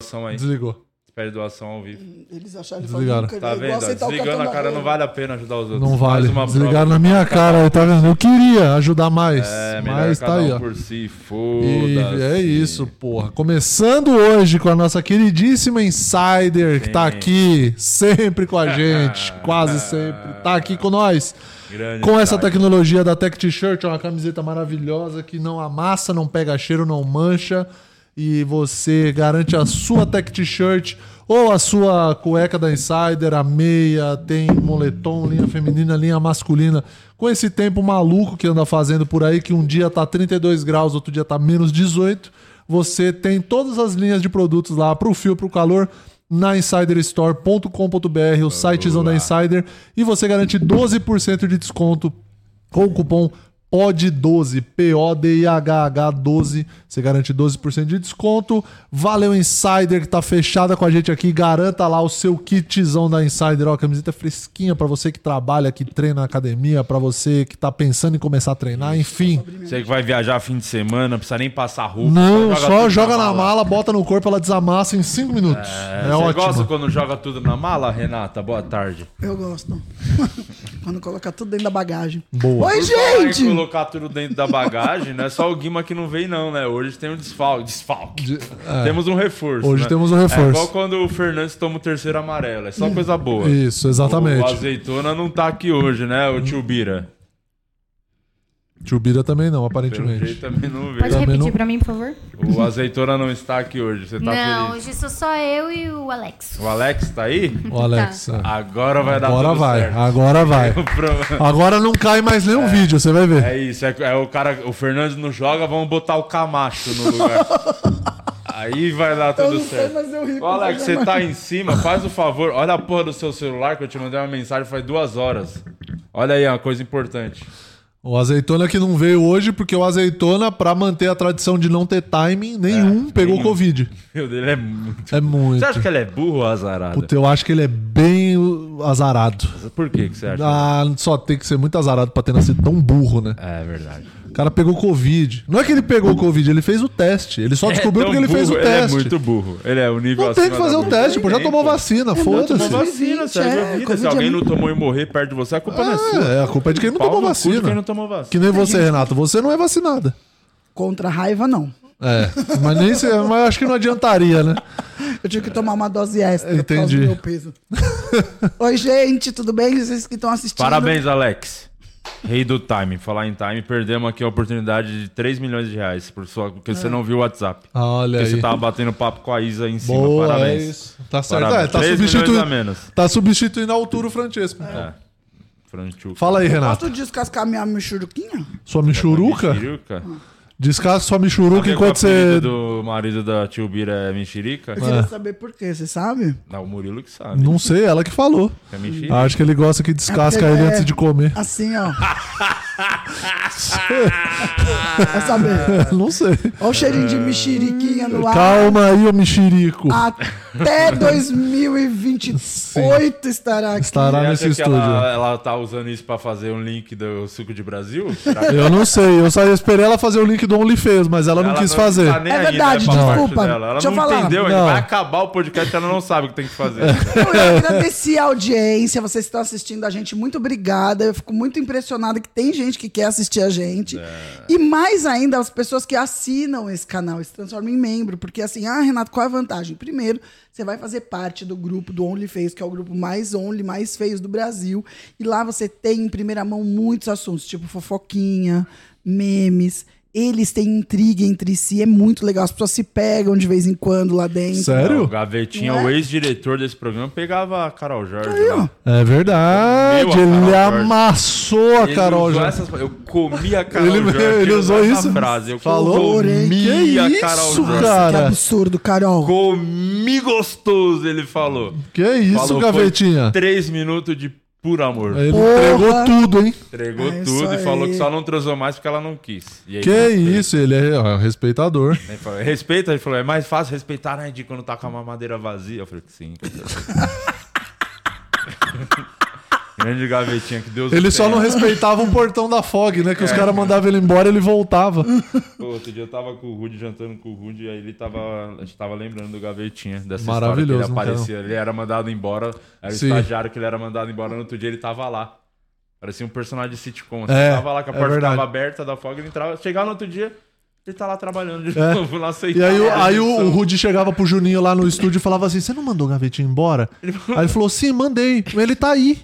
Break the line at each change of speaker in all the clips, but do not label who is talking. doação aí.
Desligou.
Espere doação ao vivo.
Hum, Eles acharam ele
Desligaram.
falando,
Tá
"Nunca vi", igual
vendo? ó?
aceitar o cartão
Desligando a
da
cara
rua.
não vale a pena ajudar os outros.
Não
Faz
vale.
uma
Desligaram
prova.
na minha cara, tá vendo? Eu queria ajudar mais.
É, melhor
mas
cada
tá aí,
um
ó.
por si,
E
foda-se.
é isso, porra. Começando hoje com a nossa queridíssima insider que tá
Sim.
aqui sempre com a gente, quase sempre. Tá aqui com nós.
Grande
Com essa
cara.
tecnologia da Tech T-shirt, é uma camiseta maravilhosa que não amassa, não pega cheiro, não mancha. E você garante a sua Tech T-shirt ou a sua cueca da Insider, a meia, tem moletom, linha feminina, linha masculina. Com esse tempo maluco que anda fazendo por aí, que um dia tá 32 graus, outro dia tá menos 18, você tem todas as linhas de produtos lá pro fio, pro calor na insiderstore.com.br, o sitezão da Insider, e você garante 12% de desconto com o cupom POD12, P-O-D-I-H-H-12. Você garante 12% de desconto. Valeu, Insider, que tá fechada com a gente aqui. Garanta lá o seu kitzão da Insider. Ó, a camiseta fresquinha pra você que trabalha, que treina na academia, pra você que tá pensando em começar a treinar, enfim.
Você que vai viajar fim de semana, não precisa nem passar roupa.
Não,
tudo
só joga na mala, bota no corpo, ela desamassa em 5 minutos. É,
Você
ótimo.
gosta quando joga tudo na mala, Renata? Boa tarde.
Eu gosto. Quando coloca tudo dentro da bagagem.
Boa.
Oi,
Falar em
gente!
colocar tudo dentro da bagagem, não é só o Guima que não veio, não, né? Hoje tem um desfalque. desfalque.
De- é.
Temos um reforço.
Hoje
né?
temos um reforço.
É igual quando o Fernandes toma o terceiro amarelo. É só coisa boa.
Isso, exatamente.
O azeitona não tá aqui hoje, né? O tio Bira.
Tio Bira também não,
Pelo
aparentemente.
jeito é também não
Pode
veio.
Também
repetir
não-
pra mim, por favor?
O azeitona não está aqui hoje. Você tá
não,
feliz?
hoje sou só eu e o Alex.
O Alex tá aí?
Ô, Alex.
Tá.
é.
Agora vai dar
Agora
tudo
vai,
certo.
agora vai.
O pro-
Agora não cai mais nenhum vídeo, você vai ver.
É isso, é, é o cara, o Fernandes não joga, vamos botar o Camacho no lugar. Aí vai dar
Eu
tudo
não sei,
certo.
mas eu ri.
Ô Alex, você tá aí em cima, faz o favor, olha a porra do seu celular que eu te mandei uma mensagem faz duas horas. Olha aí, uma coisa importante.
O Azeitona que não veio hoje, porque o Azeitona, pra manter a tradição de não ter timing nenhum, pegou
É, nenhum.
Covid.
Meu Deus, ele é muito.
É muito.
Você acha que ele é burro ou azarado?
Puta, eu acho que ele é bem uh, azarado.
Por que, que é você acha?
Ah, só tem que ser muito azarado pra ter nascido tão burro, né?
É verdade.
O cara pegou Covid. Não é que ele pegou Covid, ele fez o teste. Ele só descobriu
É tão
porque ele fez o
burro,
teste.
Ele é muito burro. Ele é o nível
Não tem que
acima
fazer
da
o
burrice.
teste, pô. Já
Tem,
tomou vacina,
Tomou
foda-se.
vacina,
Covid,
Sérgio
é,
vida. Se
Covid é
alguém não
muito-
tomou e morrer perto de você, a culpa não é sua.
É, a culpa é de quem não
Pau
tomou
no cu de Quem
vacina.
não tomou vacina.
Que nem você, Renato. Você não é vacinada.
Contra a raiva, não.
É, mas nem se, mas acho que não adiantaria, né?
Eu tive que tomar uma dose extra por causa
Entendi.
do meu peso. Oi, gente, tudo bem? Vocês que estão assistindo.
Parabéns, Alex. Rei do time. Falar em time, perdemos aqui a oportunidade de 3 milhões de reais por sua, porque você não viu o WhatsApp.
É. Ah, Olha
Porque
aí.
você tava batendo papo com a Isa aí em cima.
Boa,
Parabéns.
é isso. Tá certo.
Parabéns.
É, tá,
Três
substituindo,
milhões a menos.
tá substituindo a altura o Francesco.
É. Franchu-
Fala aí, Renato.
Posso descascar minha michuruquinha?
Sua michuruca?
Mexerica?
Descasca sua michuruca
Sabe
enquanto
que o apelido
você.
do marido da tio Bira é mexerica?
Eu queria saber por quê, você sabe?
Não, o Murilo que sabe.
Não sei, ela que falou. Ah,
É mexerica.
Acho que ele gosta que descasca
É porque
ele
é-
antes de comer.
Assim, ó. Vai saber.
Não sei.
Olha o cheirinho
É.
de mexeriquinha no ar.
Calma aí, ô mexerico.
Até 2028 estará aqui.
Estará
Você
nesse
acha que
estúdio.
Ela, ela tá usando isso pra fazer um link do Suco de Brasil? Será que
Eu não sei, eu só esperei ela fazer o link do OnlyFans, mas ela, não
ela
quis fazer.
tá nem
É
aí, né,
verdade,
pra parte
desculpa.
dela. Ela
Deixa eu
não
falar.
entendeu, é ainda
Não. É.
vai acabar o podcast, ela não sabe o que tem que fazer.
Eu quero agradecer a audiência, vocês que estão assistindo a gente, muito obrigada. Eu fico muito impressionada que tem gente que quer assistir a gente. E mais ainda, as pessoas que assinam esse canal e se transformam em membro. Porque assim, ah, Renato, qual é a vantagem? Primeiro, você vai fazer parte do grupo do OnlyFace, que é o grupo mais only, mais feio do Brasil. E lá você tem em primeira mão muitos assuntos, tipo fofoquinha, memes. Eles têm intriga entre si, é muito legal. As pessoas se pegam de vez em quando lá dentro.
O
Sério?
Gavetinha,
Não é?
o ex-diretor desse programa, pegava a Carol Jorge. né? lá.
É verdade.
Meu, a Carol
ele
Jorge.
amassou a
Ele
Carol
usou
já.
essas- Eu comi a Carol
Ele-
Jorge.
ele usou
essa
isso?
Frase. Eu
Falou,
comi
que
a
isso,
Carol Jorge.
Que
cara?
absurdo, Carol.
Comi gostoso, ele falou.
Que isso,
Falou,
gavetinha?
foi Três minutos de puro amor.
Ele
Porra.
entregou tudo, hein?
Entregou
É isso
tudo e falou
aí.
que só não transou mais porque ela não quis. E aí,
Que
não fez.
isso, ele é ó, respeitador.
Ele falou, respeita, ele falou, é mais fácil respeitar, né, de quando tá com a mamadeira vazia. Eu falei que sim. Grande gavetinha que Deus É.
Ele
o
só
tenha.
não respeitava o portão da Fog, né? Que os caras mandavam ele embora e ele voltava.
Pô, Outro dia eu tava com o Rude, jantando com o Rude, e aí ele tava. A gente tava lembrando do gavetinha dessa
Maravilhoso,
história
não
que ele aparecia. Ele era mandado embora, era o
Sim.
estagiário que ele era mandado embora, no outro dia ele tava lá. Parecia um personagem de sitcom. Assim.
É,
tava lá, que a
é
porta
verdade.
ficava aberta da foga, ele entrava. Chegava no outro dia, ele tá lá trabalhando de
É.
novo, lá
E
aceitando.
aí, o-
a
aí o,
demissão.
o Rudy chegava pro Juninho lá no estúdio e falava assim: Você não mandou o gavetinho embora? Aí ele falou: Sim, mandei. Mas Ele tá aí.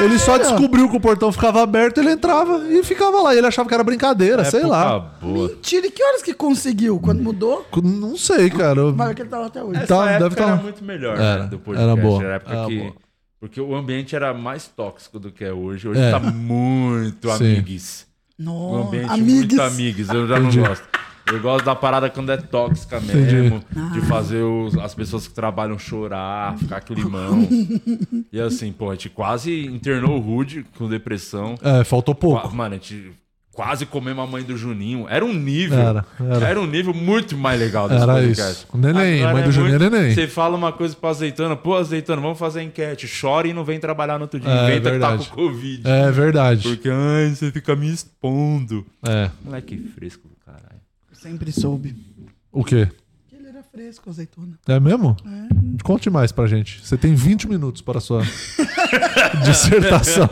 Ele só descobriu que o portão ficava aberto, ele entrava e ficava lá. E ele achava que era brincadeira, sei
Época
lá.
Boa.
Tire, que horas que conseguiu? Quando mudou?
Não sei, cara. Eu-
Vale que ele tá lá até hoje.
Essa
Tá,
época
deve tá
era
lá.
muito melhor,
Era,
né, do podcast.
era boa,
a época
era
que-
boa.
Porque o ambiente era mais tóxico do que é hoje. Hoje
É.
tá muito
Sim.
amigues. Um
Nossa,
ambiente
amigos.
muito amigues. Eu já
Entendi.
não gosto. Eu gosto da parada quando é tóxica mesmo. De fazer os- as pessoas que trabalham chorar, ficar climão. e assim, pô, a gente quase internou o Rude com depressão.
É, faltou pouco.
Qua- Mano, a gente quase comeu a mãe do Juninho. Era um nível.
Era,
Era,
era.
um nível muito mais legal desse
Era
podcast.
isso. O neném,
Agora
mãe do Juninho é neném.
Você fala uma coisa pra azeitona, pô, azeitona, vamos fazer a enquete. Chora e não vem trabalhar no outro dia.
É,
Inventa que tá
verdade.
com Covid.
É verdade.
Porque, ai, você fica me expondo.
É.
Moleque fresco do caralho.
Sempre soube.
O quê?
Que Ele era fresco, azeitona.
É mesmo? Conte mais pra gente. Você tem 20 minutos para a sua dissertação.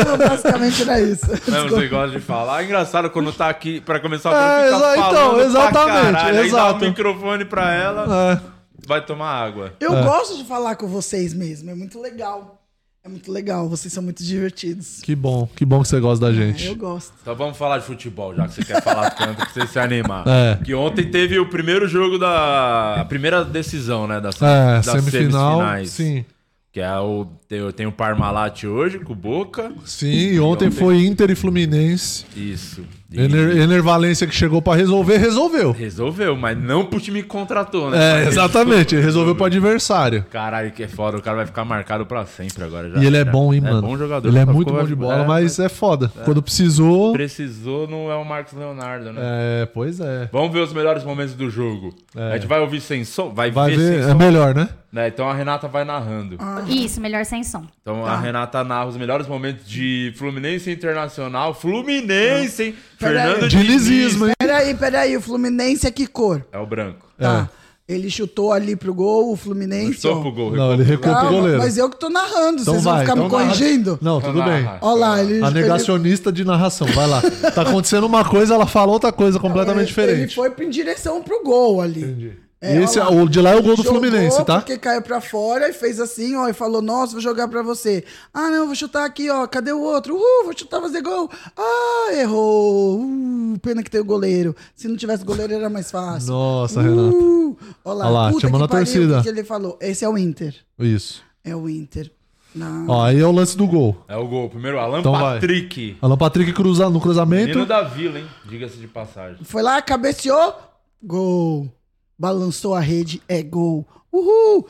Então, basicamente era isso.
Não, É, você gosta de falar. É engraçado quando tá aqui pra começar a
É, exa- então, exatamente,
Aí dá o
exato.
microfone pra ela,
É.
vai tomar água.
Eu gosto de falar com vocês mesmo, é muito legal. É muito legal, vocês são muito divertidos.
Que bom, que bom que você gosta da
É, eu
gente.
gosto.
Então vamos falar de futebol, já que você quer falar tanto, pra você se animar.
É.
Que ontem teve o primeiro jogo da... A primeira decisão, né? Da,
É,
das
semifinal.
semifinais.
Sim.
Que é o... Tem, tem o Parmalat hoje, com o Boca.
Sim, e ontem foi Inter e Fluminense.
Isso. E
Ener, Ener Valência que chegou pra resolver, resolveu.
Resolveu, mas não pro time que contratou, né?
É, exatamente, ele resolveu pro adversário.
Caralho, que é foda. O cara vai ficar marcado pra sempre agora. Já,
E ele é
já.
bom, hein, mano?
É bom jogador.
Ele é
Só
muito
ficou-
bom de bola,
é,
mas é foda. Quando precisou.
Precisou, não é o Marcos Leonardo, né?
É, pois é.
Vamos ver os melhores momentos do jogo. A gente vai ouvir sem som? Vai,
Vai
ver,
ver,
sem
é
som.
melhor, né?
né? Então a Renata vai narrando.
Isso, melhor sem som.
Então a Renata narra os melhores momentos de Fluminense Internacional. Fluminense, hein?
Peraí.
Fernando Diniz.
Dinizismo, hein?
Peraí, peraí, o Fluminense é que cor?
É o branco.
Tá. Ele chutou ali pro gol, o Fluminense.
Estou
ó.
pro gol.
Não, ele recuou pro
Calma,
goleiro.
mas eu que tô narrando,
Então
vocês vão
vai,
ficar
então
me
narra-
corrigindo.
Não, tudo bem.
narra.
Olha lá, ele.
A negacionista é de narração, vai lá. Tá acontecendo uma coisa, ela fala outra coisa completamente
ele- Ele
diferente.
foi em direção pro gol ali. Entendi.
Esse, o de lá é o gol do
Jogou
Fluminense, tá?
Porque caiu pra fora e fez assim, ó, e falou: Nossa, vou jogar pra você. Ah, não, vou chutar aqui, ó. Cadê o outro? Uh, vou chutar, fazer gol. Ah, errou. Uh, pena que tem o goleiro. Se não tivesse goleiro, era mais fácil.
Nossa, Renato.
Uh, olha lá,
Olha lá,
puta
chamando
que
a
pariu,
torcida.
o que que ele falou? Esse é o Inter.
Isso.
É o Inter. Não.
Ó, aí é o lance do gol.
É o gol. Primeiro, Alan
Então vai.
Patrick.
Alan Patrick cruza, no
Menino
cruzamento.
da Vila, hein? Diga-se de passagem.
Foi lá, cabeceou. Gol. Balançou a rede, é gol. Uhul!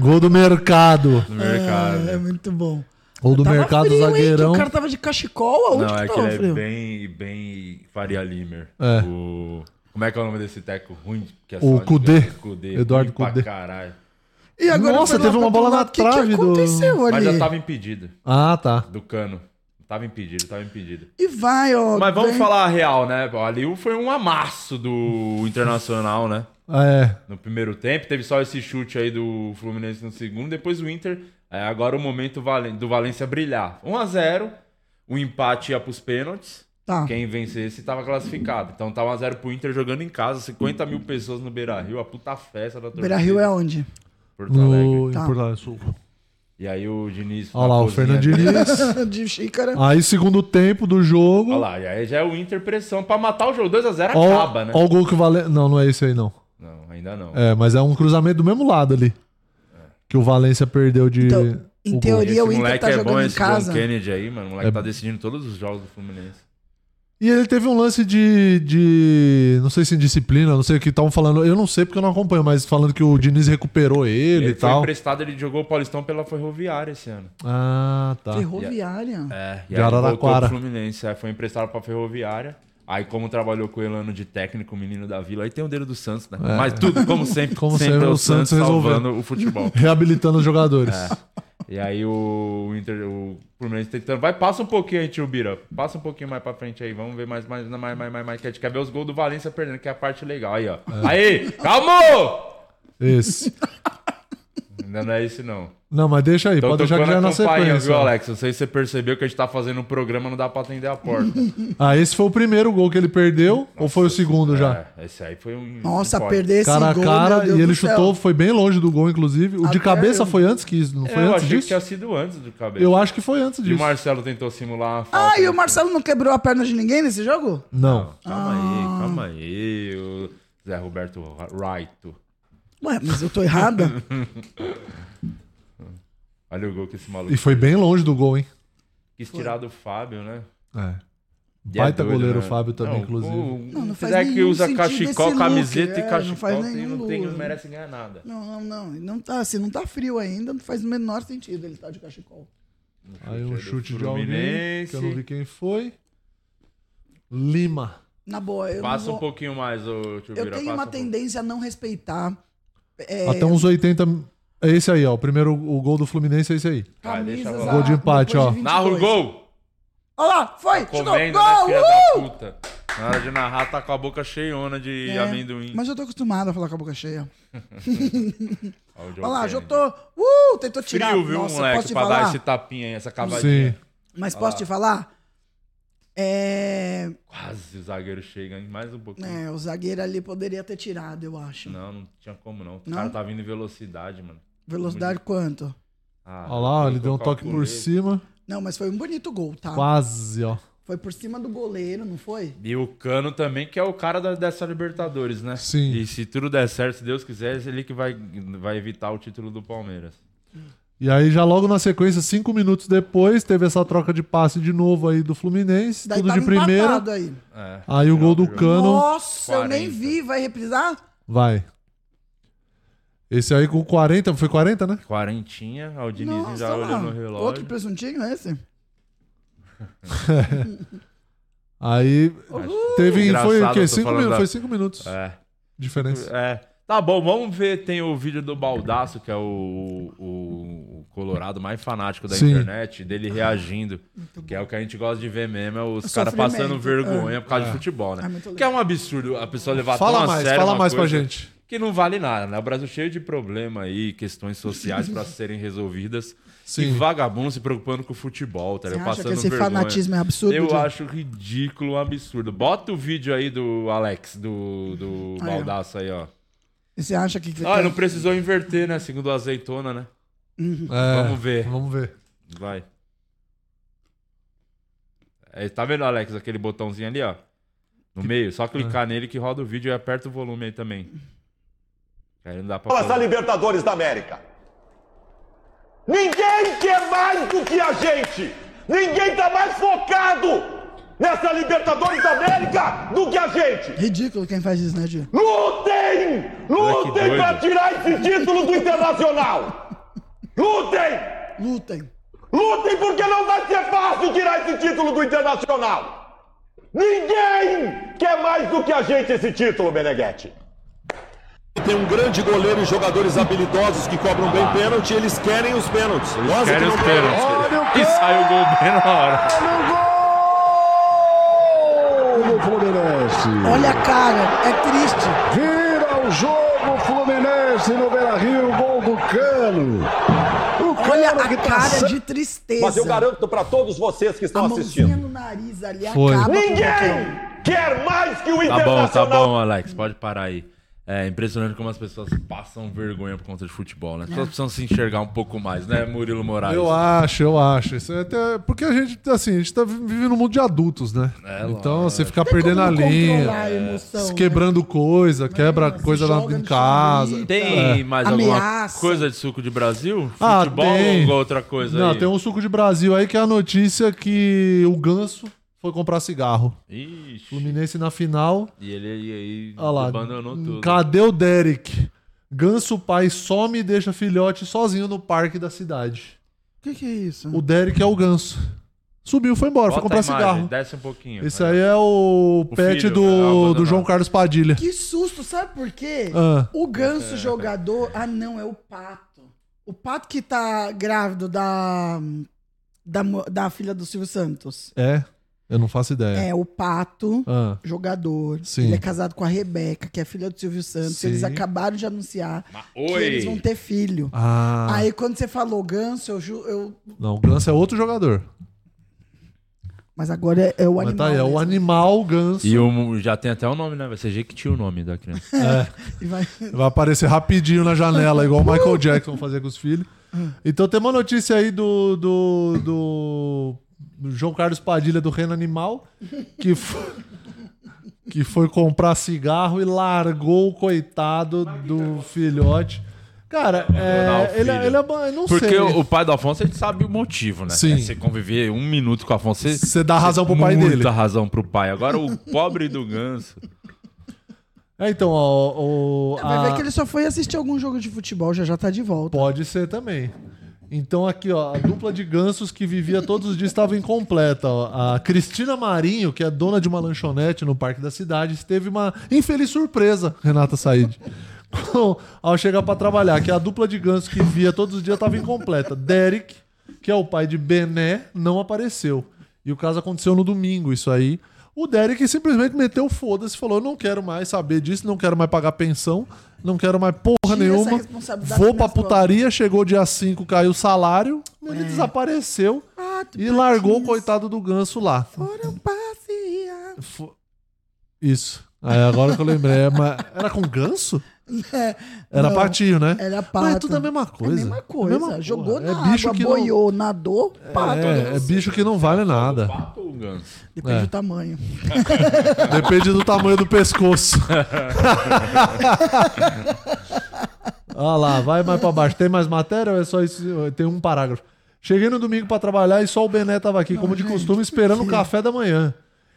Gol do mercado.
No mercado.
É muito bom.
Gol do
Tava
mercado,
frio, hein, que
zagueirão.
O cara tava de cachecol, aonde
Não,
que
é que
tava
ele é
frio?
bem, bem Faria Limer.
É.
O... Como é que é o nome desse teco ruim? Que é
O
só-
Kudê.
Kudê.
Eduardo
Ruim pra
Kudê.
caralho.
E
Nossa,
foi lá
teve
pra
uma bola
outro
na
lado.
trave
que que
do-
aconteceu ali?
Mas já tava impedido.
Ah, tá.
Do cano. Tava impedido, tava impedido.
E vai, ó.
Mas vamos
vem-
falar a real, né? Ali foi um amasso do Internacional, né?
É.
No primeiro tempo, teve só esse chute aí do Fluminense no segundo, depois o Inter. É, agora o momento Valen- do Valência brilhar. 1 a 0 o empate ia pros pênaltis.
Tá.
Quem vencesse estava classificado. Então tá 1x0 pro Inter jogando em casa, 50 mil pessoas no Beira Rio, a puta festa da torcida.
Beira Rio é onde?
Porto Alegre.
No... em
Tá.
Porto Alegre Sul.
E aí o Diniz.
Olha
na
lá, o
cozinha
Fernando
dele-
Diniz.
de xícara.
Aí, segundo tempo do jogo.
Olha
Olha
lá, e aí já é o Inter pressão. Pra matar o jogo 2x0 acaba, né?
o gol que o Valen. Não, não é esse aí, não.
Não, ainda não. É.
É, mas é um cruzamento do mesmo lado ali. Que o Valência perdeu de.
Então, em
o gol.
teoria, o Inter
moleque
tá
é bom,
jogando em
esse John
casa.
Kennedy aí, mano. O moleque
É-
tá decidindo todos os jogos do Fluminense.
E ele teve um lance de, de. Não sei se indisciplina, não sei o que estavam falando. Eu não sei porque eu não acompanho, mas falando que o Diniz recuperou ele, e
foi
tal.
emprestado, ele jogou o Paulistão pela Ferroviária esse ano.
Ah, tá.
Ferroviária.
É, e
De
aí ele voltou
Araraquara.
pro Fluminense. Aí foi emprestado pra Ferroviária. Aí, como trabalhou com o Elano de técnico, o menino da vila, aí tem o dedo do Santos, né? Mas tudo, como
É.
sempre,
Como
sempre,
sempre,
é
o
o Santos,
Santos resolveu.
salvando o futebol. É.
Reabilitando os jogadores.
E aí o, o Inter, o Fluminense tentando. Vai, passa um pouquinho aí, tio Bira. Passa um pouquinho mais pra frente aí. Vamos ver mais, mais, mais, mais, mais, mais. Que a gente quer ver os gols do Valência perdendo, que é a parte legal. Aí, ó.
É.
Aí! Calma!
Esse.
Ainda não é isso, não.
Não, mas deixa aí,
Então
pode deixar que já é na
campainha,
sequência.
viu, Alex? Não sei se você percebeu que a gente tá fazendo um programa, não dá pra atender a porta.
Ah, esse foi o primeiro gol que ele perdeu, ou foi o segundo já?
É, esse aí foi um.
Nossa,
um
perder esse
Cara a
gol, meu
cara,
Deus
e ele
do céu.
chutou, foi bem longe do gol, inclusive. O de
Até
cabeça
eu-
foi antes que isso, não
É,
foi
eu
antes
achei
disso?
que tinha sido antes do cabelo.
Eu acho que foi antes
E o
disso.
Marcelo tentou simular a falta.
Ah, e o Marcelo não quebrou a perna de ninguém nesse jogo?
Não.
Ah.
Calma aí, calma aí. O Zé Roberto Raito.
Ué, mas eu tô errada?
Olha o gol que esse maluco
E foi bem longe do gol, hein?
quis tirar do Fábio, né?
É.
E é
Baita
doido,
goleiro
né?
o Fábio também,
Não,
inclusive.
O,
Não, não
o
faz
Zé que
nenhum
usa
sentido
cachecol,
esse
camiseta
look,
e
é,
cachecol,
não faz
tem-
nenhum
não, tem, não
look.
merece ganhar nada.
Não, não, não. Não tá assim, não tá frio ainda, não faz o menor sentido ele tá de cachecol.
Aí um chute de alguém,
Fluminense.
que eu não vi quem foi. Lima.
Na boa, eu não
Passa
vou-
um pouquinho mais, ô Tio
Eu
Bira,
tenho
passa
uma
um
tendência a não respeitar é,
Até uns 80. É esse aí, ó. O primeiro o gol do Fluminense é esse aí.
Vai, deixa
camisas.
rolar.
a-
Gol de empate,
depois de
pouquinho.
22.
Narra o um gol!
Olha lá, foi, chutou, gol!
Comendo, né, filha da
uh!
puta? Na hora de narrar, tá com a boca cheiona de
É,
amendoim.
Mas eu tô acostumado a falar com a boca cheia.
Ó, o Joe
Olha lá,
Kennedy.
já tô. Uh, tentou tirar.
Frio, viu,
Nossa, posso
moleque,
te
pra
falar?
dar esse tapinha aí, essa cavadinha.
Sim.
Mas posso te falar? É...
Quase o zagueiro chega, hein? mais um pouquinho.
é, o zagueiro ali poderia ter tirado, eu acho.
Não, não tinha como não. O
Não?
cara tá vindo em velocidade, mano.
Velocidade quanto?
Ah,
Olha lá, ó, ele
eu
deu um toque
calculei.
por cima.
Não, mas foi um bonito gol, tá?
Quase, ó.
Foi por cima do goleiro, não foi?
E o Cano também, que é o cara da- dessa Libertadores, né?
Sim.
E se tudo der certo, se Deus quiser, é ele que vai, vai evitar o título do Palmeiras.
E aí, já logo na sequência, cinco minutos depois, teve essa troca de passe de novo aí do Fluminense.
Daí
tudo
tava
de primeira.
empatado aí.
É.
Aí o gol do Cano.
Nossa, eu nem
40.
vi. Vai reprisar?
Vai. Esse aí com 40, foi 40, né?
Quarentinha, ó, o Dinizinho
Nossa,
já olhou
mano.
no
Ô, que
relógio.
presuntinho é esse?
Aí teve.
Engraçado,
Foi
eu
o
tô
quê? Cinco,
falando
minu-
da-
Foi cinco minutos.
É,
Diferença.
é. Tá bom, vamos ver. Tem o vídeo do Baldaço, que é o, o, o Colorado mais fanático da
Sim.
internet, dele reagindo. Que é o que a gente gosta de ver mesmo, é os caras
sofrimento,
passando vergonha por causa de futebol, né?
É muito
que é um absurdo a pessoa levar tão
Fala
a
mais,
sério
fala
uma
mais pra
coisa.
gente.
que não vale nada, né? O Brasil cheio de problema aí, questões sociais pra serem resolvidas.
Sim.
E vagabundo se preocupando com o futebol, tá
Você
ligado?
acha que
Passando
esse
vergonha.
fanatismo é absurdo?
Eu
Diego?
acho ridículo, um absurdo. Bota o vídeo aí do Alex, do, do
Aí, ó.
Baldaço aí, ó.
E Você acha que... tá
Ah, não precisou inverter, né? Segundo a azeitona, né?
Uhum.
É,
Vamos ver.
Vamos ver.
Vai. É, tá vendo, Alex, aquele botãozinho ali, ó? No meio. Só clicar nele que roda o vídeo e aperta o volume aí também. Aí não dá pra
Fala essa
pausar.
Libertadores da América. Ninguém quer mais do que a gente. Ninguém tá mais focado nessa Libertadores da América do que a gente.
Ridículo quem faz isso, né, Gil?
Lutem!
Olha que doido.
Lutem pra tirar esse título do Internacional. Lutem!
Lutem.
Lutem porque não vai ser fácil tirar esse título do Internacional. Ninguém quer mais do que a gente esse título, Beneguete.
Tem um grande goleiro e jogadores habilidosos que cobram bem pênalti, eles querem os pênaltis.
Eles
Nós é que
querem
não
os
queremos.
pênaltis.
Olha o
E sai o gol bem na hora.
gol do Fluminense.
Olha a cara, é triste.
Vira o jogo Fluminense no Beira-Rio, gol do Cano. O
Olha
Cano que
a
tá
cara
sempre
de tristeza.
Mas eu garanto pra todos vocês que
A
estão
mãozinha
assistindo.
no nariz ali
Foi.
acaba com o botão.
Ninguém quer mais que o
Tá bom,
Internacional.
tá bom, Alex. Pode parar aí. É impressionante como as pessoas passam vergonha por conta de futebol, né? As
É.
pessoas precisam se enxergar um pouco mais, né, Murilo Moraes?
Eu acho, eu acho. Isso é até- porque a gente, assim, a gente tá vi- vivendo num mundo de adultos, né?
É,
então, você ficar perdendo a
como
linha,
controlar a emoção,
se
né?
quebrando coisa, quebra
se
coisa lá
joga
em
no
casa.
chão, tá.
Tem mais alguma
Ameaça.
coisa de suco de Brasil?
É. Ah,
Futebol
tem.
ou alguma outra coisa
Não,
aí?
tem um suco de Brasil aí que é a notícia que o Ganso foi comprar cigarro.
Ixi.
Fluminense na final.
E ele aí, aí
Olha lá.
abandonou tudo.
Cadê o Derek? Ganso pai some e deixa filhote sozinho no parque da cidade.
O que, que é isso?
O Derek é o Ganso. Subiu, foi embora, foi
Bota
comprar
a imagem,
cigarro.
Desce um pouquinho.
Esse aí é o,
O
pet
filho, né?
do, do
Abandonado.
João Carlos Padilha.
Que susto, sabe por quê?
Ah.
O ganso jogador. Ah, não, é o pato. O pato que tá grávido da. Da, mo- da filha do Silvio Santos.
É? Eu não faço ideia.
É, o pato.
Ah,
Jogador.
Sim.
Ele é casado com a Rebeca, que é filha do Silvio Santos.
Sim.
Eles acabaram de anunciar
Mas,
que
oi!
eles vão ter filho.
Ah,
Aí quando você falou ganso, eu, ju- eu
não, o Ganso é outro jogador.
Mas agora é, é o
Mas
animal.
tá aí, é o
mesmo.
animal Ganso.
E o, já tem até o nome, né? Vai ser Jequiti o nome da criança.
É.
E vai-
Vai aparecer rapidinho na janela, igual o Michael Jackson fazia com os filhos. Então tem uma notícia aí do, do, do João Carlos Padilha do Reino Animal, que foi, que foi comprar cigarro e largou o coitado
é
do filhote. Cara,
abandonar
é,
o
ele,
filho.
ele é ba- eu não
Porque
sei.
o, o pai do Afonso, ele sabe o motivo, né?
Sim.
É você conviver um minuto com o Afonso, você
Você dá razão pro pai
muita
dele.
razão pro pai. Agora o pobre do ganso.
É, então, ó, o,
Vai ver
a-
que ele só foi assistir algum jogo de futebol, já já tá de volta.
Pode ser também. Então aqui, ó, a dupla de gansos que vivia todos os dias estava incompleta. ó. A Cristina Marinho, que é dona de uma lanchonete no Parque da Cidade, teve uma infeliz surpresa, Renata Said. com- ao chegar para trabalhar, que a dupla de gansos que via todos os dias estava incompleta. Derek, que é o pai de Bené, não apareceu. E o caso aconteceu no domingo, isso aí. O Derek simplesmente meteu foda-se, falou: não quero mais saber disso, não quero mais pagar pensão, não quero mais porra
Tira essa
nenhuma.
responsabilidade
Vou
das
pra
minhas
putaria, chegou dia 5, caiu o salário, ele desapareceu
É. Ah, tu
e largou o
patins.
coitado do ganso lá.
Foram passear.
Fo- Isso. Aí agora que eu lembrei, é, mas era com ganso? Era
É, Não,
patinho, né?
Era pato.
Mas é tudo a mesma coisa.
É a mesma
É
coisa.
a mesma
Jogou
porra.
na
É bicho
água,
que não-
boiou, nadou, pato.
É, é bicho que não vale nada.
Pato ou ganso?
Depende
é.
do tamanho.
Depende do tamanho do pescoço. Olha lá, vai mais pra baixo. Tem mais matéria ou é só isso? Tem um parágrafo. Cheguei no domingo pra trabalhar e só o Bené tava aqui, como de costume, esperando o café da manhã.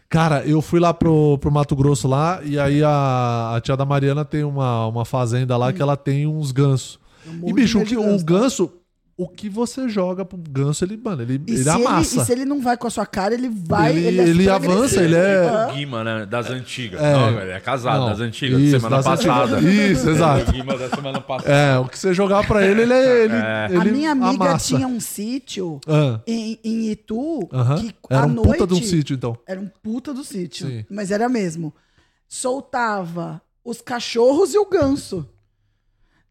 Cara, eu fui lá pro, pro Mato Grosso lá e aí a, a tia da Mariana tem uma, uma fazenda lá que ela tem uns gansos.
morro
E
de
bicho, o,
medo
que,
de
o
ganso,
ganso, tá? o que você joga pro ganso, ele, mano, ele,
E,
ele
se
amassa.
ele, e se ele não vai com a sua cara, ele vai.
Ele-
é
ele
super
avança,
agressivo.
ele é-
Aham.
O Guima, né? Das antigas.
É.
Não, ele é casado,
Não.
das antigas,
Isso,
da semana
das antigas.
passada.
Isso, exato.
O Guima da semana passada. É.
É, o que você jogar pra ele, ele, ele, ele
A minha amiga
amassa.
tinha um sítio
Ah.
em, em Itu
Aham.
que
Era
à
um
noite.
puta de um sítio, então.
Era um puta do sítio.
Sim.
Mas era mesmo. Soltava os cachorros e o ganso.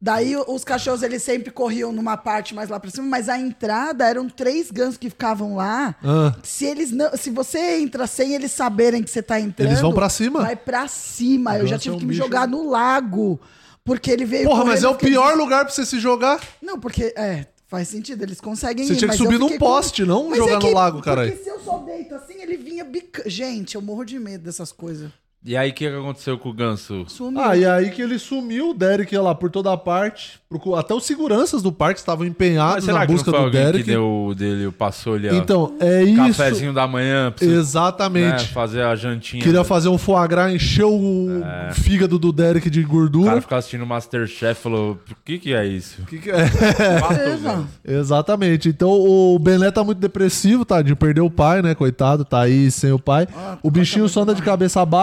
Daí o- os cachorros eles sempre corriam numa parte mais lá pra cima, mas a entrada eram três gansos que ficavam lá.
Ah.
Se eles não, se você entra sem eles saberem que você tá entrando,
Eles vão pra cima?
Vai pra cima. Eu já
ganso é
tive
um
que me
bicho-
jogar no lago. Porque ele veio.
Porra, mas
correndo,
é o
eu fiquei-
pior lugar pra você se jogar.
Não, porque. É, faz sentido, eles conseguem
Você
ir,
tinha que
mas eu
subir num
fiquei com-
poste, não
Mas é
jogar no lago, caralho.
Porque se eu só deito assim, ele vinha bica... Gente, eu morro de medo dessas coisas.
E aí, o que que aconteceu com o ganso?
Sumiu.
Ah, e aí que ele sumiu, o Derek ia lá por toda a parte. procu- Até os seguranças do parque estavam empenhados
Mas
na
será que não
busca
foi
do
alguém que
Derek.
deu o dele, passou ali, ó,
Então, é isso.
cafezinho da manhã, pra você, né,
Exatamente.
fazer a jantinha.
Queria
né? É.
fazer um foie gras, encher o fígado do Derek de
O
gordura.
cara ficava assistindo Masterchef e falou, o que que é isso?
Que que é?
Pato ou
Beleza.
ganso?
Exatamente. Então o Bené tá muito depressivo, tadinho. Perdeu o pai, né? Coitado, tá aí sem o pai. o bichinho só anda de cabeça baixa?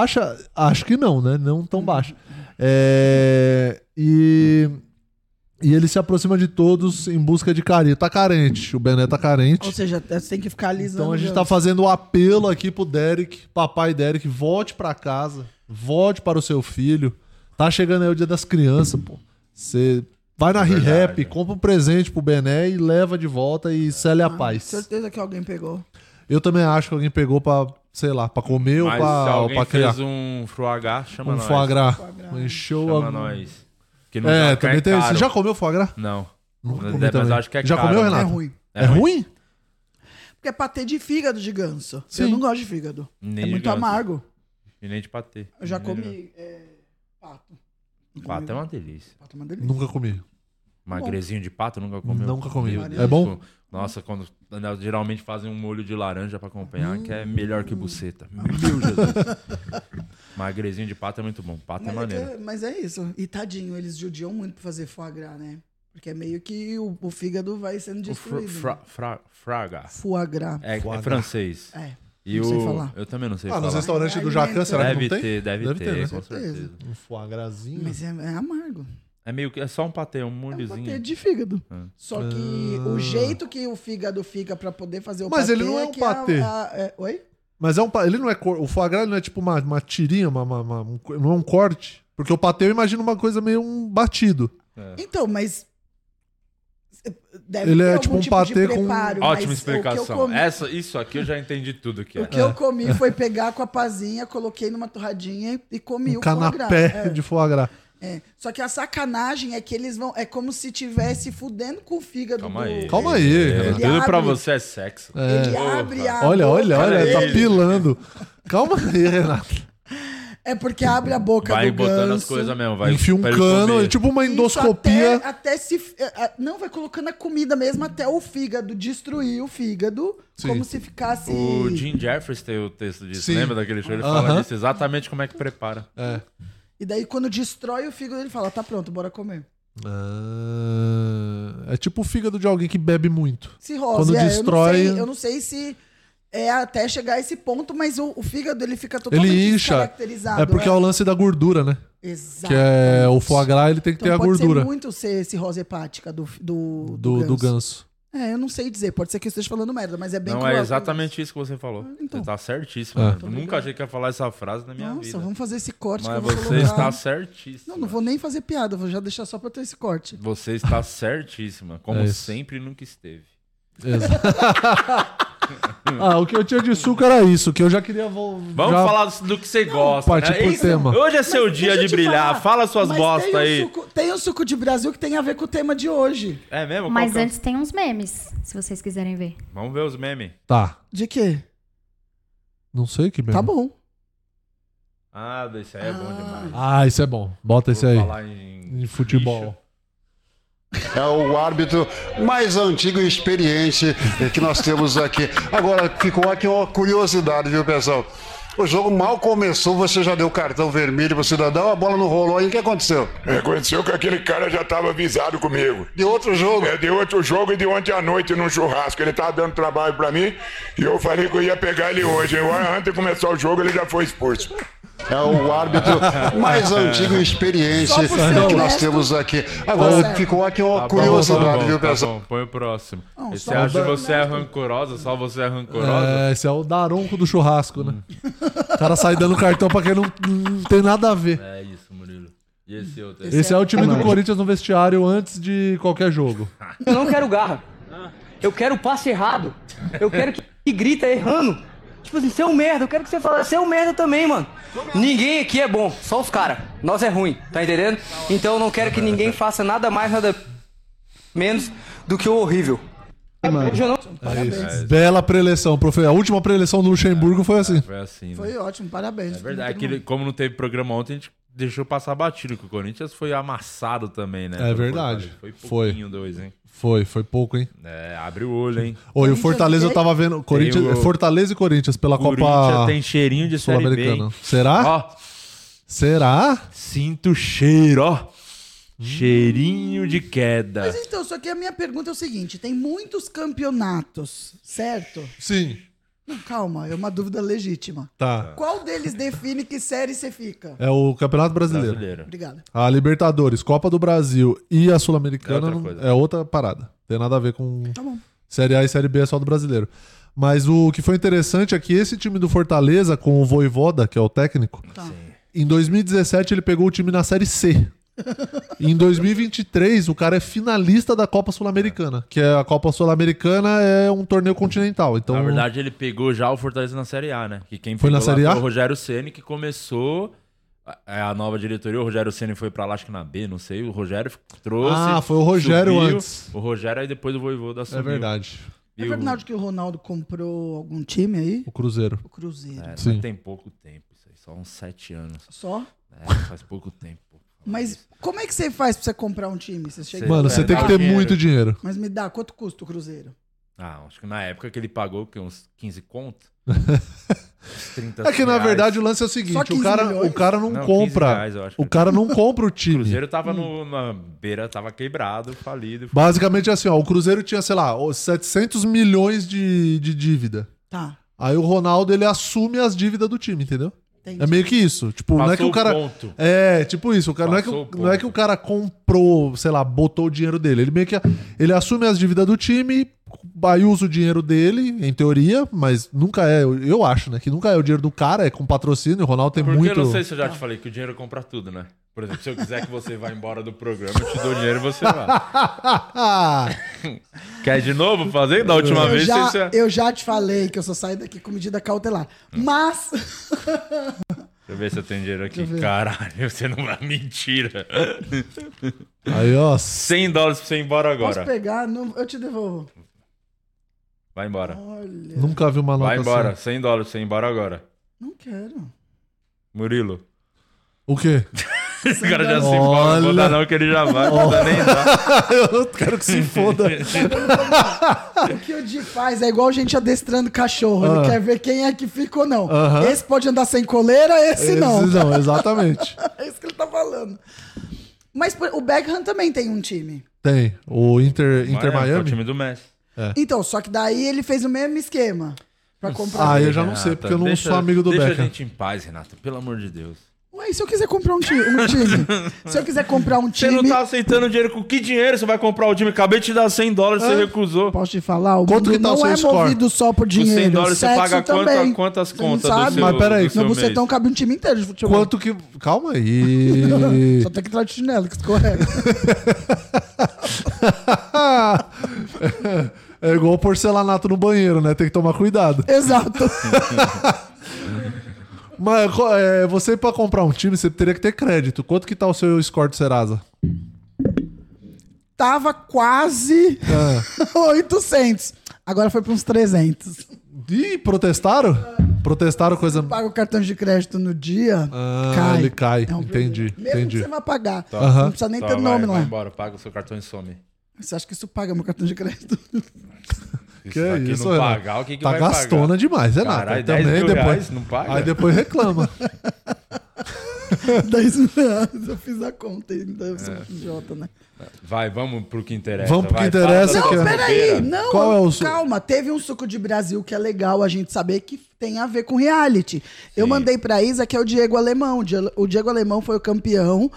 Acho que não, né? Não tão baixa. É, E. E ele se aproxima de todos em busca de carinho. Tá carente, o Bené tá carente.
Ou seja, é, você tem que ficar alisando.
Então a gente
o
tá
ganso.
fazendo o apelo aqui pro Derek, papai Derek, volte pra casa, volte para o seu filho. Tá chegando aí o dia das crianças, pô. Você vai
É
na Rehap, compra um presente pro Bené e leva de volta e
Ah,
cele a paz.
Certeza que alguém pegou.
Eu também acho que alguém pegou pra, sei lá, pra comer ou
Mas se
pra, ou
alguém
pra criar
fez um foie gras, chama
um
nós.
foie gras.
gras.
Encheu
Chama
a...
nós. Que no
É,
Japão
também tem
caro.
Você já comeu foie gras?
Não.
Nunca
Mas
comi
deve- mas
também.
acho que é
Já
caro,
comeu,
né?
Renato?
É ruim.
É ruim?
Porque é patê de fígado de ganso.
Sim.
Eu não gosto de fígado.
Nem
é
de
muito
ganso.
amargo.
assim. E nem de patê.
Eu já
Nem de-
comi é, pato. Não comi
Pato é uma delícia.
Pato é uma delícia.
Nunca comi.
Magrezinho de pato nunca comeu.
Nunca comi.
Meu
É
Deus.
bom?
Nossa, quando geralmente fazem um molho de laranja pra acompanhar, que
Hum.
é melhor que buceta. Meu Jesus. Magrezinho de pato é muito bom. Pato é
Mas é,
maneiro.
que- mas é isso. E tadinho, eles judiam muito pra fazer foie gras, né? Porque é meio que o, o fígado vai sendo
O fr-
é destruído. né?
fra- fra- Fraga.
Foie gras.
É, é francês.
É.
E
não
o...
sei falar.
Eu também não sei
Ah, nos
falar.
restaurantes do Jacan, será que
Deve
não tem?
ter, deve, ter,
né?
com certeza.
certeza.
Um foie grasinho.
Mas é, é amargo.
É meio que é só um patê, um
É um
molhozinho. É.
patê de fígado.
É.
Só que
Ah.
o jeito que o fígado fica pra poder fazer o
Mas
patê
ele não é um
que
patê.
a- é- oi?
Mas é um, pa- ele não é cor- o foie gras ele não é tipo uma, uma tirinha, uma, uma- uma- um co- não é um corte. Porque o patê eu imagino uma coisa meio um batido.
Então, mas deve
Ele
ter
é
algum
tipo um
tipo de
patê com-
preparo, mas
Ótima
o que eu
explicação.
comi-
Essa, isso aqui eu já entendi tudo que é.
O que eu comi foi pegar com a pazinha, coloquei numa torradinha e- e comi
Um
o foie gras.
canapé
É,
de foie gras.
é. Só que a sacanagem é que eles vão. É como se tivesse fudendo com o fígado.
Calma
do-
aí.
Calma aí,
É,
cara.
tudo pra
abre-
você é sexo.
Ele
Porra.
abre a.
Olha,
boca-
olha, olha,
Olha
tá
ele.
pilando. Calma aí, Renato.
É porque abre a boca
Vai
do
botando as
ganso.
coisas mesmo. Vai
Enfia um
pra ele
cano,
comer.
é tipo uma
Isso
endoscopia.
Até, até se. é, é, Não, vai colocando a comida mesmo até o fígado, destruir o fígado, como se ficasse.
O Jim Jeffries tem o texto disso,
Sim.
lembra daquele show? Ele
Aham.
fala disso exatamente como é que prepara.
E daí, quando destrói o fígado, ele fala: tá pronto, bora comer.
Ah, é tipo o fígado de alguém que bebe muito.
Se rosa.
Quando
é,
destrói-
Eu não, sei, eu não sei se é até chegar a esse ponto, mas o, o fígado ele fica totalmente
Ele incha.
descaracterizado.
É porque é
né?
o lance da gordura, né?
Exato.
Que é o foie gras, ele tem que
Então
ter a
pode
gordura
ser muito ser cirrose hepática do, do,
do, do ganso.
É, eu não sei dizer. Pode ser que eu esteja falando merda, mas é bem
Não
cruel.
é exatamente isso que você falou.
então.
Você tá certíssimo.
Ah.
Eu nunca achei que ia falar essa frase na minha
Nossa,
vida.
vamos fazer esse corte que
Mas
eu vou
você
colocar.
está certíssimo.
Não, não vou nem fazer piada, vou já deixar só pra ter esse corte.
Você está certíssima, como
É isso.
sempre nunca esteve.
Exato. ah, o que eu tinha de suco era isso, que eu já queria. Vou,
Vamos
já-
falar do que você gosta.
parte
né?
pro
Isso-
tema.
Hoje é seu
Mas
dia
deixa eu
de
te
brilhar.
falar,
Fala suas
mas
bostas
tem um
aí.
suco- tem um suco de Brasil que tem a ver com o tema de hoje.
É mesmo? Qual
Mas
que é?
antes tem uns memes, se vocês quiserem ver.
Vamos ver os memes.
Tá.
De quê?
Não sei que mesmo.
Tá bom.
Ah, esse aí é bom demais.
Ah, isso é bom. Bota esse
Vou
aí.
falar em,
Em futebol.
É o árbitro mais antigo e experiente que nós temos aqui. Agora, ficou aqui uma curiosidade, viu, pessoal? O jogo mal começou, você já deu cartão vermelho pro cidadão, a bola não rolou aí. O que aconteceu?
Aconteceu que aquele cara já estava avisado comigo.
De outro jogo.
É, de outro jogo e de ontem à noite num churrasco. Ele tava dando trabalho pra mim e eu falei que eu ia pegar ele hoje. Eu, antes de começar o jogo, ele já foi expulso.
É o árbitro mais antigo e experiente
Só por ser
que nós
honesto.
temos aqui.
Tá
Agora,
certo.
ficou aqui uma
Tá bom, tá
curiosidade,
bom,
viu,
tá
pessoal?
bom, põe o próximo.
Não,
Esse
só
acha
dá-
que você é rancorosa, só você é rancorosa.
É, esse é o daronco do churrasco, né? O cara sai dando cartão pra quem não, não tem nada a ver.
É, isso, Murilo. E esse outro?
Esse é o time do Corinthians no vestiário antes de qualquer jogo.
Eu não quero garra. Eu quero passe errado. Eu quero que, que grita errando. Tipo assim, você é um merda. Eu quero que você fale, você é um merda também, mano. Ninguém aqui é bom, só os caras. Nós é ruim, tá entendendo? Então eu não quero que ninguém faça nada mais, nada menos do que o horrível. Hoje eu não
Bela preleção, profe. A última preleção do Luxemburgo foi assim.
Foi assim, né?
Foi ótimo, parabéns.
É verdade. Aquele, como não teve programa ontem, a gente deixou passar batido, que o Corinthians foi amassado também, né?
É
Pelo
verdade.
Fortaleza. Foi
Foi.
pouquinho dois, hein?
Foi, foi pouco, hein?
É, abre o olho, hein?
Oi, o Fortaleza eu tava vendo. Corinthians,
Tem o-
Fortaleza e Corinthians pela
Corinthians
Copa
tem cheirinho de Série B,
Sul-Americana.
hein?
Será?
Ó,
Será?
sinto o cheiro, ó. Cheirinho de queda.
Mas então, só que a minha pergunta é o seguinte: tem muitos campeonatos, certo?
Sim.
Não, calma, é uma dúvida legítima.
Tá.
Qual deles define que série você fica?
É o Campeonato Brasileiro.
Brasileiro.
Obrigada.
A Libertadores, Copa do Brasil e a Sul-Americana
É outra
não-
coisa.
é outra parada. Tem nada a ver com
Tá bom.
Série A e Série B é só do brasileiro. Mas o que foi interessante é que esse time do Fortaleza, com o Voivoda, que é o técnico,
Tá.
em 2017 ele pegou o time na Série C. em 2023, o cara é finalista da Copa Sul-Americana, que é a Copa Sul-Americana é um torneio continental. Então,
Na verdade, ele pegou já o Fortaleza na Série A, né? Que quem
Foi na
pegou lá
Série A?
Foi o Rogério Ceni que começou a- a nova diretoria. O Rogério Ceni foi pra lá, acho que na B, não sei. O Rogério trouxe.
Ah, foi o Rogério
subiu.
antes.
O Rogério aí depois o Voivoda
é
assumiu.
verdade.
E
É
o-
verdade que o Ronaldo comprou algum time aí?
O Cruzeiro.
O Cruzeiro.
É,
Sim.
mas tem pouco tempo, isso aí, só uns sete anos.
Só?
É, faz pouco tempo.
Mas como é que você faz pra você comprar um time? Você chega...
Mano,
Ele
você tem que ter
perdeu dinheiro.
muito dinheiro.
Mas me dá, quanto custa o Cruzeiro?
Ah, acho que na época que ele pagou que uns 15 conto, 30
É que na
reais.
verdade o lance é o
Só
seguinte, o
15
cara,
milhões?
o cara não,
Não, 15
compra.
reais, eu acho
o
que era.
cara não compra o
O
time.
Cruzeiro
Hum.
tava no- na beira, tava quebrado, falido.
Basicamente é assim, ó, o Cruzeiro tinha, sei lá, os 700 milhões de, de dívida.
Tá.
Aí o Ronaldo ele assume as dívidas do time, entendeu?
Entendi.
É meio que isso. Tipo, não é que
Passou
o cara.
o ponto.
É, tipo isso. O cara não é, que,
Passou
o-
o
não é que o cara comprou, sei lá, botou o dinheiro dele. Ele meio que. Ele assume as dívidas do time, aí usa o dinheiro dele, em teoria, mas nunca é. Eu acho, né? Que nunca é o dinheiro do cara, é com patrocínio. O Ronaldo tem
Porque
muito.
eu não sei se eu
Tá.
já te falei que o dinheiro compra tudo, né? Por exemplo, se eu quiser que você vá embora do programa, eu te dou dinheiro e você vai. Quer de novo fazer? Da última
Eu
vez
já,
você... Deixa
eu já te falei que eu só saio daqui com medida cautelar. Mas.
eu ver se eu tenho dinheiro aqui. Caralho, você não vai... Mentira.
aí, ó.
100 dólares pra você ir embora
Posso
agora.
pegar? Não, eu te devolvo.
Vai embora.
Olha.
Nunca vi uma nota
Vai embora.
assim.
100 dólares pra você ir embora agora.
Não quero.
Murilo.
O quê?
Esse cara já se embora. Não vou
Olha.
dar não que ele já vai. Não dá nem dar.
eu quero que se foda.
O que o Di faz é igual gente adestrando cachorro. Ele
Ah.
quer ver quem é que fica ou não.
Aham.
Esse pode andar sem coleira, esse não.
Esse não, exatamente.
É isso que ele tá falando. Mas pô, o Beckham também tem um time.
Tem. O Inter, Inter
Miami, foi é O
Miami. É.
time do Messi.
Então, só que daí ele fez o mesmo esquema. Pra comprar.
Ah, eu já não
Renata,
sei, porque eu não
deixa-
sou amigo do
deixa
Beckham.
a gente em paz, Renato. Pelo amor de Deus.
Ué, e se eu quiser comprar um, ti- um time? se eu quiser comprar um
Você
time.
não tá aceitando dinheiro. Com que dinheiro você vai comprar o time? Acabei de te dar 100 dólares,
É.
você recusou.
Posso te falar? O
Quanto
mundo
que tá o
não
seu
é
score?
movido só por
Com
dinheiro.
100 dólares você
sexo
paga
também.
quanto, quantas
Você não
contas do
sabe?
seu
Mas peraí,
do
No
seu
bucetão
mês?
cabe um time inteiro de futebol.
Quanto que. Calma aí.
Só tem que entrar de chinelo, que escorrega.
é igual porcelanato no banheiro, né? Tem que tomar cuidado.
Exato.
Mas co- é, você, pra comprar um time, você teria que ter crédito. Quanto que tá o seu score do Serasa?
Tava quase
É.
800. Agora foi pra uns 300.
Ih, protestaram? Protestaram coisa.
Paga o cartão de crédito no dia,
Ah,
cai.
ele cai.
É um problema.
entendi,
Mesmo que
entendi.
você vai pagar.
Aham.
Não é? precisa nem
Tá,
ter
vai,
nome
vai
lá.
embora, paga o seu cartão e some.
Você acha que isso paga meu cartão de crédito?
Isso
Que
aqui
isso,
não
Renato?
pagar, o que, que
tá
vai
gastona
pagar?
demais, é nada.
Caralho, 10
Também
mil
depois.
reais, não paga?
Aí depois reclama.
10 mil reais. Eu fiz a conta ainda. Eu
É.
sou um idiota, né?
Vai, vamos pro que interessa.
Vamos pro
vai,
que interessa,
fala
que
da
é-
sua bobeira.
Peraí, não.
Qual é o su-
Calma, teve um suco de Brasil que é legal a gente saber que tem a ver com reality. Eu mandei pra Isa que é o Diego Alemão. O Di- O Diego Alemão foi o campeão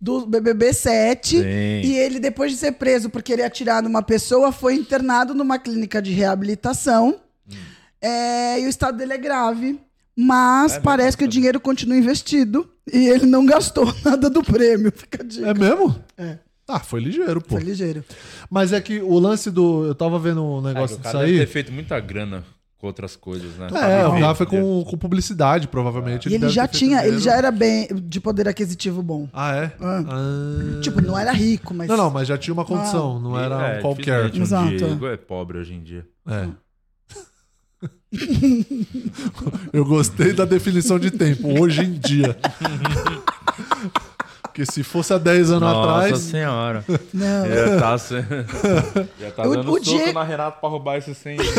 do BBB 7
Sim.
e ele depois de ser preso por querer atirar numa pessoa foi internado numa clínica de reabilitação.
Hum.
É, e o estado dele é grave,
É
mas parece que o dinheiro continua investido e ele não gastou nada do prêmio. Fica a dica.
É mesmo?
É.
Ah, foi ligeiro, pô.
Foi ligeiro.
Mas é que o lance do. Eu tava vendo um
Ah, que
negócio
o
disso
cara deve
aí.
ter feito muita grana com outras coisas, né?
Ah,
É, o cara foi
Entendeu?
com, com publicidade, provavelmente.
E ele
deve
já
ter feito
tinha, ele
dinheiro.
já era bem de poder aquisitivo bom.
Ah, é?
Ah.
Ah.
Tipo, não era rico, mas. Ah.
Não, não, mas já tinha é uma condição, não era
É,
um qualquer.
dificilmente Um
Exato.
Diego é pobre hoje em dia.
É. Eu gostei da definição de tempo, hoje em dia. Porque se fosse há 10 anos
Nossa
atrás.
senhora.
Não.
Já tá, se- já tá
O-
dando
o
soco
Diego-
na Renato pra roubar esses 100 dólares.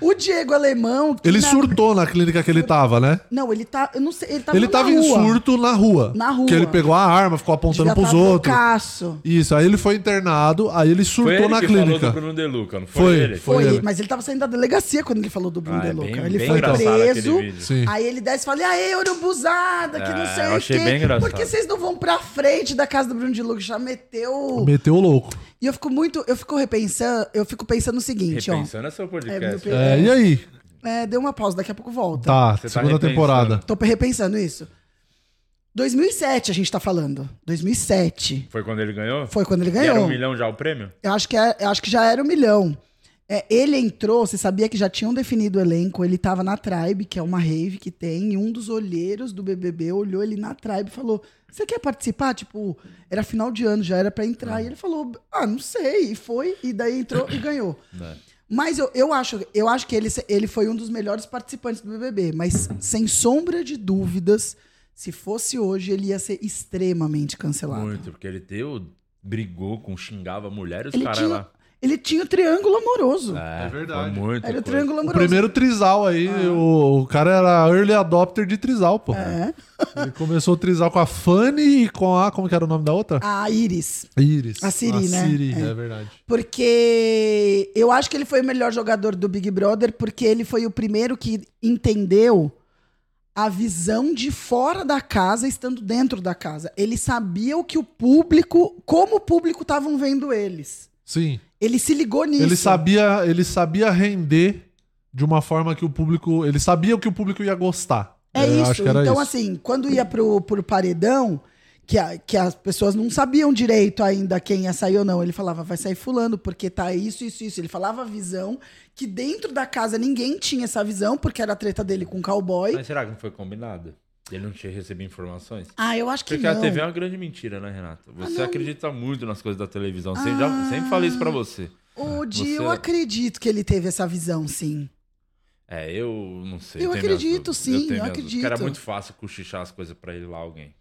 O Diego Alemão. que
Ele
na-
surtou na clínica que ele tava, né?
Não, ele tá. Eu não sei. Ele tava,
Ele
na
tava em
rua.
surto na rua.
Na rua.
Que ele pegou a arma, ficou apontando
Devia
pros
tá
outros.
loucaço.
Isso, aí ele foi internado, aí ele surtou
Foi ele
na
que falou do
clínica.
Bruno Deluca, não foi,
Foi,
ele?
foi.
Foi,
ele.
mas ele tava saindo da delegacia quando ele falou do Bruno
Ah, é
De Luca.
bem-
ele
bem
foi
engraçado
preso.
aquele vídeo.
Sim.
Aí ele desce e fala: e aí, urubuzada, que não
Ah,
sei
eu
o
achei
quê.
bem engraçado.
Por que vocês não vão pra frente da casa do Bruno de Luca? Já meteu.
Meteu o louco.
E eu fico muito. Eu fico repensando. Eu fico pensando o seguinte,
Repensando assim. é seu
ó. É,
podcast.
meu-
É, e aí?
é, deu uma pausa, daqui a pouco volta.
Tá,
Você tá
segunda
repensando.
temporada.
Tô repensando isso. 2007 a gente tá falando. 2007
Foi quando ele ganhou?
foi quando ele
E Era um
ganhou.
milhão já o prêmio?
Eu acho que, é- eu acho que já era um milhão. É, ele entrou, você sabia que já tinham definido o elenco, ele tava na Tribe, que é uma rave que tem, e um dos olheiros do BBB olhou ele na Tribe e falou, você quer participar? Tipo, era final de ano, já era pra entrar. E ele falou, ah, não sei. E foi, e daí entrou e ganhou.
Né.
Mas eu, eu acho, eu acho que ele, ele foi um dos melhores participantes do BBB, mas sem sombra de dúvidas, se fosse hoje, ele ia ser extremamente cancelado.
Muito, porque ele deu, brigou com, xingava mulheres,
Ele
cara
tinha,
lá.
Ele tinha o triângulo amoroso.
É,
verdade.
foi Muito
Era o
coisa.
triângulo
O
amoroso.
primeiro trisal aí, o, o cara era early adopter de trisal, pô.
Ah. É.
Ele começou o trisal com a Fanny e com a. Como que era o nome da outra?
A Iris.
Iris.
A Siri, né?
A Siri,
É.
é. verdade.
Porque eu acho que ele foi o melhor jogador do Big Brother, porque ele foi o primeiro que entendeu a visão de fora da casa, estando dentro da casa. Ele sabia o que o público, como o público estavam vendo eles.
Sim.
Ele se ligou nisso.
Ele sabia, ele sabia render de uma forma que o público. Ele sabia o que o público ia gostar.
É
Eu
isso.
Acho que era
então,
isso.
assim, quando ia pro, pro paredão, que, a- que as pessoas não sabiam direito ainda quem ia sair ou não. Ele falava, vai sair fulano, porque tá isso, isso, isso. Ele falava a visão, que dentro da casa ninguém tinha essa visão, porque era a treta dele com o cowboy.
Mas será que não foi combinado? Ele não tinha recebido informações?
Ah, eu acho que
Porque
não. Ah,
a TV é uma grande mentira, né, Renato? Você acredita muito nas coisas da televisão. Sempre, então, já, sempre falei isso pra você.
Ah, O Di, eu
Você-
acredito que ele teve essa visão, sim.
É, eu não sei.
Eu
tenho
acredito,
dúvidas.
sim, eu
tenho minhas
acredito.
dúvidas. Cara, é muito fácil cochichar as coisas pra ele lá, alguém.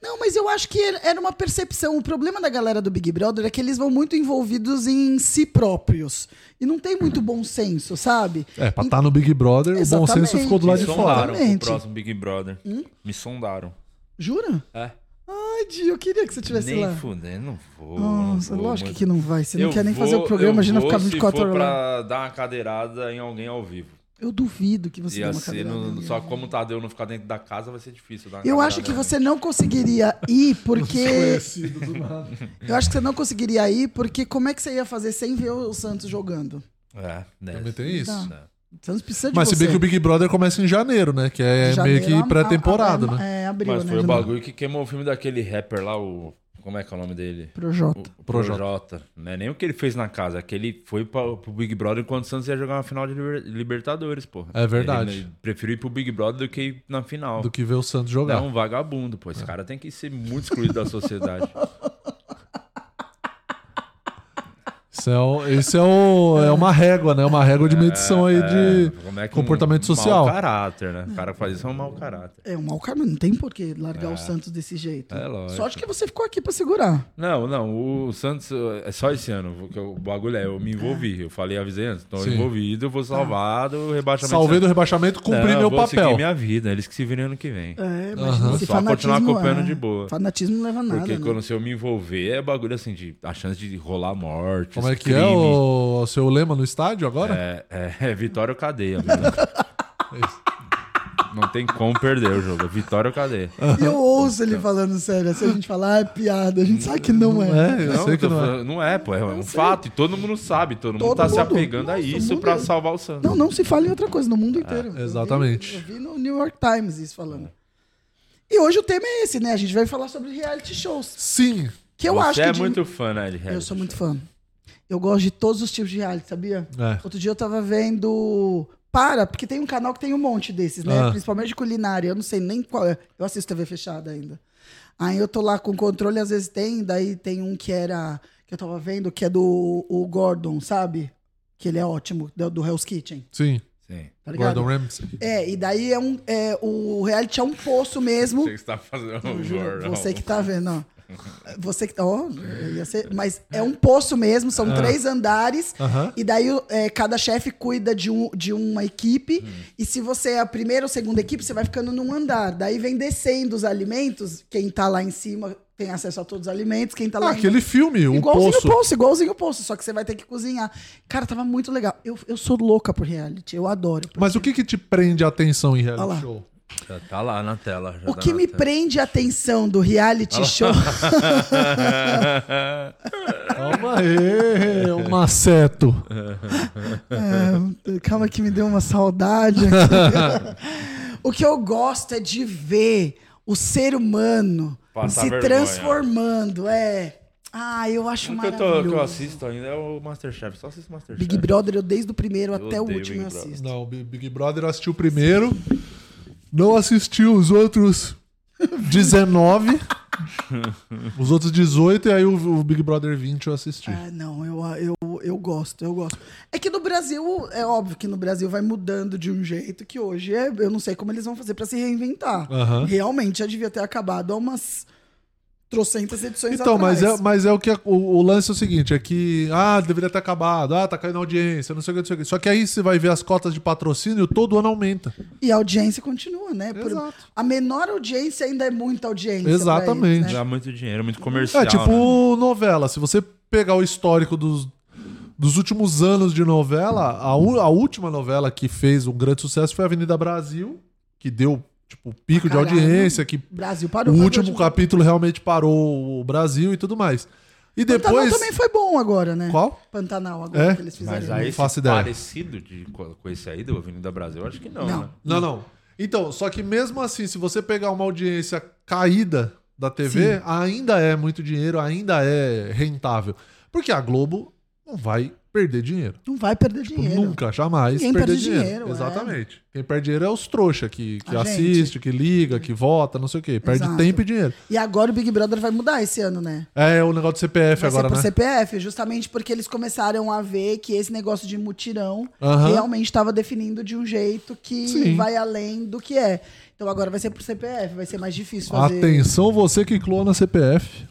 Não, mas eu acho que era- era uma percepção. O problema da galera do Big Brother é que eles vão muito envolvidos em si próprios. E não tem muito bom senso, sabe?
É, pra estar no Big Brother, o bom
Exatamente.
senso ficou do lado de
Me
fora.
sondaram
Exatamente. Hum?
pro próximo Big Brother. Me sondaram.
Jura?
É.
Ai, Di, eu queria que você tivesse
Nem
lá.
fudendo, não vou.
Nossa,
não vou,
lógico
mano.
que não vai. Você
Eu
não quer nem
vou-
fazer o programa,
eu
imagina
vou
ficar
se
24
for
horas lá.
pra dar uma cadeirada em alguém ao vivo.
Eu duvido que você
E
dê uma
assim,
cadeirada.
não-
nele.
só como o Tadeu não ficar dentro da casa, vai ser difícil. dar uma
Eu acho que
cadeirada
você não conseguiria ir porque...
Desconhecido do nada.
eu acho que você não conseguiria ir porque como é que você ia fazer sem ver o Santos jogando?
nele. É, né?
Também tem isso.
Né?
O Santos precisa de
Mas
você.
se bem que o Big Brother começa em janeiro, né? Que é
Janeiro,
meio que
a-
pré-temporada,
a-
né?
É, abril,
Mas
né?
foi o
de novo.
bagulho que queimou o filme daquele rapper lá, o. Como é que é o nome dele?
Projota.
O Projota. Não é nem o que ele fez na casa, é que ele foi pra, pro Big Brother enquanto o Santos ia jogar uma final de Liber- Libertadores, porra.
É verdade.
Ele, ele preferiu ir pro Big Brother do que ir na final.
Do que ver o Santos jogar. É.
É um vagabundo, pô. Esse cara tem que ser muito excluído da sociedade.
Isso é, o- isso é, o- é uma régua, né? Uma régua de medição aí de
Como é que
comportamento
um
social.
Mau caráter, né? O cara que faz isso é um mau caráter.
É um mau caminho, não tem por que largar o Santos desse jeito.
É lógico.
Sorte que você ficou aqui pra segurar.
Não, não. O Santos uh, é só esse ano. porque O bagulho é, eu me envolvi. Eu falei, avisei antes. Tô
Sim.
envolvido, vou salvar do rebaixamento.
Salvei do rebaixamento, cumpri
Não,
meu
vou seguir
papel.
minha vida. Eles que se virem ano que vem.
É, mas
Vou
esse
só continuar
fanatismo,
acompanhando
é,
de boa.
Fanatismo não leva a nada.
Porque
né?
quando se eu me envolver, é bagulho assim de a chance de rolar morte.
Como é que
crime.
é o, o seu lema no estádio agora?
É, é, é vitória ou cadeia, mano. Não tem como perder o jogo. É vitória ou cadeia.
E eu ouço
Então.
ele falando sério. Se a gente falar, ah, é piada. A gente sabe que não é.
É, eu sei que
tô
não é.
falando- não é, pô. É um fato. E todo mundo sabe. Todo mundo
Todo
tá se
mundo.
apegando a
Nossa, o
isso
mundo
pra
é-
salvar o Santos.
Não, não se fala em outra coisa, no mundo inteiro. Eu vi-
exatamente.
Eu vi, no New York Times isso falando. E hoje o tema é esse, né? A gente vai falar sobre reality shows.
Sim.
Que eu
Você
acho que.
é
de-
muito fã, né, de
Eu
reality
sou muito fã. Eu gosto de todos os tipos de reality, sabia?
É.
Outro dia eu tava vendo. Para, porque tem um canal que tem um monte desses, né?
Ah.
Principalmente de culinária. Eu não sei nem qual é. Eu assisto TV fechada ainda. Aí eu tô lá com controle, às vezes tem. Daí tem um que era. Que eu tava vendo, que é do o Gordon, sabe? Que ele é ótimo, do, do Hell's Kitchen.
Sim.
Sim.
Tá ligado?
Gordon Ramsay.
É, e daí é um. É, o reality é um poço mesmo.
Você que está fazendo
Eu
o
juro,
Gordon.
Você que tá vendo, ó. Você que tá. Ó, ia ser- mas é um poço mesmo, são três andares.
Ah. Aham.
E daí o- é, cada chefe cuida de, um, de uma equipe. E se você é a primeira ou segunda equipe, você vai ficando num andar. Daí vem descendo os alimentos. Quem tá lá em cima tem acesso a todos os alimentos. Quem tá
Ah,
lá em
aquele filme, o
Igualzinho
Poço.
o poço, igualzinho o poço, só que você vai ter que cozinhar. Cara, tava muito legal. Eu, eu sou louca por reality, eu adoro.
Mas o que que te prende a atenção em
Olha
reality
lá.
show?
Já tá lá na tela. já
O
tá
que
na
me
tela.
prende a atenção do reality show.
Calma aí, o maceto.
É, calma que me deu uma saudade aqui. o que eu gosto é de ver o ser humano
Passar
se
vergonha.
transformando. É. Ah, eu acho
O que eu, tô,
maravilhoso.
que eu assisto ainda é o Masterchef. Só assisto Masterchef.
Big Brother, eu desde o primeiro até o
odeio
último eu
Big Brother.
assisto. É
Não, o Bi- Big Brother eu assisti o primeiro. Não assisti os outros 19. os outros 18 e aí o, o Big Brother 20 eu assisti.
Ah, não, eu, eu, eu gosto, eu gosto. É que no Brasil, é óbvio que no Brasil vai mudando de um jeito que hoje é, eu não sei como eles vão fazer pra se reinventar.
Aham.
Realmente já devia ter acabado há umas trocentas edições
Então,
atrás.
mas é, mas é o que. é- o, o lance é o seguinte: é que. Ah, deveria ter acabado. Ah, tá caindo a audiência. Não sei o que, não sei o que. Só que aí você vai ver as cotas de patrocínio, todo ano aumenta.
E a audiência continua, né? Por-
Exato.
A menor audiência ainda é muita audiência. pra
Exatamente.
eles, né?
Dá muito dinheiro, muito comercial.
É tipo
né?
novela. Se você pegar o histórico dos, dos últimos anos de novela, a, u- a última novela que fez um grande sucesso foi Avenida Brasil, que deu tipo pico de
Caralho.
audiência, que
Brasil
o
parou. parou
último
de-
capítulo realmente parou o Brasil e tudo mais. E
Pantanal
depois.
também foi bom agora, né?
Qual?
Pantanal agora
É?
que eles fizeram.
Mas aí
faço
esse
ideia.
parecido de, co- com esse aí do Avenida Brasil, eu acho que não,
Não.
né?
Não, não. Então, só que mesmo assim, se você pegar uma audiência caída da TV, ainda é muito dinheiro, ainda é rentável. Porque a Globo não vai perder dinheiro.
Não vai perder
Tipo,
dinheiro.
Nunca, jamais
Quem
perder
perde
dinheiro.
dinheiro, é.
Exatamente. Quem perde dinheiro é os trouxa que, que
A gente.
assiste, que liga, que vota, não sei o quê. Perde
Exato.
tempo e dinheiro.
E agora o Big Brother vai mudar esse ano, né?
É o negócio do CPF
Vai
agora,
ser
né?
pro CPF, justamente porque eles começaram a ver que esse negócio de mutirão
Aham.
realmente estava definindo de um jeito que
Sim.
vai além do que é. Então agora vai ser pro CPF, vai ser mais difícil fazer.
Atenção, você que clona CPF.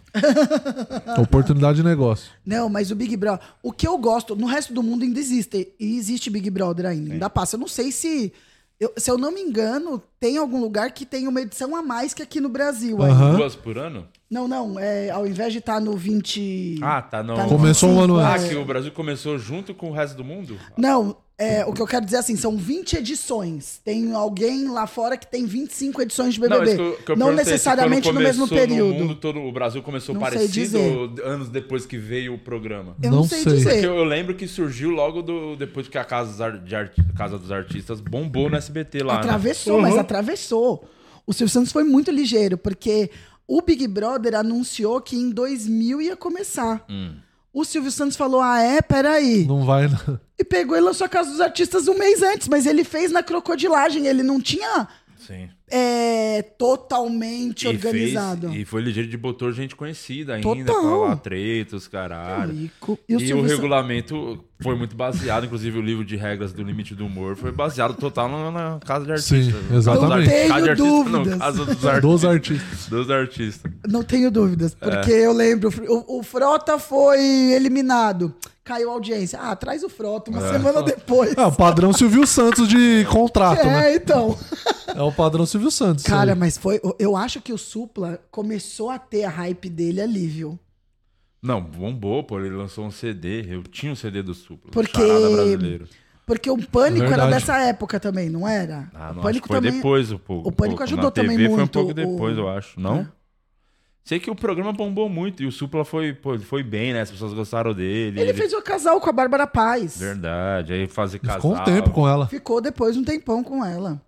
Oportunidade de negócio.
Não, mas o Big Brother. O que eu gosto, no resto do mundo ainda existe. E existe Big Brother ainda. Ainda passa. Eu não sei se. eu- se eu não me engano, tem algum lugar que tem uma edição a mais que aqui no Brasil. ainda.
Aham.
Duas por ano?
Não, não. É, ao invés de estar no 20.
Ah, tá. Não.
no
Começou um
25,
ano
Ah,
antes.
é.
que o Brasil começou junto com o resto do mundo?
Não, é, o que eu quero dizer assim, são 20 edições. Tem alguém lá fora que tem 25 edições de
Não,
BBB.
isso que eu- que eu
Não,
perguntei, se
necessariamente
quando
no mesmo
começou
período.
No mundo todo, o Brasil começou
Não sei
parecido
dizer.
anos depois que veio o programa.
Eu não,
Não
sei,
sei.
dizer.
Porque eu lembro que surgiu logo do, depois que a Casa, dos Ar- de Arti- Casa dos Artistas bombou no SBT lá. né?
Atravessou, mas atravessou. O Silvio Santos foi muito ligeiro, porque o Big Brother anunciou que em 2000 ia começar.
Hum.
O Silvio Santos falou: ah, é? Peraí.
Não vai. né? não.
E pegou e lançou a Casa dos Artistas um mês antes, mas ele fez na crocodilagem, ele não tinha
Sim.
é, totalmente
E
organizado.
fez- e foi ligeiro de botou gente conhecida ainda,
Total.
pra lá treta, os caralho.
E co-
E,
e o
o,
Silvio Santos-
regulamento foi muito baseado, inclusive o livro de regras do limite do humor foi baseado total na, na casa de
Sim,
artistas.
exatamente.
Não
Casa de
tenho
artista,
dúvidas.
Não, casa dos artistas.
Dos artistas.
Dos artistas.
Não tenho dúvidas, porque eu lembro, o, o Frota foi eliminado. Caiu a audiência. Ah, traz o Frota
É.
uma semana depois.
É o padrão Silvio Santos de contrato, né?
é, então.
É o padrão Silvio Santos. isso
Cara,
aí.
mas foi. Eu acho que o Supla começou a ter a hype dele ali, viu?
Não, bombou, pô. Ele lançou um CD. Eu tinha um CD do Supla.
Porque-
Charada brasileiro.
Porque o Pânico
Verdade.
era dessa época também, não era?
Ah,
o
não, acho
Pânico
que foi depois o pouco.
o Pânico ajudou
na TV
também
Foi um
muito
pouco
o- né?
depois, eu acho. Não? Sei que o programa bombou muito e o Supla foi, pô, ele foi bem, né? As pessoas gostaram dele.
Ele fez o casal com a Bárbara Paz.
Verdade. Aí fazer
Ele
casal.
Ficou um tempo com ela.
Ficou depois um tempão com ela.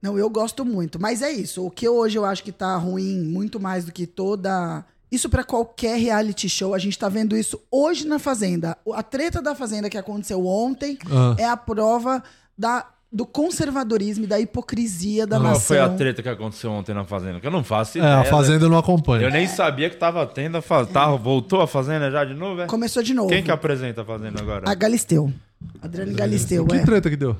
Não, eu gosto muito. Mas é isso. O que hoje eu acho que tá ruim, muito mais do que toda. Isso pra qualquer reality show. A gente tá vendo isso hoje na Fazenda. O- A treta da Fazenda que aconteceu ontem
Ah.
é a prova da, do conservadorismo e da hipocrisia da
Qual
nação.
Ah, foi a treta que aconteceu ontem na Fazenda? Que eu não faço
É,
ideia. né?
a Fazenda eu não
Eu
acompanha.
nem sabia que tava tendo a Fazenda. Voltou a Fazenda já de novo, é?
Começou de novo.
Quem que apresenta a Fazenda agora?
A Galisteu. Adriane Galisteu,
Que
é.
treta que deu?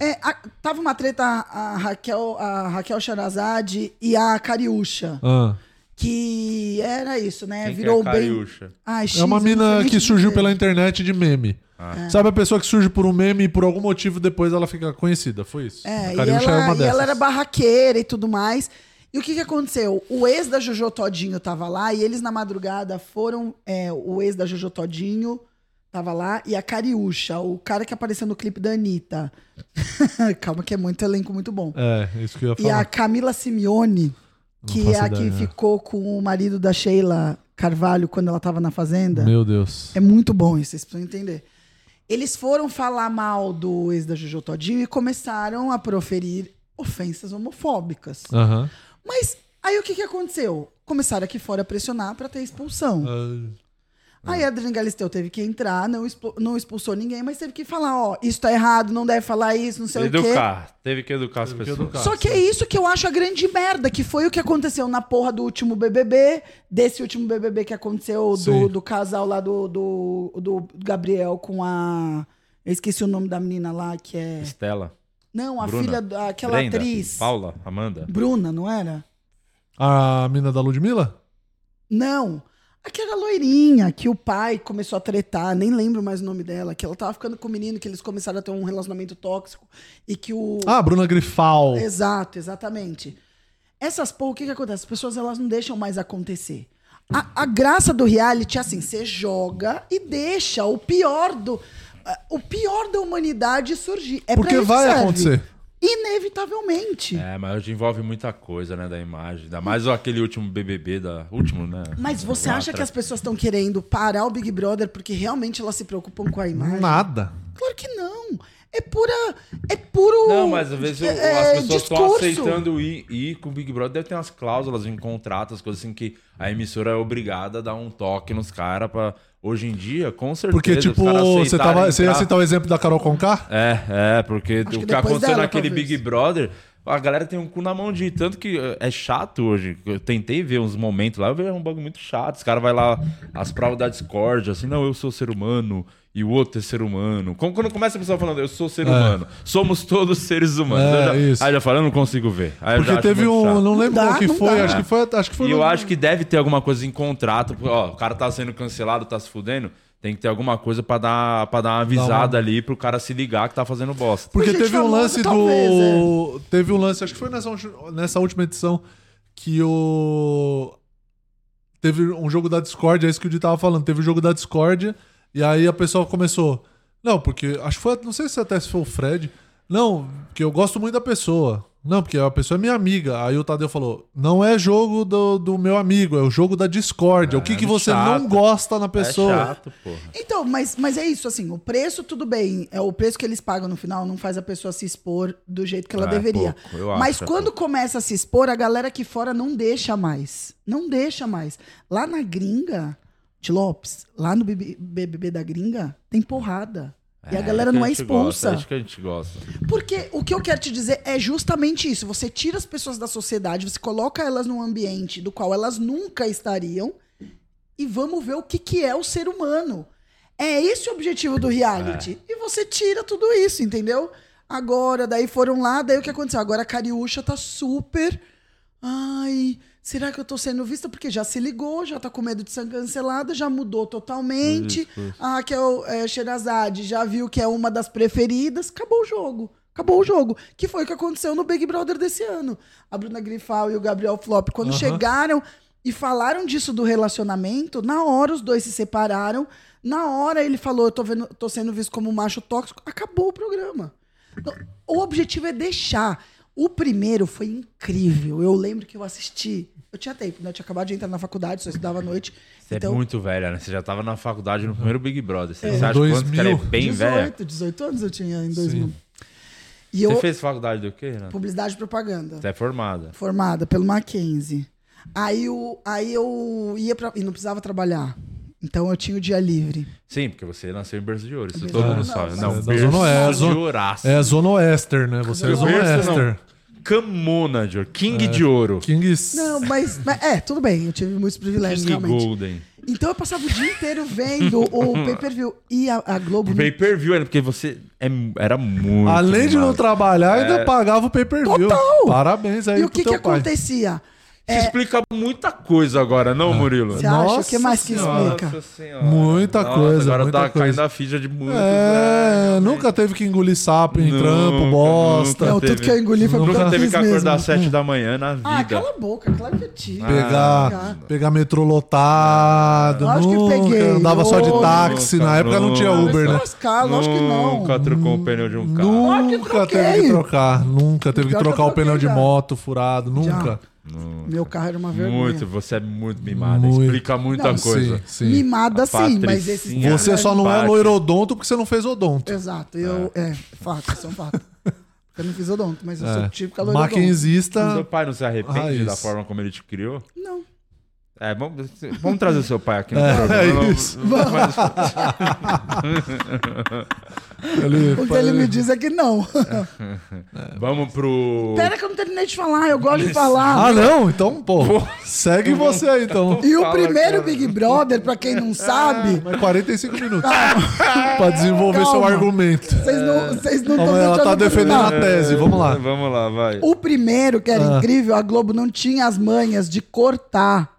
É, a- tava uma treta a Raquel, a Raquel Charazade e a Cariúcha.
Ah.
Que era isso, né?
Quem
Virou
que é a
bem.
Cariúcha?
Ai, X, É.
É uma
eu não sei
mina
nem te
que surgiu
dizer.
pela internet de meme.
Ah.
Sabe a pessoa que surge por um meme e por algum motivo depois ela fica conhecida? Foi isso.
É,
A
e
Cariúcha
ela,
é uma
e
dessas.
ela era barraqueira e tudo mais. E o que, que aconteceu? O ex da Jojo Todinho tava lá e eles na madrugada foram. é, o ex da Jojo Todinho tava lá e a Cariúcha, o cara que apareceu no clipe da Anitta. Calma, que é muito elenco muito bom.
É, isso que eu ia
E a
falar.
Camila Simeone, que
faço
é a
ideia.
que ficou com o marido da Sheila Carvalho quando ela tava na Fazenda.
Meu Deus.
É muito bom isso, vocês precisam entender. Eles foram falar mal do ex da Jojo Todinho e começaram a proferir ofensas homofóbicas.
Aham.
Mas aí o que, que aconteceu? Começaram aqui fora a pressionar pra ter expulsão.
Ah,
Aí a Adriana Galisteu teve que entrar, não, expu- não expulsou ninguém, mas teve que falar, ó, isso tá errado, não deve falar isso, não sei o quê.
Educar. Teve que educar as
Teve que
pessoas.
educar.
Só que é isso que eu acho a grande merda, que foi o que aconteceu na porra do último BBB, desse último BBB que aconteceu
Sim.
do, do casal lá do, do, do Gabriel com a. Eu esqueci o nome da menina lá, que é.
Estela.
Não, a
Bruna.
filha daquela
Brenda,
atriz.
Paula. Amanda.
Bruna, não era?
A mina da Ludmilla?
Não. Aquela loirinha que o pai começou a tretar, nem lembro mais o nome dela, que ela tava ficando com o menino, que eles começaram a ter um relacionamento tóxico e que o.
Ah, Bruna Grifal.
Exato, exatamente. Essas porra, o que, que acontece? As pessoas elas não deixam mais acontecer. A, a graça do reality é assim, você joga e deixa o pior do. ah, O pior da humanidade surgir. É pra
Porque
isso que
vai
serve.
acontecer.
Inevitavelmente.
É, mas hoje envolve muita coisa, né, da imagem. Ainda mais aquele último BBB da... Último, né?
Mas você
Lá
acha que
atrás.
as pessoas estão querendo parar o Big Brother porque realmente elas se preocupam com a imagem?
Nada.
Claro que não. É pura. É puro.
Não, mas às vezes o-
é,
as pessoas estão
discurso.
aceitando ir, ir com o Big Brother. Deve ter umas cláusulas em contratos, coisas assim, que a emissora é obrigada a dar um toque nos caras pra... Hoje em dia, com certeza,
Porque,
os
tipo,
caras
você,
aceitarem
tava, você ia
entrar-
citar o exemplo da Carol Conká?
É, é, porque
que
o que
depois
aconteceu
dela,
naquele
talvez.
Big Brother, a galera tem um cu na mão de tanto que eh, é chato hoje. Eu tentei ver uns momentos lá, eu vejo um bagulho muito chato. Os caras vai lá, as provas da Discord, assim, não, eu sou ser humano e o outro é ser humano. Como quando começa a pessoa falando, eu sou ser humano, somos todos seres humanos.
É,
Eu já-
isso.
Aí eu já falo, eu não consigo ver. Aí eu já
Porque
acho
teve
muito
um.
chato.
Não lembro
Não
qual
dá,
que
não
foi,
dá.
acho que foi. Acho que foi
E eu
no-
acho que deve ter alguma coisa em contrato. porque, Ó, o cara tá sendo cancelado, tá se fudendo. Tem que ter alguma coisa pra dar, pra dar uma avisada ali pro cara se ligar que tá fazendo bosta.
Porque
Gente
teve um
famosa,
lance do.
talvez, é.
Teve um lance, acho que foi nessa, ulti- nessa última edição que o. Teve um jogo da Discord, é isso que o Di tava falando. Teve o jogo da Discord, e aí a pessoa começou. Não, porque. Acho que foi. Não sei se até se foi o Fred. Não, porque eu gosto muito da pessoa. Não, porque a pessoa é minha amiga. Aí o Tadeu falou: não é jogo do, do meu amigo, é o jogo da Discord. É, o que,
É
que
muito
você
chato.
não gosta na pessoa.
É chato, porra.
Então, mas, mas é isso, assim, o preço, tudo bem. É, o preço que eles pagam no final não faz a pessoa se expor do jeito que ela
É,
deveria.
pouco, eu acho,
mas
é
quando começa a se expor, a galera aqui fora não deixa mais. Não deixa mais. Lá na gringa, de Lopes, lá no BB BBB da gringa, tem porrada. E a galera
isso que
não é
gente gosta,
expulsa.
é isso que a gente gosta.
Porque o que eu quero te dizer é justamente isso. Você tira as pessoas da sociedade, você coloca elas num ambiente do qual elas nunca estariam e vamos ver o que, que é o ser humano. É esse o objetivo do reality. E você tira tudo isso, entendeu? Agora, daí foram lá, daí o que aconteceu? Agora a Cariúcha tá super. Ai, será que eu tô sendo vista? Porque já se ligou, já tá com medo de ser cancelada, já mudou totalmente. Ah, que é o é, Sherazade, já viu que é uma das preferidas. Acabou o jogo. Acabou o jogo. Que foi o que aconteceu no Big Brother desse ano. A Bruna Grifal e o Gabriel Flop, quando chegaram e falaram disso do relacionamento, na hora os dois se separaram. Na hora ele falou, eu tô, vendo, tô sendo visto como um macho tóxico. Acabou o programa. Então, O objetivo é deixar. O primeiro foi incrível. Eu lembro que eu assisti. Eu tinha tempo, né? Eu tinha acabado de entrar na faculdade, só estudava à noite.
Você
Então-
é muito velha, né? Você já tava na faculdade
Uhum.
no primeiro Big Brother. Você, você acha
2000,
quanto que ela é bem velha?
18, 18 anos eu tinha em 2000. E eu,
Você fez faculdade do quê, Renato?
publicidade e propaganda.
Você é formada.
formada pelo Mackenzie. Aí eu, aí eu ia pra, e não precisava trabalhar. Então eu tinha o dia livre.
Sim, porque você nasceu em berço de ouro. Isso
Berço
todo
de
mundo
ouro,
sabe.
né? não,
Não,
mas-
berço
É Zona Oeste,
de
Zona-
ouraço.
É zona oester, né? Você é
Berço
zona É,
não.
oester.
Camona de ouro. King de ouro.
Kings.
Não, mas, mas é, tudo bem, eu tive muitos privilégios,
King
realmente.
Golden.
Então eu passava o dia inteiro vendo o pay-per-view e a, a Globo.
Pay per view, era porque você é- era muito. É
Além de não
magro.
trabalhar, ainda pagava o pay-per-view.
É. Total!
Parabéns aí
E o
pro
que, que
teu pai.
acontecia? É,
Isso explica muita coisa agora,
É.
não, Murilo?
Você acha? O
Nossa
que mais que explica?
senhora.
Muita coisa,
Agora
muita
tá caindo
coisa.
a ficha de muito.
É, nunca teve que engolir sapo em
Nunca,
trampo, bosta.
Não,
teve.
tudo É, que eu engoli foi porque
Nunca
eu
teve
fiz
que acordar às
mesmo.
7 da manhã na vida.
Ah, cala a boca, claro que eu
Ah.
tive.
Pegar, pegar metrô lotado.
Lógico que
nunca,
peguei.
Andava só de
Nunca,
táxi. Na época não tinha
nunca.
Uber, né? Hum,
Lascar, lógico que não.
Nunca trocou o pneu de um carro.
Nunca
troquei.
teve que trocar. Nunca
Pior
teve que
que eu
trocar o
troquei
pneu de
já.
moto furado. Nunca.
Meu carro era uma vergonha.
Muito, você é muito mimada.
Muito.
Explica muita coisa.
Sim, sim.
Mimada sim, mas
Patricinha.
esses
Você só não é
Parte.
loirodonto porque você não fez odonto.
Exato, eu. É, fato, são fato. Eu não fiz odonto, mas eu sou típico
É.
caloridonto.
Seu
Maquinzista. Ah,
pai não se arrepende
Raiz.
da forma como ele te criou?
Não.
É, vamos, vamos trazer o seu pai aqui no
é
programa.
isso.
Mas-
Ele, É.
O que ele me diz é que não.
vamos pro.
Pera que eu não terminei de falar, eu gosto de falar.
Ah, não? Então, pô. Segue você aí, então.
E o
Fala,
primeiro
cara. Ah,
Big Brother, pra quem não sabe,
Mais 45 minutos. pra desenvolver seu
Calma.
argumento.
vocês não vocês não estão
Calma, ela tá
deixando
defendendo
terminar.
a tese. Vamos Ah. lá.
É, Vamos lá, vai.
O primeiro, que era incrível, a Globo não tinha as manhas de cortar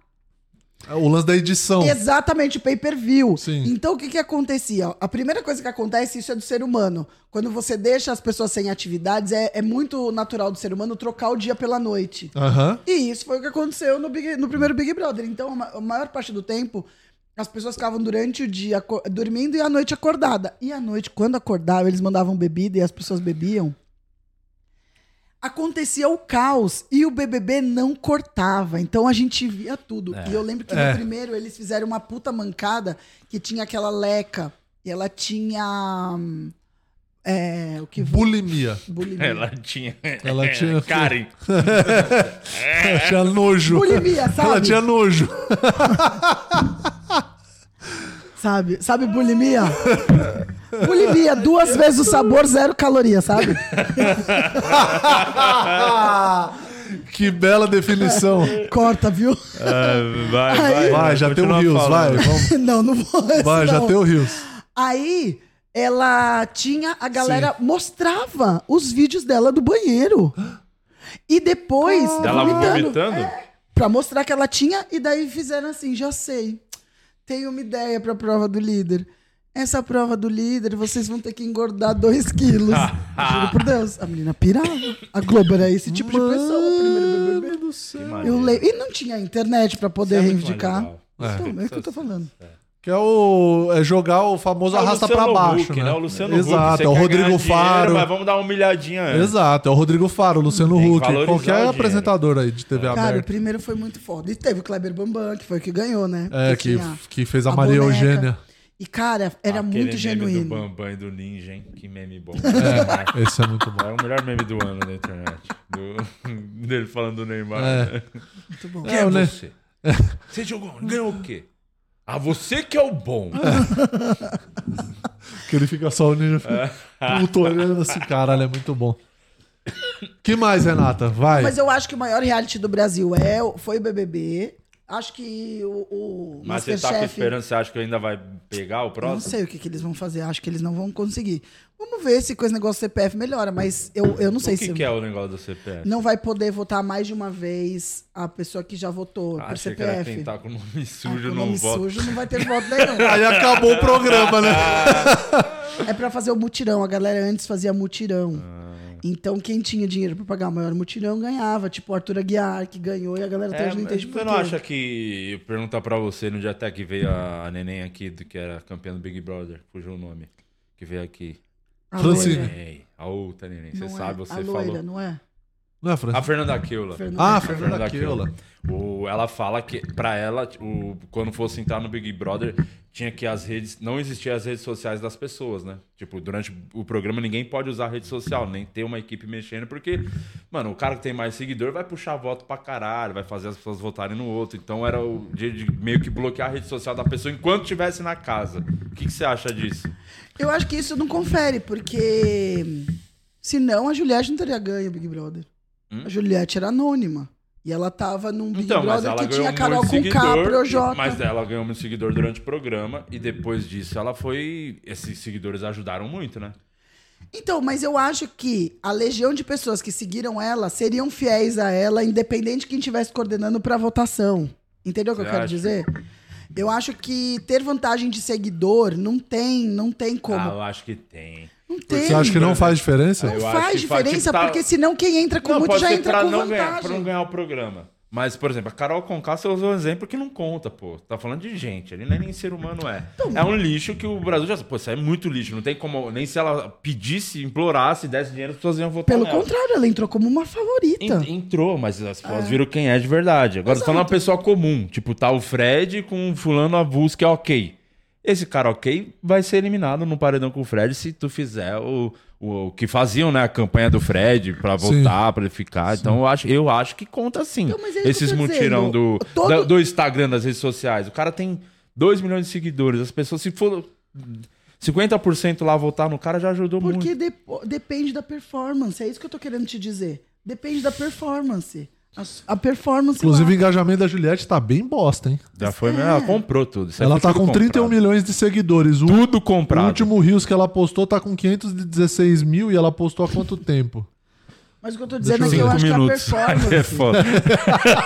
É, O lance da edição.
Exatamente, o pay-per-view.
Sim.
Então, o que que acontecia? A primeira coisa que acontece, isso é do ser humano. Quando você deixa as pessoas sem atividades, é, é muito natural do ser humano trocar o dia pela noite.
Aham.
E isso foi o que aconteceu no, Big- no primeiro Big Brother. Então, a ma- a maior parte do tempo, as pessoas ficavam durante o dia aco- dormindo e à noite acordada. E à noite, quando acordavam, eles mandavam bebida e as pessoas bebiam. Acontecia o caos e o BBB não cortava. Então a gente via tudo. E eu lembro que
É.
no primeiro eles fizeram uma puta mancada que tinha aquela leca e ela tinha. hum, É, o que.
Bulimia.
Bulimia.
Ela tinha.
Ela tinha-
Karen.
Ela tinha nojo.
Bulimia, sabe?
Ela tinha nojo.
Sabe? Sabe bulimia? bulimia, duas vezes o sabor, zero caloria, sabe?
que bela definição.
Corta, viu?
É, vai,
vai,
Vai, já tem o
Continua
Rios, vai.
falando.
Vamos,
não, não vou.
vai, já
não.
tem o Rios.
Aí ela tinha, a galera mostrava os vídeos dela do banheiro. E depois.
Ela vomitando?
É. pra mostrar que ela tinha, e daí fizeram assim: já sei, tenho uma ideia pra prova do líder. Essa prova do líder, vocês vão ter que engordar 2 quilos. Juro
Ah.
por Deus. A menina pirava. A Globo era esse tipo de pessoa, o primeiro BBB. Eu leio. E não tinha internet pra poder reivindicar. Então, é o que eu tô falando.
Que é o. É jogar o famoso
É o
arrasta
Luciano
pra baixo.
Huck,
né?
O Luciano Huck,
Exato,
você
é o
quer
Rodrigo
ganhar dinheiro,
Faro.
mas vamos dar uma humilhadinha antes.
Exato, é o Rodrigo Faro, o Luciano
Tem que
Huck,
valorizar o
qualquer
dinheiro.
apresentador aí de TV
Cara, o
aberta.
primeiro foi muito foda. E teve o Kleber Bambam, que foi o que ganhou, né?
É, que,
tinha
que fez a, Maria
boneca.
Eugênia.
E, cara, É, era
Ah, Aquele
muito
Meme do
genuíno.
Bambam e do Ninja, hein? Que meme bom.
É, esse é muito bom.
É o melhor meme do ano na internet. Do- Dele falando do Neymar. né?
É.
Muito bom.
Quem é,
É, né?
você? Você jogou, ganhou o quê? Ah, você que é o bom.
Que ele fica só o ninja fica puto olhando assim, caralho, é muito bom. Que mais, Renata? Vai.
Mas eu acho que o maior reality do Brasil é, o- foi o BBB. Acho que o, o
Mas você tá com
Masterchef...
esperança, você acha que ainda vai pegar o
Não
próximo?
sei o que, que eles vão fazer. Acho que eles não vão conseguir. Vamos ver se com esse negócio do CPF melhora. Mas eu, eu não sei
o que,
se...
que é o negócio do CPF?
Não vai poder votar mais de uma vez a pessoa que já votou
Ah,
por
achei que era
CPF.
tentar com o nome sujo
Ah, com
não
nome
voto.
sujo não vai ter voto nenhum.
Aí acabou o programa, né?
É pra fazer o mutirão. A galera antes fazia mutirão.
Ah.
Então, quem tinha dinheiro pra pagar o maior mutirão ganhava. Tipo, o Arthur Aguiar, que ganhou, e a galera até
É,
hoje não
mas
entende por
você
quê.
não acha que. Perguntar pra você, no dia até que veio a, a neném aqui, do que era campeã do Big Brother, fugiu o nome, que veio aqui.
A
Francine.
loira.
Neném, a outra neném, você
Não
sabe,
é.
você
a loira,
falou.
não é?
Não é,
A
Francisco?
Fernanda Keula.
Fernanda.
Ah,
Fernanda
Fernanda
Keula.
Keula.
O, ela fala que pra ela, o, quando fosse entrar no Big Brother, tinha que as redes. Não existiam as redes sociais das pessoas, né? Tipo, durante o programa ninguém pode usar rede social, nem ter uma equipe mexendo, porque, mano, o cara que tem mais seguidor vai puxar voto pra caralho, vai fazer as pessoas votarem no outro. Então era o dia de meio que bloquear a rede social da pessoa enquanto estivesse na casa. O que, que você acha disso?
Eu acho que isso não confere, porque... Senão, a Juliette não teria ganho o Big Brother. A Juliette era anônima. E ela tava num Big
Hum? Então, mas
Brother
ela
que
ganhou
tinha Carol
muito
com K,
seguidor,
Projota.
mas ela ganhou muito seguidor durante o programa e depois disso ela foi, esses seguidores ajudaram muito, né?
Então, mas eu acho que a legião de pessoas que seguiram ela seriam fiéis a ela, independente de quem estivesse coordenando para votação. Entendeu o que eu
Você
quero
acha?
dizer? Eu acho que ter vantagem de seguidor não tem, não tem como.
Ah, eu acho que tem.
não tem.
Você acha que não faz diferença?
Eu
Não
acho
faz
que faz,
diferença,
tipo, tá-
porque senão quem entra com muito
pode
já
ser
entra
pra
com
não ganhar, pra
vantagem.
não ganhar o programa. Mas, por exemplo, a Carol Conká, você usou um exemplo que não conta, pô. Tá falando de gente, ele não é nem ser humano, é.
Então,
É um lixo que o Brasil já... Pô, isso é muito lixo, não tem como... Nem se ela pedisse, implorasse, desse dinheiro, as pessoas iam votar
Pelo
nela.
contrário, ela entrou como uma favorita.
En- Entrou, mas as pessoas viram quem é de verdade. Agora você tá numa pessoa comum. Tipo, tá o Fred com o fulano avulso que é ok. Esse cara ok vai ser eliminado no paredão com o Fred se tu fizer o, o, o que faziam, né? A campanha do Fred pra
Sim.
voltar, pra ele ficar. Então eu acho, eu acho que conta
assim.
sim.
Então, mas é isso
Esses
que eu tô
mutirão do,
dizendo. Todo-
da- do Instagram, das redes sociais. O cara tem 2 milhões de seguidores. As pessoas, se for 50% lá votar no cara, já ajudou muito.
Porque depo- depende da performance. É isso que eu tô querendo te dizer. Depende da performance. A, s- a performance.
Inclusive, o
lá.
engajamento da Juliette tá bem bosta, hein?
Já foi, ela comprou tudo. Isso aí
ela
foi
tá
tudo
com 31
comprado.
milhões de seguidores. O
Tudo comprado.
último Rios que ela postou tá com 516 mil e ela postou há quanto tempo?
Mas o que eu tô dizendo é que
Cinco
eu acho
minutos.
que a performance.
É foda.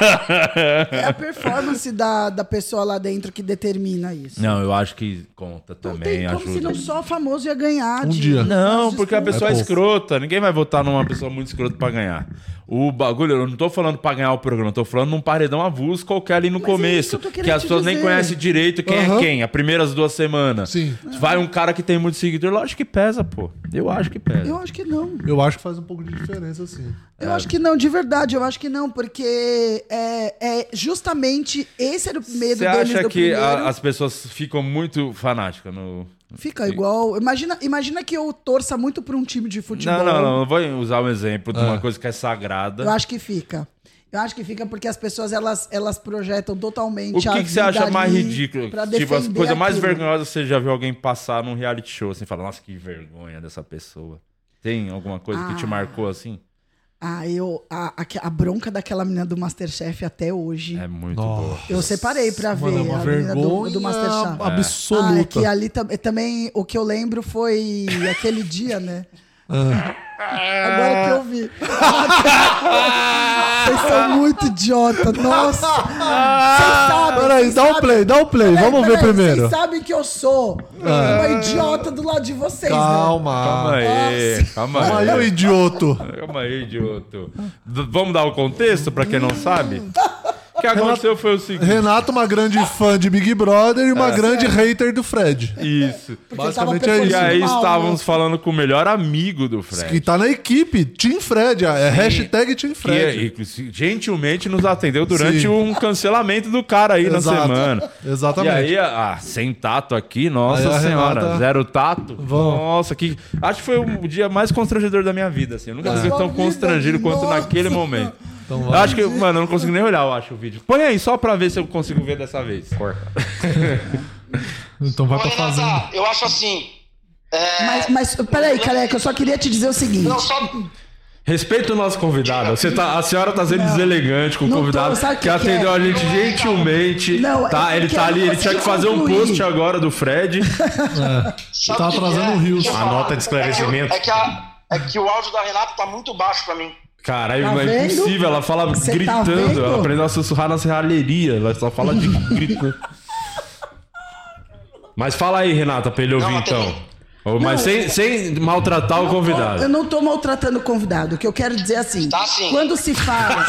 É a performance da, da pessoa lá dentro que determina isso.
Não, eu acho que conta
Não
também,
tem como se
ajuda.
não só famoso ia ganhar.
Um
de-
dia.
Não, porque a pessoa é,
pouco.
escrota. Ninguém vai votar numa pessoa muito escrota pra ganhar. O bagulho, eu não tô falando pra ganhar o programa, eu tô falando num paredão avulso qualquer ali no
Mas é isso que
começo.
eu tô
que,
querendo
as
te
pessoas nem
dizer.
conhecem direito quem é
Aham.
quem, as primeiras duas semanas.
Sim.
Vai um cara que tem muito seguidor, lógico que pesa, pô. Eu acho que pesa.
É. Eu acho que não.
Eu acho que faz um pouco de diferença, assim.
Eu acho que não, de verdade, eu acho que não, porque é, é justamente esse era o medo
Você
deles
acha
do
que a-
primeiro.
as pessoas ficam muito fanáticas no.
Fica igual. Imagina, imagina que eu torça muito pra um time de futebol.
Não, não, não. Eu vou usar um exemplo de
Ah.
uma coisa que é sagrada.
Eu acho que fica. Eu acho que fica porque as pessoas elas, elas projetam totalmente
O que,
a
que você
vida
acha mais
ali
ridículo?
pra
Tipo, a
defender
coisa mais
aquilo.
vergonhosa que você já viu alguém passar num reality show, assim, falar, nossa, que vergonha dessa pessoa. Tem alguma coisa que te
Ah.
marcou assim?
Ah, eu. A, a, a bronca daquela menina do Masterchef até hoje.
É muito boa.
Eu separei pra ver
Mano, é uma
a menina do,
vergonha
do Masterchef. Ah, é
absoluta.
que ali tam- também o que eu lembro foi aquele dia, né? Agora que eu vi. Vocês são muito idiota, nossa. Vocês sabem.
Peraí,
vocês
dá um
sabem-
play, dá um play.
Peraí,
Vamos ver
peraí,
primeiro. Ah.
Vocês sabem que eu sou uma idiota do lado de vocês, né?
Calma
Calma.
aí, calma aí.
Calma aí, ô idioto.
Calma aí, idioto. D- Vamos dar o contexto pra quem não sabe? O que aconteceu foi o seguinte.
Renato, uma grande fã de Big Brother e uma grande hater do Fred.
É. Isso.
Porque eu tava
basicamente é isso.
E
performando
aí
mal,
estávamos
né?
falando com o melhor amigo do Fred.
Que tá na equipe, Team Fred. É hashtag Team
Que,
Fred.
e- e- gentilmente nos atendeu durante
Sim.
um cancelamento do cara aí na
Exato.
semana.
Exatamente.
E aí, ah, sem tato aqui, nossa
Aí a
senhora,
Renata-
zero tato.
Vão.
Nossa, que acho que foi o dia mais constrangedor da minha vida, assim. Eu nunca
Da
fui
sua
tão
vida,
constrangido quanto
nossa.
naquele momento.
Então
Eu
vai.
acho que, mano, eu não consigo nem olhar, eu acho, o vídeo. Põe aí, só pra ver se eu consigo ver dessa vez.
Então vai pra fazenda.
eu acho assim. é,
Mas, mas peraí, careca, eu só queria te dizer o seguinte.
Não, só.
Respeita o nosso convidado. Você tá, a senhora tá sendo deselegante com o
não tô,
convidado
sabe o
que,
que
atendeu
é?
a gente gentilmente.
Não,
tá,
é
ele
que
tá
eu
ali,
não
ele tinha que
consigo
fazer um
concluir.
post agora do Fred.
Sabe
Tá
o que
atrasando
que é?
o Rios.
Deixa eu
A
falar.
nota de esclarecimento.
É que, a- é que o áudio da Renata tá muito baixo pra mim.
Caralho,
Tá
mas é
vendo?
impossível. Ela fala
Cê tá
gritando.
vendo?
ela aprendeu a sussurrar na serralheria. Ela só fala de grito. mas fala aí, Renata, pra ele ouvir
mas tem-
então. Ô, Mas
Não,
sem, sem maltratar o convidado.
Eu não tô maltratando o convidado. O que eu quero dizer é assim.
Tá sim.
Quando se fala.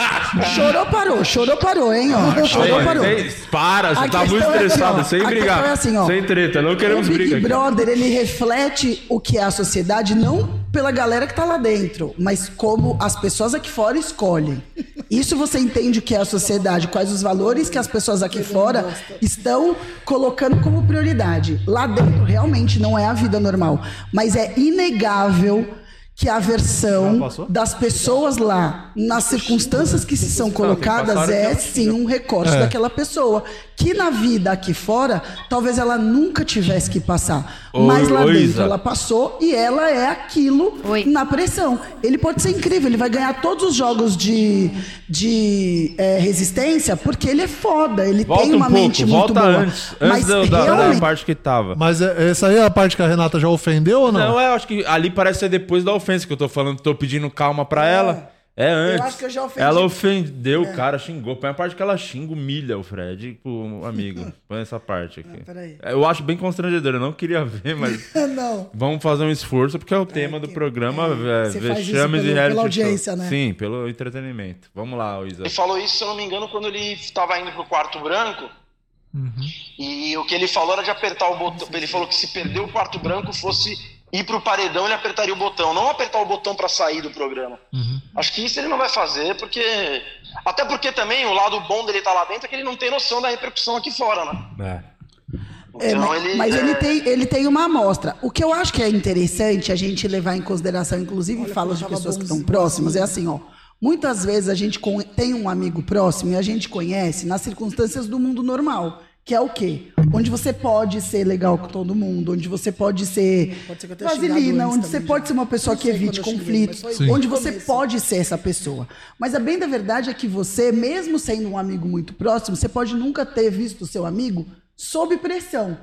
chorou, parou. Chorou, parou, hein? Ó. Chorou,
Ei,
parou.
ei, para, você
A
tá muito
questão é assim,
estressado,
ó,
sem
a
brigar.
questão é assim, ó.
sem treta, não
O
queremos briga.
Big
aqui.
Brother, ele reflete o que é a sociedade, não pela galera que tá lá dentro, mas como as pessoas aqui fora escolhem. Isso você entende o que é a sociedade, quais os valores que as pessoas aqui fora estão colocando como prioridade. Lá dentro, realmente, não é a vida normal. Mas é inegável que a versão das pessoas lá, nas circunstâncias que se são colocadas, é sim um recorte
É.
daquela pessoa. Que na vida aqui fora, talvez ela nunca tivesse que passar.
Ô,
mas lá
ô,
dentro
Isa.
ela passou e ela é aquilo
Oi.
na pressão. Ele pode ser incrível, ele vai ganhar todos os jogos de, de eh, resistência, porque ele é foda, ele tem
Volta um
uma mente
pouco,
muito
volta
boa.
antes.
mas
Antes da, da- da
realmente,
parte que tava.
Mas é- essa aí é a parte que a Renata já ofendeu ou não?
Não, é, eu acho que ali parece ser depois da ofensa que eu tô falando, tô pedindo calma pra ela. É antes.
acho que eu já ofendi. É.
Ela ofendeu o cara, xingou. Põe a parte que ela xinga, humilha o Fred pro amigo. Põe essa parte aqui.
Ah, peraí.
eu acho bem constrangedor, eu não queria ver, mas
Não.
vamos fazer um esforço, porque é o tema do programa, é,
você faz isso
vexames e
pelo-
reality
pela
show.
audiência, né?
Sim, pelo entretenimento. Vamos lá, Isa.
Ele falou isso, se eu não me engano, quando ele tava indo pro quarto branco.
Uhum.
E o que ele falou era de apertar o botão. Ele falou que se perder o quarto branco fosse ir pro paredão, ele apertaria o botão. Não apertar o botão pra sair do programa.
Uhum.
Acho que isso ele não vai fazer, porque. Até porque também o lado bom dele tá lá dentro é que ele não tem noção da repercussão aqui fora, né?
É.
É,
Então
mas
ele-
mas
é.
ele, tem, ele tem uma amostra. O que eu acho que é interessante a gente levar em consideração, inclusive falo de pessoas que estão próximas, é assim, ó. Muitas vezes a gente con- tem um amigo próximo e a gente conhece nas circunstâncias do mundo normal. Que é o quê? Onde você pode ser legal com todo mundo, onde você pode ser vaselina, onde você pode ser uma pessoa que evite conflitos, onde você pode ser essa pessoa. Mas a bem da verdade é que você, mesmo sendo um amigo muito próximo, você pode nunca ter visto o seu amigo sob pressão.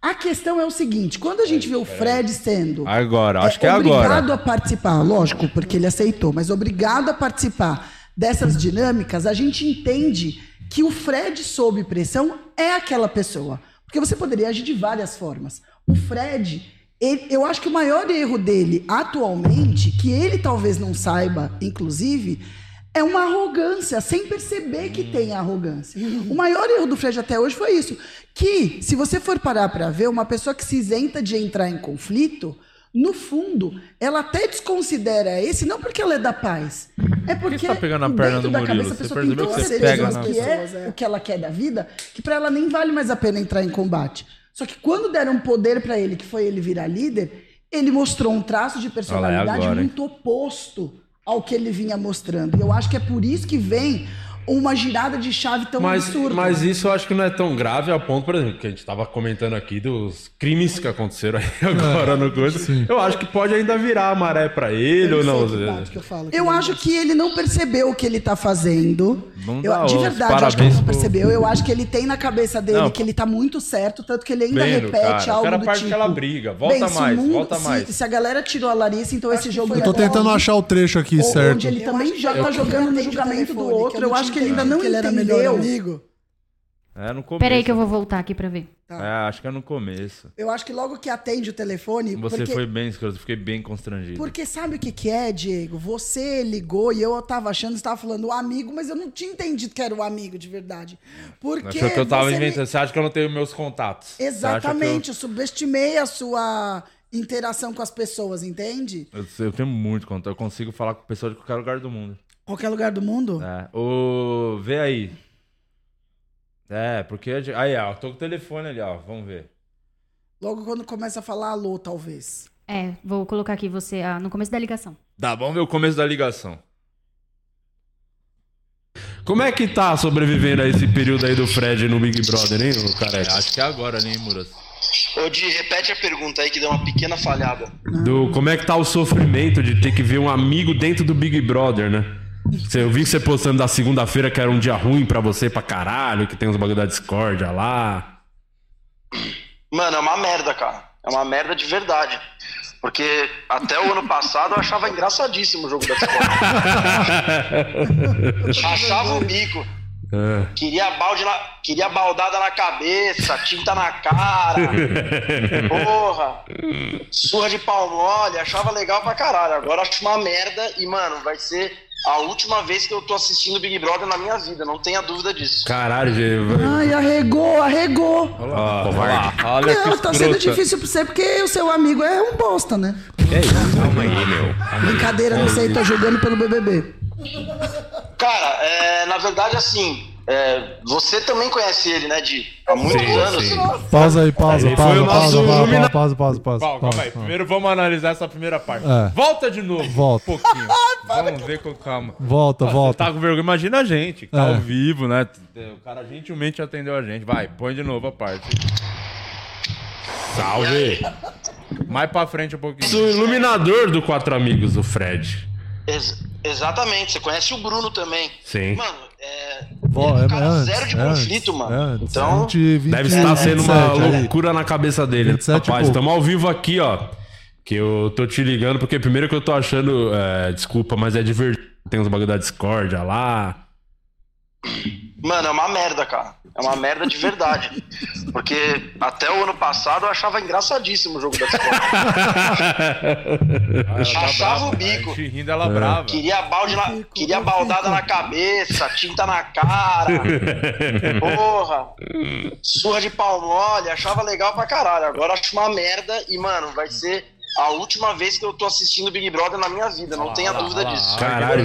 A questão é o seguinte: quando a gente vê o Fred sendo
Agora, acho que é
obrigado
agora.
a participar, lógico, porque ele aceitou, mas obrigado a participar dessas dinâmicas, a gente entende que o Fred sob pressão é aquela pessoa. Porque você poderia agir de várias formas. O Fred, ele- eu acho que o maior erro dele atualmente, que ele talvez não saiba, inclusive, é uma arrogância, sem perceber que tem arrogância. O maior erro do Fred até hoje foi isso. Que, se você for parar para ver, uma pessoa que se isenta de entrar em conflito, no fundo, ela até desconsidera esse, não porque ela é da paz. É porque
você tá pegando a perna
dentro
do
da
Murilo?
cabeça a
Você
pessoa tem
percebeu
tão
que você
certeza
pega
do
na-
que é, o que ela quer da vida, que para ela nem vale mais a pena entrar em combate. Só que quando deram poder para ele, que foi ele virar líder, ele mostrou um traço
é
de personalidade
agora, hein?
muito oposto ao que ele vinha mostrando. E eu acho que é por isso que vem uma girada de chave tão
Mas,
absurda.
mas isso eu acho que não é tão grave a ponto, por exemplo, que a gente tava comentando aqui dos crimes que aconteceram aí
É,
agora no coisa. Eu acho que pode ainda virar a maré pra ele ou não.
Eu acho que ele não percebeu o que ele tá fazendo.
Não
Eu-
dá
de
os
verdade, eu acho que ele
parabéns
não
pro-
percebeu. Eu acho que ele tem na cabeça dele
Não.
que ele tá muito certo, tanto que ele ainda
Bem,
repete
cara.
algo
O cara
do
parte
tipo.
que ela briga. Volta
"Bem, se
mais,
o mundo-
volta
se-
mais.
Se, a galera tirou a Larissa, então esse jogo...
Eu tô tentando achar o trecho aqui,
Onde
certo?
ele também já tá jogando no julgamento do outro. Eu acho que ele ainda não
que ele era
entendeu.
melhor
É no começo.
Peraí que eu vou
Tá,
voltar aqui pra ver.
É, acho que é no começo.
Tá. Eu
acho que logo que atende o telefone.
Você
porque-
foi bem escroto, eu fiquei bem constrangido.
Porque sabe o que que é, Diego? Você ligou e eu tava achando, você tava falando o amigo, mas eu não tinha entendido que era o amigo de verdade. Porque
Achou que eu tava
você me-
inventando. Você acha que eu não tenho meus contatos? Você acha que eu-
Exatamente, eu... subestimei a sua interação com as pessoas, entende?
Eu, eu tenho muito contato. Eu consigo falar com o pessoal de qualquer lugar do mundo.
Qualquer lugar do mundo.
É. Ô, vê aí. É, porque. a gente- Aí, ó, tô com o telefone ali, ó. Vamos ver.
Logo quando começa a falar alô, talvez.
É, vou colocar aqui você ah, no começo da ligação.
Dá, vamos ver o começo da ligação.
Como é que tá sobrevivendo a esse período aí do Fred no Big Brother, hein, ô careca?
Acho que é agora, né, hein, Muras?
Ô, Di, repete a pergunta aí que deu uma pequena falhada.
Do, como é que tá o sofrimento de ter que ver um amigo dentro do Big Brother, né? Você- Eu vi você postando da segunda-feira que era um dia ruim pra você pra caralho, que tem uns bagulho da discórdia lá.
Mano, é uma merda, cara. É uma merda de verdade. Porque até o ano passado eu achava engraçadíssimo o jogo da Discord. achava o bico.
É.
Queria, balde na- queria baldada na cabeça, tinta na cara. Porra. Surra de pau mole. Achava legal pra caralho. Agora acho uma merda e, mano, vai ser a última vez que eu tô assistindo Big Brother na minha vida. Não tenha dúvida disso.
Caralho, gente.
Ai, arregou, arregou.
Olha lá, covarde.
não, tá sendo difícil pra você porque o seu amigo é um bosta, né?
Calma aí, meu.
Brincadeira, não sei, tô jogando pelo BBB.
Cara, é, na verdade, assim, é, você também conhece ele, né, Di? Há muitos
Sim,
anos.
sim. Pausa aí, pausa,
Ele
pausa,
foi
pausa,
o nosso
pausa,
iluminado.
pausa, pausa, pausa,
Calma,
pausa,
calma aí.
pausa.
Primeiro vamos analisar essa primeira parte.
É.
Volta de novo.
Volta.
Um pouquinho. vamos ver com calma.
Volta,
Ó,
volta.
Você tá com vergonha? Imagina a gente, que tá
É.
ao vivo, né? O cara gentilmente atendeu a gente. Vai, põe de novo a parte.
Salve!
Mais pra frente um pouquinho.
O iluminador do Quatro Amigos, o Fred.
Ex- exatamente, você conhece o Bruno também.
Sim.
Mano, é,
Vó, é antes,
zero de
é antes,
conflito, mano.
é antes.
Então,
20, 20,
Deve estar sendo uma
27, aí.
loucura na cabeça dele.
27 e
Rapaz,
pouco.
estamos ao vivo aqui, ó. Que eu tô te ligando, porque primeiro que eu tô achando. é, desculpa, mas é divertido. Tem uns bagulho da discórdia lá.
Mano, é uma merda, cara. É uma merda de verdade. Porque até o ano passado eu achava engraçadíssimo o jogo da Discord. achava o bico.
Te rindo, ela brava.
Queria, balde na- queria baldada na cabeça, tinta na cara. Porra. Surra de pau mole, achava legal pra caralho. Agora acho uma merda e, mano, vai ser a última vez que eu tô assistindo Big Brother na minha vida. Não tenha dúvida disso.
Caralho,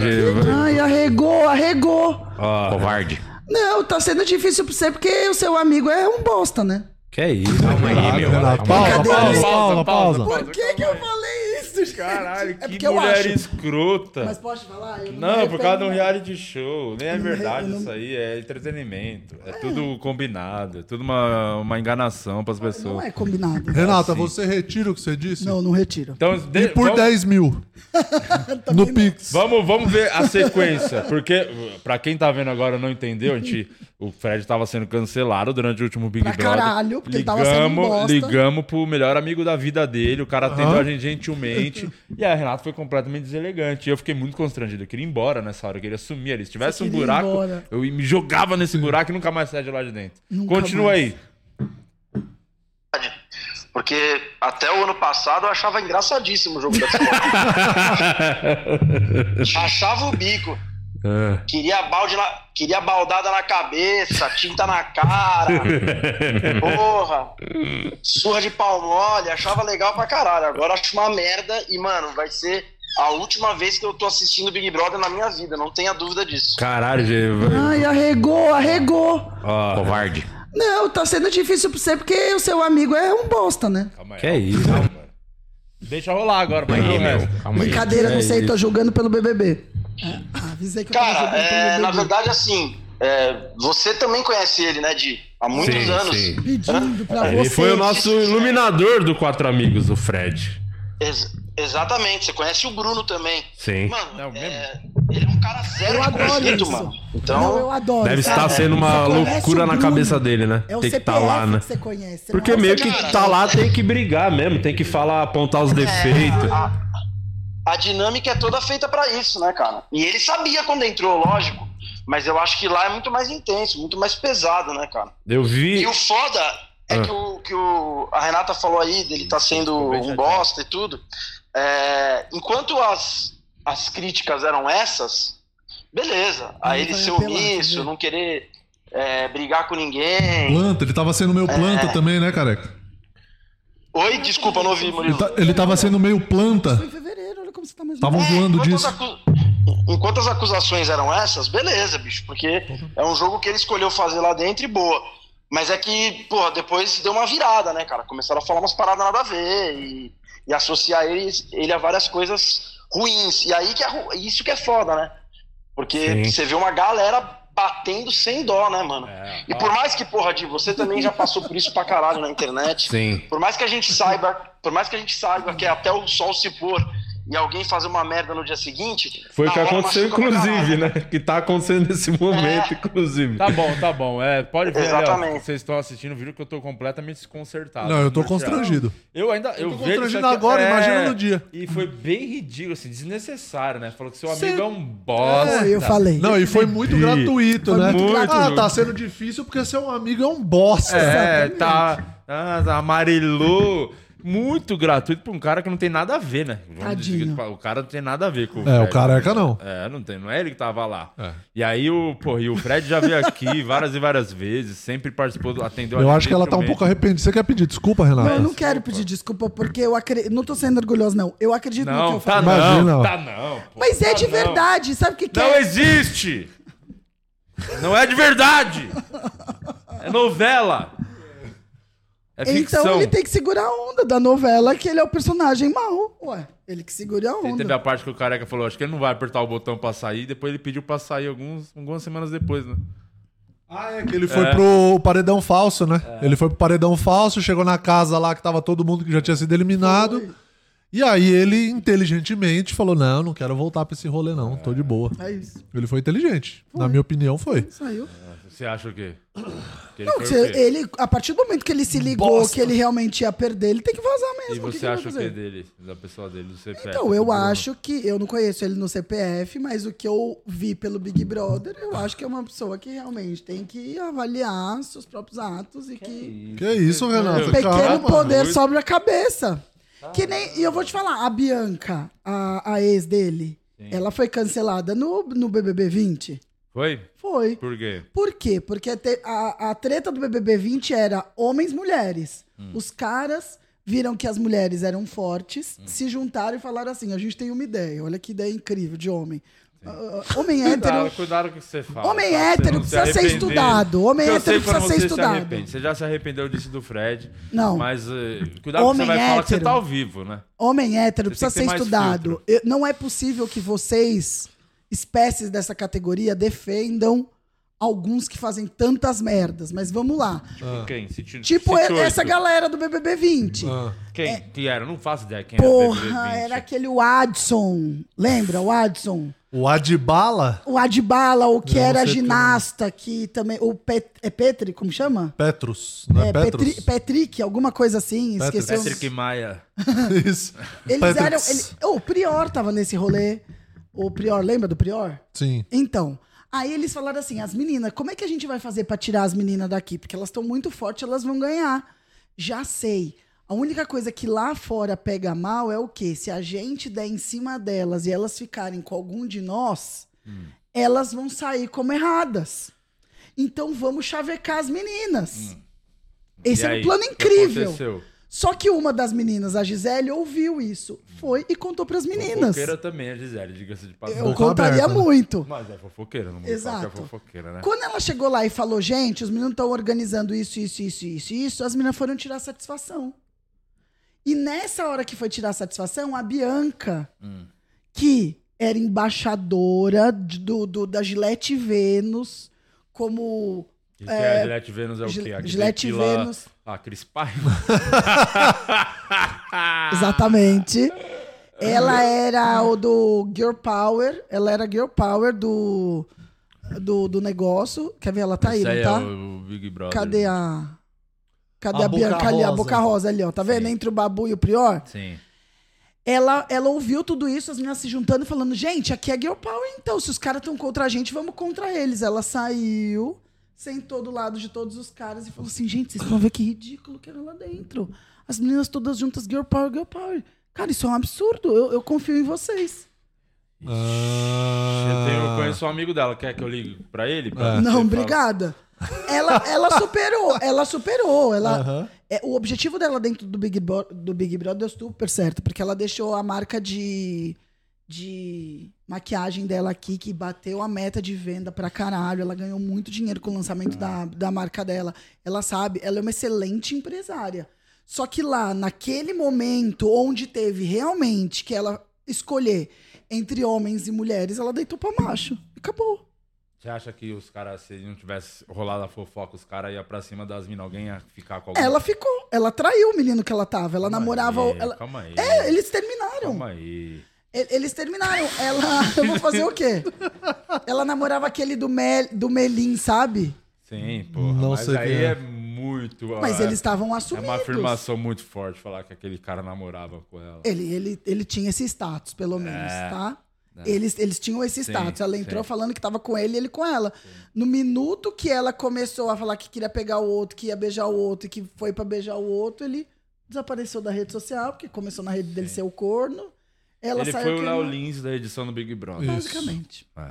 Ai, arregou, arregou.
Covarde.
Não, tá sendo difícil pra você porque o seu amigo é um bosta, né?
Que é isso? Calma aí, meu.
Pausa, pausa, pausa, pausa.
Por que que eu falei isso, gente. É
Caralho, que
porque eu
mulher
acho.
escrota.
Mas posso te falar? Eu
Não, por causa de um
referia-
reality show. Nem é
não-
verdade
eu não-
isso aí, é entretenimento. É tudo combinado, é tudo uma, uma enganação pras pessoas.
Não é combinado.
Renata,
assim.
você retira o que você disse? Não,
não retiro.
Então, de-
e por
vamos-
10 mil.
Tá
no
né?
Pix.
Vamos, vamos ver a sequência, porque pra quem tá vendo agora não entendeu, a gente, o Fred tava sendo cancelado durante o último Big
Pra
Brother.
caralho, porque ele tava sendo um
ligamos,
bosta.
ligamos pro melhor amigo da vida dele, o cara
Aham.
atendeu a gente gentilmente, e a Renata foi completamente deselegante. E eu fiquei muito constrangido, eu queria ir embora nessa hora, eu queria sumir ali. Se tivesse um
queria ir
buraco,
embora.
eu me jogava nesse buraco e nunca mais saía de lá de dentro.
Nunca
Continua
mais.
aí.
Porque até o ano passado eu achava engraçadíssimo o jogo da Discord. achava o bico.
É.
Queria, balde na- queria baldada na cabeça, tinta na cara. Porra! Surra de pau mole, achava legal pra caralho. Agora acho uma merda e, mano, vai ser a última vez que eu tô assistindo Big Brother na minha vida, não tenha dúvida disso.
Caralho, gente.
Ai, arregou, arregou.
Covarde.
Não, tá sendo difícil pra você porque o seu amigo é um bosta, né?
Que é isso?
Deixa rolar agora, mas não, é. resto.
Brincadeira, não
É
sei, tô Tá julgando pelo BBB. Avisei que eu
Cara,
tava jogando
é,
pelo
na
BBB.
verdade, assim, é, você também conhece ele, né, Di? Há muitos
Sim,
anos.
sim.
Pedindo pra
Ele foi o nosso iluminador do Quatro Amigos, o Fred.
Ex- exatamente, você conhece o Bruno também.
Sim.
Mano, é, ele é um cara zero de preconceito, mano. Então,
Não, eu adoro.
Deve estar
cara.
sendo uma
Só conhece
loucura
o
na
Bruno.
cabeça dele, né?
É o
tem que estar
CPF
lá, né?
que você conhece.
Porque meio que tá lá tem que brigar mesmo, tem que falar, apontar
É.
os defeitos.
É. a dinâmica é toda feita pra isso, né, cara? E ele sabia quando entrou, lógico. Mas eu acho que lá é muito mais intenso, muito mais pesado, né, cara?
Eu vi.
E o foda é
Ah.
que, o, que o- a Renata falou aí dele tá sendo um bosta e tudo. É, enquanto as, as críticas eram essas, beleza. A ele ser omisso, não querer é, brigar com ninguém.
Planta, ele tava sendo meio planta
É.
também, né, careca?
Oi, desculpa, não ouvi, Murilo.
Ele, tá- ele tava sendo meio planta. Estavam zoando
É, enquanto as
disso.
acu- Enquanto as acusações eram essas, beleza, bicho, porque é um jogo que ele escolheu fazer lá dentro e boa. Mas é que, porra, depois deu uma virada, né, cara? Começaram a falar umas paradas nada a ver e, e associar ele, ele a várias coisas ruins. E aí que é ru- isso que é foda, né? Porque
Sim.
você vê uma galera batendo sem dó, né, mano?
É,
e por mais que, porra, Di, você também já passou por isso pra caralho na internet.
Sim.
Por mais que a gente saiba, por mais que a gente saiba que é até o sol se pôr e alguém fazer uma merda no dia seguinte.
Foi o
na
que
Tá
hora
aconteceu,
machuca pra
inclusive,
caralho.
né? Que tá acontecendo nesse momento, inclusive.
Tá bom, tá bom. É, pode ver, Léo,
Exatamente.
vocês estão assistindo o vídeo que eu tô completamente desconcertado.
Não, eu tô
Por sinal.
constrangido.
Eu ainda.
Eu
Eu,
tô
vejo
constrangido
isso aqui- é,
agora, imagina no dia.
E foi bem ridículo, assim, desnecessário, né? Falou que seu
Cê-
amigo é um bosta.
É, Não, e foi muito gratuito, né? ah, tá sendo difícil porque seu amigo é um bosta.
É,
exatamente.
tá. Ah, amarelou. Muito gratuito pra um cara que não tem nada a ver, né? Vamos dizer que O cara não tem nada a ver com
É, o
Fred.
careca não.
É, não tem. Não é ele que tava lá. E aí o, pô, e o Fred já veio aqui várias e várias vezes, sempre participou, do- atendeu a
Eu
gente
acho que ela tá um
gentilmente.
pouco arrependida. Você quer pedir desculpa, Renata?
Não, eu não quero pedir desculpa, porque eu acredito. Não tô sendo orgulhoso, não. Eu acredito no que
Não,
eu
tá
falo.
não,
Imagina.
tá não. pô.
Mas é
Tá
de
não.
verdade, sabe o que, que
Não
é?
existe! Não é de verdade! É novela! É ficção.
Então ele tem que segurar a onda da novela, que ele é o personagem mau. Ué, ele que segura a
Aí Teve
onda.
a parte que o careca falou, acho que ele não vai apertar o botão pra sair, depois ele pediu pra sair alguns, algumas semanas depois, né?
Ah, é que Ele foi pro paredão falso, né? Ele foi pro paredão falso, chegou na casa lá que tava todo mundo que já tinha sido eliminado. E aí ele, inteligentemente, falou: Não, não quero voltar pra esse rolê, não. Tô de boa.
É isso.
Ele foi inteligente. Na minha opinião, foi.
Saiu.
Você acha o quê? Que
Não,
foi o
se-
quê?
ele, a partir do momento que ele se ligou
Bosta.
que ele realmente ia perder, ele tem que vazar mesmo.
E
O que
você
que ele vai
acha o
fazer?
quê dele? Da pessoa dele, do CPF?
Então, eu acho que. Eu não conheço ele no CPF, mas o que eu vi pelo Big Brother, eu acho que é uma pessoa que realmente tem que avaliar seus próprios atos e que.
Que isso, Renato?
Pequeno
Calma.
poder sobre a cabeça. Que nem. E eu vou te falar, a Bianca, a, a ex dele, ela foi cancelada no, no BBB 20.
Foi?
Foi.
Por quê?
Por quê? Porque te- a, a treta do BBB 20 era homens-mulheres.
Hum.
Os caras viram que as mulheres eram fortes, se juntaram e falaram assim: a gente tem uma ideia, olha que ideia incrível de homem. Ah, Homem hétero.
Cuidado, cuidado com o que você fala.
Homem
tá? Pra você
hétero
não se
precisa ser
arrepender.
estudado. Homem
Porque eu
hétero
sei
precisa
quando
ser
você se
estudado.
arrepende. Você já se arrependeu disso do Fred.
Não.
Mas eh, cuidado com o que você
Homem
vai falar que você
hétero.
tá ao vivo, né?
Homem hétero
Você
precisa
tem
ser
que ter mais
estudado. Eu- não é possível que vocês, espécies dessa categoria, defendam alguns que fazem tantas merdas. Mas vamos lá.
Ah.
Tipo quem? City-
Tipo
City
essa
oito.
galera do BBB 20.
Quem que era? Não faço ideia quem
É. Porra,
era.
era aquele Watson. Lembra? O Watson.
O Adibala?
O Adbala, o que
Eu não
era
um
sei
ginasta, que também. O Pet, é Petri, como chama?
Petrus, não é,
É,
Petrus?
Petri- Petrick, alguma coisa assim, esqueceu. os-
Patrick Maia.
Isso.
Eles
Petrus.
eram. ele- o Prior tava nesse rolê. O Prior, lembra do Prior?
Sim.
Então. Aí eles falaram assim: as meninas, como é que a gente vai fazer pra tirar as meninas daqui? Porque elas estão muito fortes, elas vão ganhar. Já sei. A única coisa que lá fora pega mal é o quê? Se a gente der em cima delas e elas ficarem com algum de nós,
Hum.
elas vão sair como erradas. Então vamos chavecar as meninas. Esse
Hum. E
era
aí,
um plano
o que
incrível.
aconteceu?
Só que uma das meninas, a Gisele, ouviu isso,
Hum.
foi e contou pras meninas.
Fofoqueira também, a Gisele, diga-se de passagem.
Eu contaria muito.
Mas é fofoqueira, não vou falar que é
Exato.
fofoqueira, né?
Quando ela chegou lá e falou, gente, os meninos estão organizando isso, isso, isso, isso, isso, as meninas foram tirar satisfação. E nessa hora que foi tirar satisfação, a Bianca, que era embaixadora de- do, do- da Gillette Vênus, como.
Que que é,
é,
a Gillette Venus é o
Gil-
quê? A
Gillette
tequila-
Venus.
A Cris Paiva.
é, Ah. Exatamente. Ela era o do Girl Power. Ela era Girl Power do, do, do negócio. Quer ver? Ela tá aí,
Esse aí
não
é
tá?
o Big Brother.
Cadê a. Cadê
A
a,
Boca
Bianca ali? A
Rosa.
Boca Rosa ali, ó. Tá vendo? Entre o Babu e o Prior.
Sim.
Ela, ela ouviu tudo isso, as meninas se juntando e falando: gente, aqui é Girl Power, então. Se os caras estão contra a gente, vamos contra eles. Ela saiu, sentou do lado de todos os caras e falou assim: gente, vocês vão ver que ridículo que era lá dentro. As meninas todas juntas, Girl Power, Girl Power. Cara, isso é um absurdo. Eu, eu confio em vocês.
Eu, tenho- eu conheço um amigo dela. Quer que eu ligue pra ele? Pra você
Não,
falar?
obrigada. Ela, ela superou, ela superou. Ela,
Aham.
é, o objetivo dela dentro do Big, Bro- do Big Brother deu super certo, porque ela deixou a marca de, de maquiagem dela aqui, que bateu a meta de venda pra caralho. Ela ganhou muito dinheiro com o lançamento da,
Ah.
da marca dela. Ela sabe, ela é uma excelente empresária. Só que lá, naquele momento onde teve realmente que ela escolher entre homens e mulheres, ela deitou pra macho. E acabou.
Você acha que os caras, se não tivesse rolado a fofoca, os caras iam pra cima das minas? Alguém ia ficar com alguém?
Ela ficou. Ela traiu o menino que ela tava. Ela namorava. o-
Aí,
ela-
Calma aí.
É, eles terminaram.
Calma aí.
E- Eles terminaram. Ela. Eu vou fazer o quê? Ela namorava aquele do, Mel... do Melim, sabe?
Sim, porra.
Não
mas
sei
aí
quem é.
é muito...
Hum. Mas
é-
eles estavam
É uma
assumidos.
afirmação muito forte falar que aquele cara namorava com ela.
Ele, ele, ele tinha esse status, pelo menos, tá?
É.
Eles, eles tinham esse
Sim,
status. Ela entrou
sim.
falando que tava com ele e ele com ela. No minuto que ela começou a falar que queria pegar o outro, que ia beijar o outro, e que foi pra beijar o outro, ele desapareceu da rede social, porque começou na rede dele ser o corno. Ela
ele
saiu
foi o Léo
querendo-
Lins da edição do Big Brother.
Isso. Basicamente.
É.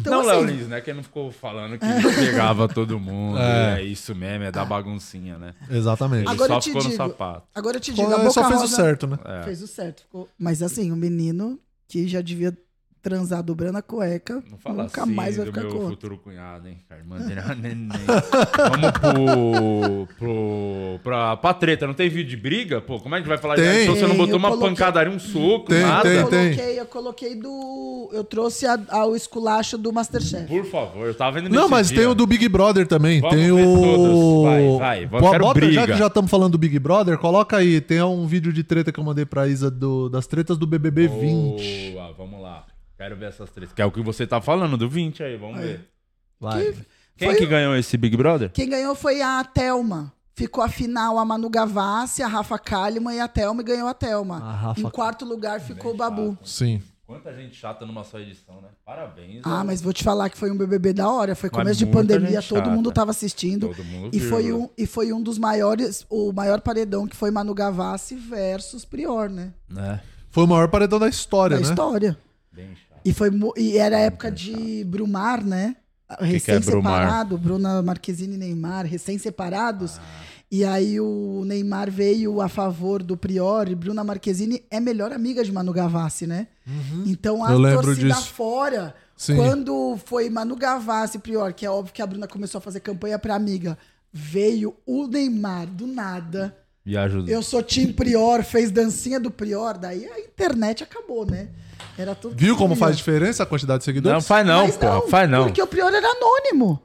Então,
não o
assim-
Léo Lins, né? Que não ficou falando que pegava todo mundo.
É.
É. isso mesmo, é da baguncinha, né?
Exatamente.
Ele
Ah. Agora
só
eu te
ficou
digo.
no sapato.
Agora eu te digo. a
Só- só
Boca
fez o
Rosa
certo, né?
É.
Fez o certo. ficou- Mas assim, o menino que já devia transar dobrando a cueca,
Não fala
nunca
assim
mais vai
do
ficar
meu
com outro.
futuro cunhado, hein? cara? Irmã dele é uma neném. Vamos pro, pro, pra, pra treta. Não tem vídeo de briga? Pô, como é que vai falar de
Tem.
Então você não
Tem,
botou
eu
uma
coloquei-
pancadaria, um soco,
Tem,
nada?
tem,
Eu coloquei, eu coloquei do. Eu trouxe a- ao esculacho do Masterchef.
Por favor, eu tava vendo
Não,
nesse
mas
dia.
tem o do Big Brother também.
Vamos
tem
ver
o.
todos. Vai, vai. Vamos-
Bo-
quero
bota, Já
briga.
que já estamos falando do Big Brother, coloca aí. Tem um vídeo de treta que eu mandei pra Isa do- das tretas do BBB
Oh,
20.
Boa, vamos lá. Quero ver essas três. Que é o que você tá falando do 20 aí, vamos ver.
Vai.
Quem que ganhou esse Big Brother?
Quem ganhou foi a Thelma. Ficou a final a Manu Gavassi, a Rafa Kalimann e a Thelma e ganhou a Thelma.
Rafa-
Em quarto lugar ficou o Babu.
Sim.
Quanta gente chata numa só edição, né? Parabéns.
Ah, mas vou te falar que foi um BBB da hora. Foi
Mas
começo de
muita
pandemia,
gente
todo
chata.
mundo tava assistindo.
Todo mundo
e,
viu,
foi
né?
um, e foi um dos maiores, o maior paredão que foi Manu Gavassi versus Prior, né?
Foi o maior paredão da história,
Da
né?
história. E, foi, mu- e era época de Brumar, né?
que é Brumar?
Recém-separado, Bruna Marquezine e Neymar, recém-separados. E aí o Neymar veio a favor do Priori. Bruna Marquezine é melhor amiga de Manu Gavassi, né? Então a
Uhum. Eu lembro
torcida
disso.
fora,
Sim.
quando foi Manu Gavassi e Priori, que é óbvio que a Bruna começou a fazer campanha pra amiga, veio o Neymar do nada.
E ajuda.
Eu sou Tim Prior, fez dancinha do Prior, daí a internet acabou, né? Era tudo.
Viu como
Prior.
faz diferença a quantidade de seguidores?
Não, faz não,
Mas
porra. Faz não.
Porque o Prior era anônimo.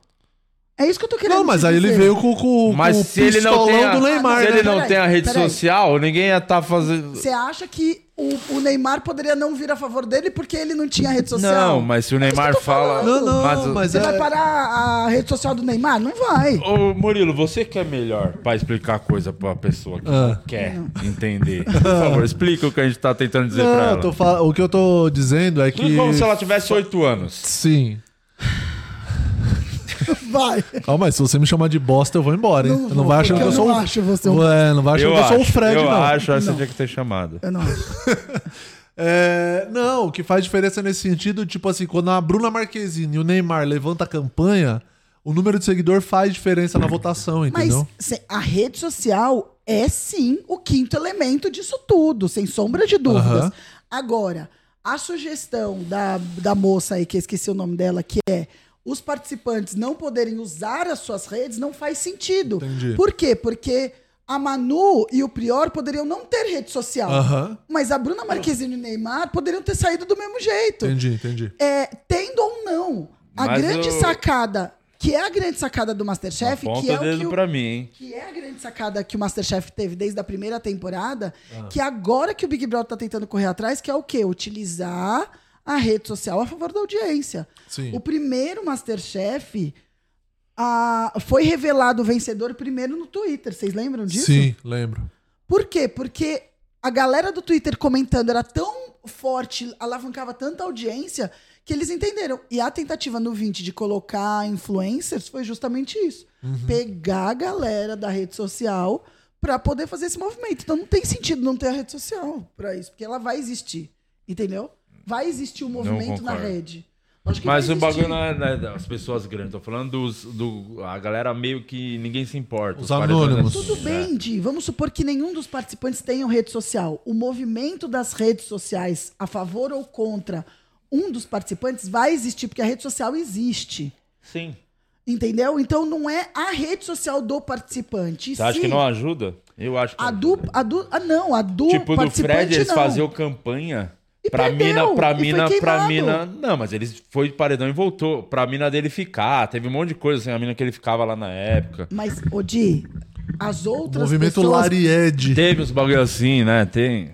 É isso que eu tô querendo
Não, mas
te
aí ele
dizer.
veio com, com,
Mas
com o
se ele
pistolão
não tem a,
do Neymar,
se
né?
ele não tem a rede
peraí.
social, ninguém ia tá estar fazendo...
Você acha que o, o Neymar poderia não vir a favor dele porque ele não tinha rede social?
Não, mas se o Neymar fala...
falando. Não, não,
o-
é-
Você vai parar a rede social do Neymar? Não vai.
é- Ô, Murilo, você que é melhor pra explicar a coisa pra pessoa que
Ah.
quer entender. Por favor, explica o que a gente tá tentando dizer pra
Não,
ela.
eu tô fal- o que eu tô dizendo é que.
Tudo como se ela tivesse oito anos.
Sim.
Vai.
Calma aí, se você me chamar de bosta, eu vou embora, hein? Não,
vou,
vai achando que
porque
eu
eu
sou
não
um-
acho você um-
É, não vai achando que eu sou o Fred,
eu
não.
acho, essa
Não.
tinha que ter chamado.
Eu não acho.
É, não, o que faz diferença nesse sentido, tipo assim, quando a Bruna Marquezine e o Neymar levanta a campanha, o número de seguidor faz diferença na votação,
Mas
entendeu?
se- a rede social é sim o quinto elemento disso tudo, sem sombra de dúvidas.
Aham.
Agora, a sugestão da, da moça aí, que eu esqueci o nome dela, que é os participantes não poderem usar as suas redes, não faz sentido.
Entendi.
Por quê? Porque a Manu e o Prior poderiam não ter rede social.
Aham.
Mas a Bruna Marquezine e o Neymar poderiam ter saído do mesmo jeito
Entendi, entendi.
é, tendo ou não, a
Mas
grande
o-
sacada, que é a grande sacada do Masterchef, que é
Ponta o
o que
dedo
o-
pra mim, hein?
que é a grande sacada que o Masterchef teve desde a primeira temporada, que agora que o Big Brother tá tentando correr atrás, que é o quê? Utilizar a rede social a favor da audiência.
Sim.
O primeiro Masterchef ah, foi revelado o vencedor primeiro no Twitter. Vocês lembram disso?
Sim, lembro.
Por quê? Porque a galera do Twitter comentando era tão forte, alavancava tanta audiência, que eles entenderam. E a tentativa no 20 de colocar influencers foi justamente isso.
Uhum.
Pegar a galera da rede social pra poder fazer esse movimento. Então não tem sentido não ter a rede social pra isso, porque ela vai existir. Entendeu? Vai existir o movimento na
concordo.
rede. Lógico que
Mas
vai
o
existir.
bagulho não é da- das pessoas grandes. Tô falando dos, do, a galera meio que ninguém se importa.
Os
paredões,
anônimos.
né?
Tudo bem, Di. Vamos supor que nenhum dos participantes tenha rede social. O movimento das redes sociais a favor ou contra um dos participantes vai existir, porque a rede social existe.
Sim.
Entendeu? Então não é a rede social do participante. E
Você acha
sim,
que não ajuda? Eu acho que
A do, a do, ah, não, a do
Tipo, do
participante
Fred, eles
não.
faziam campanha.
E
pra
perdeu,
mina, pra
e foi
mina, pra
queimado.
mina. Não, mas eles foi de paredão e voltou. Pra mina dele ficar. Teve um monte de coisa assim, a mina que ele ficava lá na época.
Mas, ô Di, as outras
Movimento
pessoas...
é
Laried.
Teve uns bagulho assim, né? Tem.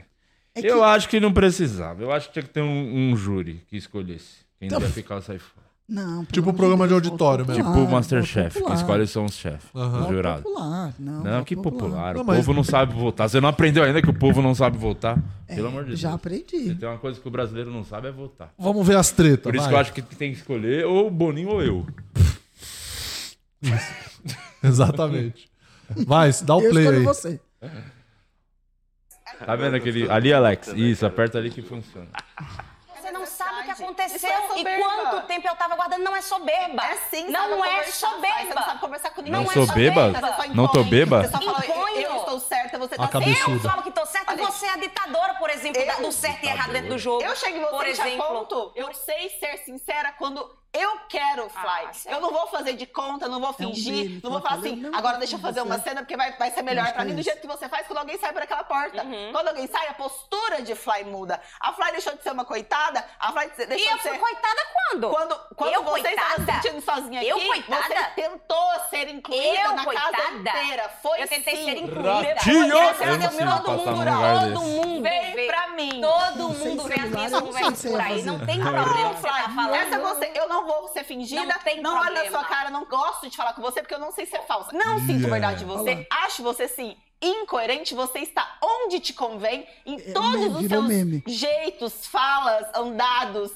É
Eu acho que não precisava. Eu acho que tinha que ter um, um júri que escolhesse. Quem
Então-
ia ficar ou sair fora.
Não, pelo
Tipo
amor
programa de
Deus,
auditório
voto
mesmo.
Tipo o
popular,
Masterchef,
voto
que escolhe um são os chefes,
Aham.
os jurados.
Popular, não.
Não, que popular.
Não,
o
mas-
povo não sabe votar. Você não aprendeu ainda que o povo não sabe votar?
É,
Pelo amor de Deus.
Já aprendi.
Se tem uma coisa que o brasileiro não sabe é votar.
Vamos ver as tretas.
Por isso que eu acho que tem que escolher ou o Boninho ou eu.
Exatamente. Vai, dá o
Eu
play
escolho
aí.
você.
É, Tá vendo aquele. Ali, Alex. Isso, aperta ali que funciona.
Você não sabe o que aconteceu
é Isso é
e
soberba.
quanto tempo eu tava guardando. Não é soberba.
É sim,
Não
sabe
é
conversar, pai. Você
soberba.
não sabe conversar com ninguém.
Não sou beba? Não tô beba?
Você só fala, eu, eu estou certa, você tá
Ah, cabeçuda.
Eu falo que tô certa. Você é a ditadora, por exemplo, da- do certo e errado dentro do jogo.
Eu chego em você
por
e te
exemplo.
aponto. Eu sei ser sincera quando eu quero,
Ah,
Fly. eu não vou fazer de conta, não vou fingir,
dele,
não vou
tá
falar
falando,
assim,
não,
agora
não,
deixa eu
não,
fazer
você-
uma cena porque vai, vai ser melhor
Mostra
pra mim do
isso.
jeito que você faz quando alguém sai por aquela porta.
Uhum.
Quando alguém sai, a postura de Fly muda. A Fly deixou de ser uma coitada, a Fly deixou
E eu
de ser...
fui coitada quando?
Quando, quando
Eu
você estava
coitada?
se sentindo sozinha aqui,
Eu
você
coitada?
tentou ser incluída
Eu
na casa
coitada?
inteira. Foi
Eu tentei
sim.
ser incluída.
Ratinho!
Graças a
Eu não
Deus,
sei
todo
passar num
mundo,
lugar
todo
desse.
Todo mundo
Vem
vê.
pra mim.
Todo
Não sei
mundo
se
vê as
celular,
minhas
eu não sei
conversas
se eu
por
ia
aí.
fazer.
Não tem problema o que você tá falando.
Essa você, eu não vou ser fingida.
Não tem
Não olho na
problema.
sua cara, não gosto de falar com você porque eu não sei se é falsa. Não sinto
Yeah.
verdade de você.
Olha
Acho você sim. Incoerente, você está onde te convém, em todos
meme,
os
virou
seus
meme.
jeitos, falas, andados,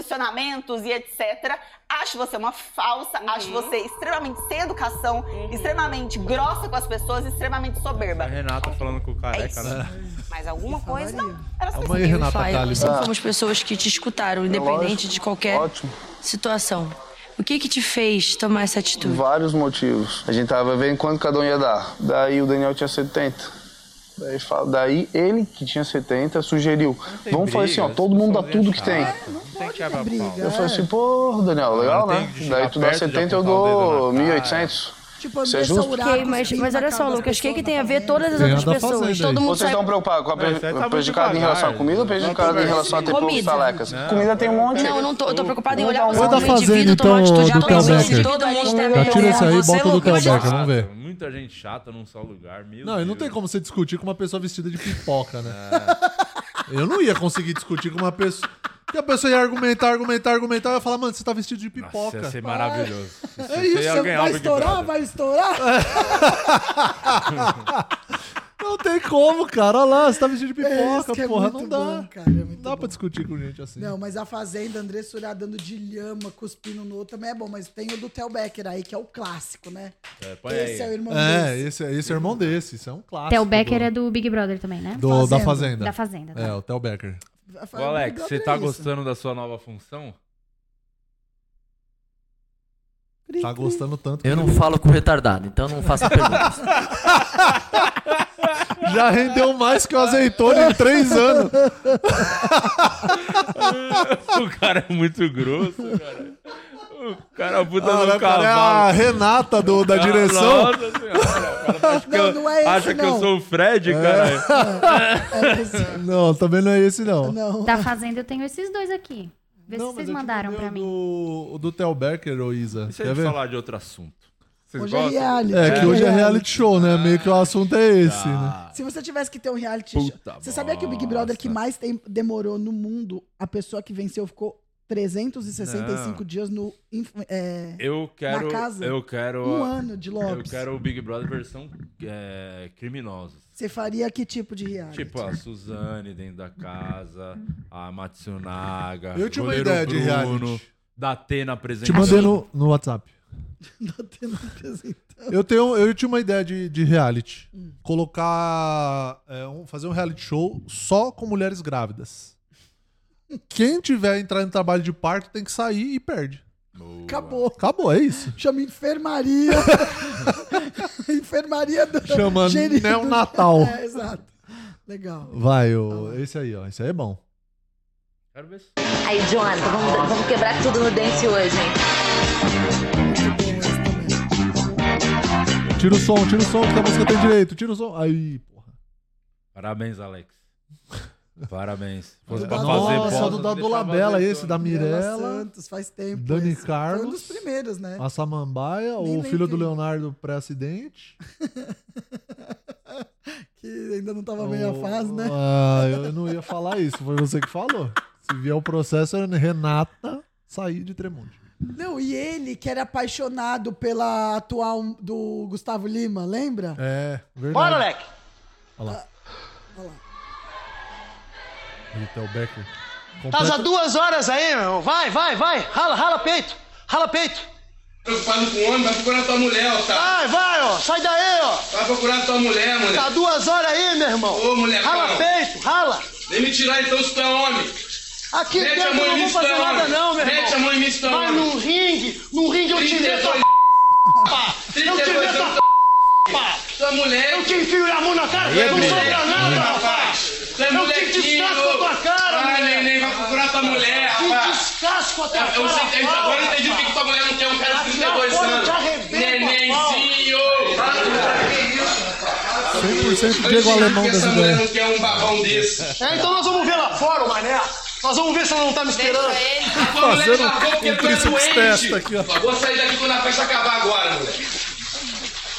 posicionamentos e etc. Acho você uma falsa, acho você extremamente sem educação, extremamente grossa com as pessoas, extremamente soberba.
A Renata falando com o careca, né?
É.
Mas alguma coisa. Era
Calma aí, Renata
Fly,
né?
Calles.
É
Sempre fomos pessoas que te escutaram, independente de qualquer situação. O que que te fez tomar essa atitude?
Vários motivos. A gente tava vendo quanto cada um ia dar. Daí o Daniel tinha 70. Daí, fala- daí ele, que tinha 70, sugeriu:
tem
vamos fazer assim,
briga,
ó, todo mundo dá tudo que tem.
Tem que abrir
Eu falei assim, pô, Daniel, legal,
Agora
né?
tem que chegar
Daí tu dá
perto, já
70,
apontar
eu
o
dou
dedo na cara.
1.800.
Tipo,
Isso é justo?
Ok, mas, mas olha só, Lucas, o que, que tem a ver todas as
Tem
outras
nada a
pessoas?
fazer,
Todo
gente.
mundo
Vocês
sai...
estão preocupados
É,
com a
tá
pre- prejudicada em relação à comida ou prejudicada em relação a ter poucos
Comida.
talecas? Comida tem um monte.
Não, eu não tô, eu tô preocupado em olhar
Vou
você
dar
como
fazenda,
indivíduo, tomar
então,
atitude,
do
todo mundo, todo
Telbecker.
mundo tá
Já tira isso aí,
olhando você,
bota o
Lucas.
Lucas Becker, vamos ver.
Muita gente chata num só lugar, meu
Não, e não
Deus.
tem como você discutir com uma pessoa vestida de pipoca, né?
É.
Eu não ia conseguir discutir com uma pessoa. Porque a pessoa ia argumentar, argumentar, argumentar, e ia falar, mano, você tá vestido de pipoca.
ia ser maravilhoso. Isso
É
ia
isso,
ganhar o
vai
Big
estourar,
Brother.
vai estourar. não tem como, cara. Olha lá, você tá vestido de
É, isso
pipoca,
que é
porra.
muito
não dá.
bom,
não dá pra discutir com gente assim.
Não, é mas a Fazenda, André Surá dando de lhama, cuspindo no outro, também é bom. Mas tem o do Theo Becker aí, que é o clássico, né?
É,
Esse é o irmão
É,
desse.
esse, esse é irmão desse. Isso é um clássico.
Tel Becker
do-
é do Big Brother também, né?
do- da Fazenda.
Da Fazenda, tá.
É, o Theo Becker.
Ô, Alex, você tá gostando da sua nova função?
Tá gostando tanto.
Eu não falo com retardado, então não faça perguntas.
Já rendeu mais que o azeitona em três anos.
o cara é muito grosso, cara. O cara puta
Ah,
no
vai parar
cavalo.
a Renata do- da
Cara,
direção.
Nossa senhora, o cara acha que,
Não,
eu,
não é esse,
acha que eu
não.
sou o Fred,
É.
cara.
Não, também não é esse, não.
Da Fazenda eu tenho esses dois aqui. Vê
Não,
se
mas
vocês
eu te
mandaram pra mim.
O, o do Theo Becker, ô Isa.
Deixa
quer
eu
ver?
falar de outro assunto. Vocês
Hoje é
gostam?
reality.
É, que hoje é reality show, né? Meio que o assunto é esse,
Ah,
né?
Se você tivesse que ter um reality
Puta
show. Você sabia que o Big Brother que mais tem- demorou no mundo, a pessoa que venceu ficou 365
Não.
dias no. inf- é,
Eu quero.
Na casa?
Eu quero.
Um ano de Lopes.
Eu quero o Big Brother versão é, criminosos.
Você faria que tipo de reality?
Tipo a Suzane dentro da casa, a Matsunaga.
Eu tinha uma
goleiro
ideia de
Bruno,
reality.
Da Atena presente.
Te mandei no, no WhatsApp.
apresentando.
Eu, tenho, eu tinha uma ideia de, de reality.
Hum.
Colocar. é, um- fazer um reality show só com mulheres grávidas. Quem tiver entrar em trabalho de parto tem que sair e perde.
Acabou.
Acabou, é isso.
Chama enfermaria.
Tipo.
enfermaria do.
Chamando
gerido-
neonatal.
É, exato. Legal.
Vai, o, esse aí, ó. Esse aí é bom.
Aí, Jonathan, vamos, vamos quebrar tudo no dance hoje, hein?
Tira o som, tira o som, que a música tem direito. Tira o som. Aí,
Parabéns, Alex. Parabéns.
É.
Fosse
tá
pra fazer
Nossa,
bosta,
do da
deixava
Dolabella,
fazer
esse, da
Mirella
Mirella.
Santos, faz tempo.
Dani
esse.
Carlos.
Foi um dos primeiros, né?
A Samambaia,
Nem
o
lembro
filho do
quem-
Leonardo pré-acidente.
Que ainda não tava meia fase, né?
Ah, eu não ia falar isso, foi você que falou. Se vier o processo, era Renata sair de Tremonte.
Não, e ele que era apaixonado pela atual do Gustavo Lima, lembra?
É, verdade.
Bora, Leque!
Olha lá.
Ah,
Olha lá. Vitor Becker.
Tá já
Completa...
duas horas aí, meu irmão. Vai, vai, vai. Rala, rala peito. Rala peito. Preocupado com o homem, vai procurar tua mulher, ó. Vai, vai, ó. Sai daí, ó. Vai procurar tua mulher,
moleque.
Tá duas horas aí, meu irmão.
Ô, molecão.
Rala peito, rala.
Vem me tirar então se tu é homem.
Aqui
Mete a
dentro
mão em
eu não
mim,
vou fazer
Stallone.
nada, não, meu
Mete
irmão.
a mão em mim, Stallone.
Vai no ringue. No ringue eu te meto a
32
pá. Eu te
32
meto
anos,
a pá. Tua mulher. Eu te enfio a mão na cara.
Aí é
Não
briga.
sobra nada,
Hum.
rapaz.
Tu é
Eu te
molequinho.
descasco a tua cara,
Vai, Ah,
mulher.
neném, vai procurar tua mulher,
Te
rapaz.
descasco a tua cara.
Eu sei, eu entendi-
fala,
agora eu entendi por que que tua mulher não quer um cara de 32
Aqui, ó,
anos.
eu te arrebento,
Nenenzinho!
100% Diego Alemão das ideias.
quer um babão desse.
É, então nós vamos ver lá fora, o mané. Nós vamos ver se ela não tá me esperando.
Tua mulher
Fazendo
escapou porque
tá
um
tu é
tríceps
doente.
testa aqui, ó.
Vou sair daqui quando a festa acabar agora, moleque.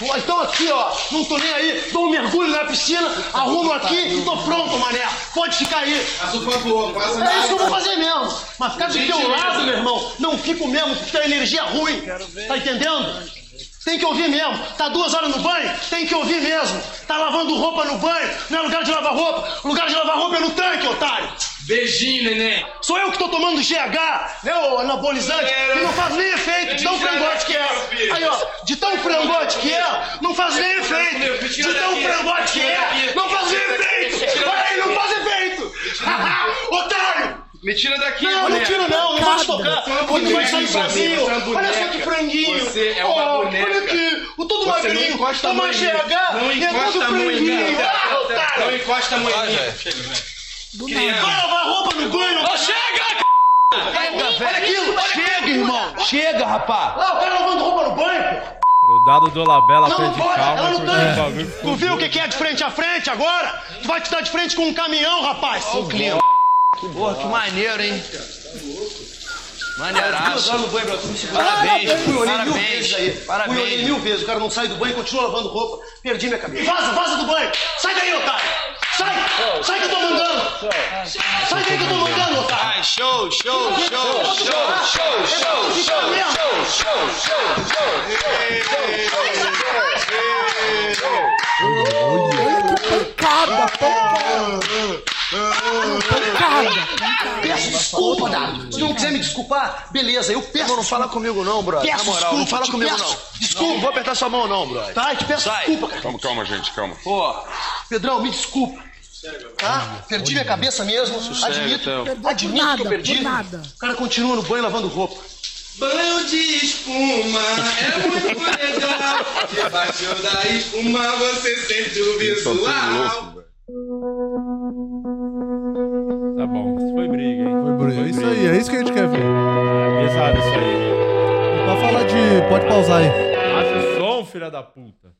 Ó, Então aqui, ó, não tô nem aí, dou um mergulho na piscina, arrumo aqui e tô pronto, mané. Pode ficar aí. É isso que eu vou fazer mesmo. Mas ficar do teu lado, meu irmão, não fico mesmo, porque a energia é ruim. Tá entendendo? Tem que ouvir mesmo. Tá duas horas no banho? Tem que ouvir mesmo. Tá lavando roupa no banho? Não é lugar de lavar roupa. Lugar de lavar roupa é no tanque, otário.
Beijinho, neném.
Sou eu que tô tomando GH, né, ô anabolizante, e não faz nem efeito de tão frangote que é. Aí, ó, de tão frangote que é, não faz nem efeito. De tão frangote que é, não faz nem efeito. Olha aí, não faz efeito. Otário!
Me tira daqui,
Não, não
boneca.
tiro não, não vai tocar. um
Você é uma
Quando vai
boneca,
sair sozinho,
você é uma
olha só que
boneca.
franguinho.
Você é uma
Ó,
boneca.
Olha aqui, o todo
Você não
magrinho,
encosta a
toma
mão em mim.
GH,
Não
e é
encosta
todo
a mão em mim.
franguinho. Ah, otário.
Não encosta a mão em mim.
Vai lavar roupa no banho. Ô, chega, c******. Olha aquilo, chega, irmão. Chega, rapá. Ah, o cara lavando roupa no banho.
O dado do Olabella
Não, não
perde
pode,
calma.
ela não tá-
porque o
tem.
bagulho ficou
Tu viu o
doido.
que que é de frente a frente agora? Tu vai te dar de frente com um caminhão, rapaz. Ô, Clima. Porra, que maneiro, hein?
Maneiraço.
Tô dando banho pra tu.
Parabéns,
Fui olhei mil
parabéns,
vezes aí. Parabéns.
parabéns.
Fui olhei mil vezes. O cara não sai do banho, continua lavando roupa. Perdi minha cabeça. Vaza, vaza do banho. Sai daí, otário. Sai. Sai que eu tô mandando. Sai daí que eu tô mandando, otário.
Ai, show, show, show, show, show, show, show, show, show, show, show,
Olha que pancada, pancada.
Pancada. Peço desculpa, Dado. Se não quiser me desculpar, beleza, eu peço. Não fala comigo não, brother. Peço
Na moral,
desculpa,
não fala
te
comigo,
peço
não.
Desculpa.
Não
vou apertar sua mão não, brother. Tá, eu te peço desculpa, cara.
Calma, calma, gente, calma.
Pô, Pedrão, me desculpa. Tá? Perdi minha cabeça mesmo.
Sossega,
admito.
Theo.
Admito que eu perdi. O cara continua no banho lavando roupa.
Banho de espuma é muito legal. Debaixo da espuma você sente o visual.
Tá bom, isso foi briga, hein? Foi
briga, é isso aí, é isso que a gente quer ver.
É pesado isso aí.
Pra falar de. Pode pausar aí.
Acha o som, filha da puta.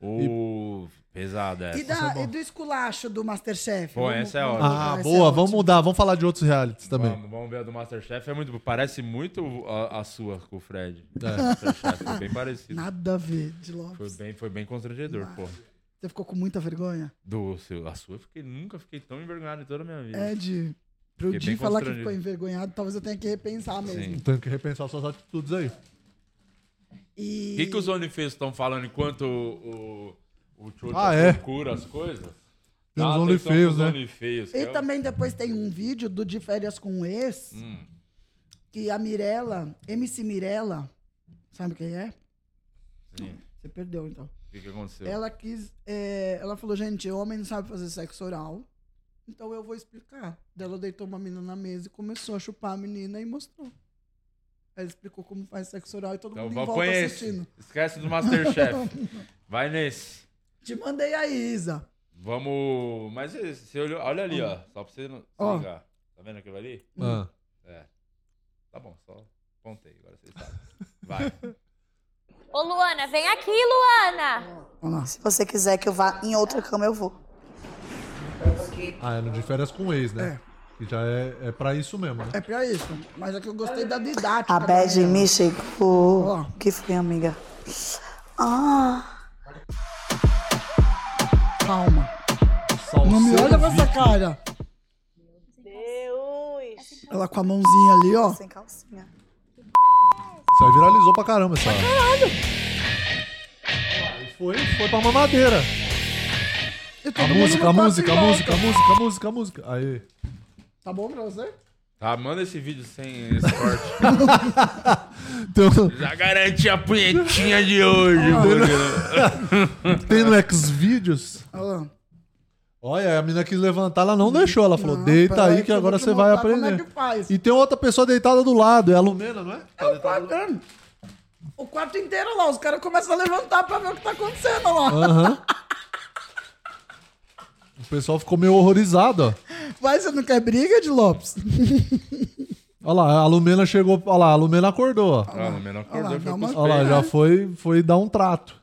Ô, pesado é. essa.
E, da- e do esculacho do Masterchef?
Pô, essa é ótima.
Ah,
Vai ser
boa, vamos mudar, vamos falar de outros realities também.
Vamos, vamos ver a do Masterchef. É muito, parece muito a, a sua com o Fred.
É.
Masterchef, foi bem parecido.
Nada a ver, de Lopes.
Foi bem, foi bem constrangedor, pô.
Você ficou com muita vergonha?
Do seu, a sua, eu fiquei, nunca fiquei tão envergonhado em toda a minha vida.
É, de. Pro
Fiquei
Di
bem
falar que
constrangido.
ficou envergonhado, talvez eu tenha que repensar mesmo.
Sim.
Tenho que repensar suas atitudes aí.
O que, que os OnlyFans estão falando enquanto o, o, o Tchô
Ah, é?
cura as coisas?
Tem os
Ah,
OnlyFans,
atenção pros
né?
OnlyFans, que
E
é o-
também depois tem um vídeo do De Férias com o Ex,
Hum.
que a Mirella, MC Mirella, sabe quem é?
Sim.
Você perdeu, então.
O que, que aconteceu?
Ela quis. é, ela falou, gente, homem não sabe fazer sexo oral. Então eu vou explicar. Daí Ela deitou uma menina na mesa e começou a chupar a menina e mostrou. Ela explicou como faz sexo oral e todo
Então,
mundo em
vou-
volta
põe esse.
assistindo.
Esquece do Masterchef. Vai nesse.
Te mandei aí, Isa.
Vamos. Mas esse- você olhou. Olha ali, ó. Só pra você não se
Ó.
ligar. Tá vendo aquilo ali?
Ah.
É. Tá bom, só contei. Agora vocês sabem. Vai.
Ô, Luana, vem aqui, Luana.
Se
você quiser que eu vá em outra cama, eu vou.
Ah, é no de férias com o ex, né? Que já é, é pra isso mesmo, né?
É pra isso. Mas é que eu gostei da didática.
A bad
dela.
me chegou. O que foi, amiga? Ah.
Calma. Não me olha com essa cara.
Deus.
Ela com a mãozinha ali, ó.
Sem calcinha.
Isso aí viralizou pra caramba, essa. Foi, foi pra mamadeira.
todo
A
mundo
música, a
não
música, a
bate em
música, a
volta.
música, a música, a música. Aí.
Tá bom pra você?
Tá, manda esse vídeo sem esse corte.
Então,
Já garanti a punhetinha de hoje, mano.
Tem no Xvideos?
Olha lá.
Olha, a menina quis levantar, ela não deixou. Ela falou, deita
peraí
aí
que
que
eu vou
agora
te
você vai
mostrar como é
aprender.
que faz.
E tem outra pessoa deitada do lado, é a Lumena, não é?
É o quarto. O quarto inteiro lá, os caras começam a levantar pra ver o que tá acontecendo lá.
Aham. O pessoal ficou meio horrorizado, ó.
Mas você não quer briga de Lopes?
Olha lá, a Lumena chegou. Olha lá, a Lumena acordou, ó.
Ah, no menor
Olha lá,
cordão
dá
foi
uma-
Olha lá, já foi, foi dar um trato.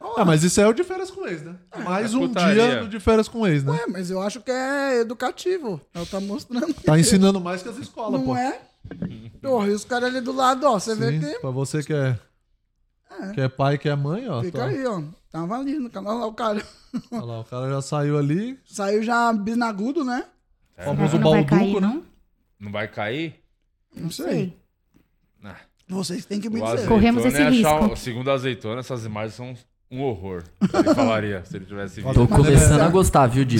Olha
Ah,
lá.
mas isso aí é o de férias com ex, né? Mais
É
um
putaria.
dia de férias com ex, né?
Ué, mas eu acho que é educativo. Ela tá mostrando.
Tá ensinando mais que as escolas,
não
pô.
é? Porra, e os caras ali do lado, ó. Você vê
Sim,
que.
pra você que é,
É.
que é pai, que é mãe, ó.
Fica
tá.
aí, ó. Tava ali no canal lá, o cara.
Olha lá, o cara já saiu ali.
Saiu já binagudo, né?
É.
Famoso Será que não vai balduco, cair, né?
Não vai cair?
Não sei. Vocês têm que me
O
dizer.
azeitona é achar- Segundo a azeitona, essas imagens são um horror. Ele falaria se ele tivesse visto.
Tô
é
começando a gostar, viu, Di?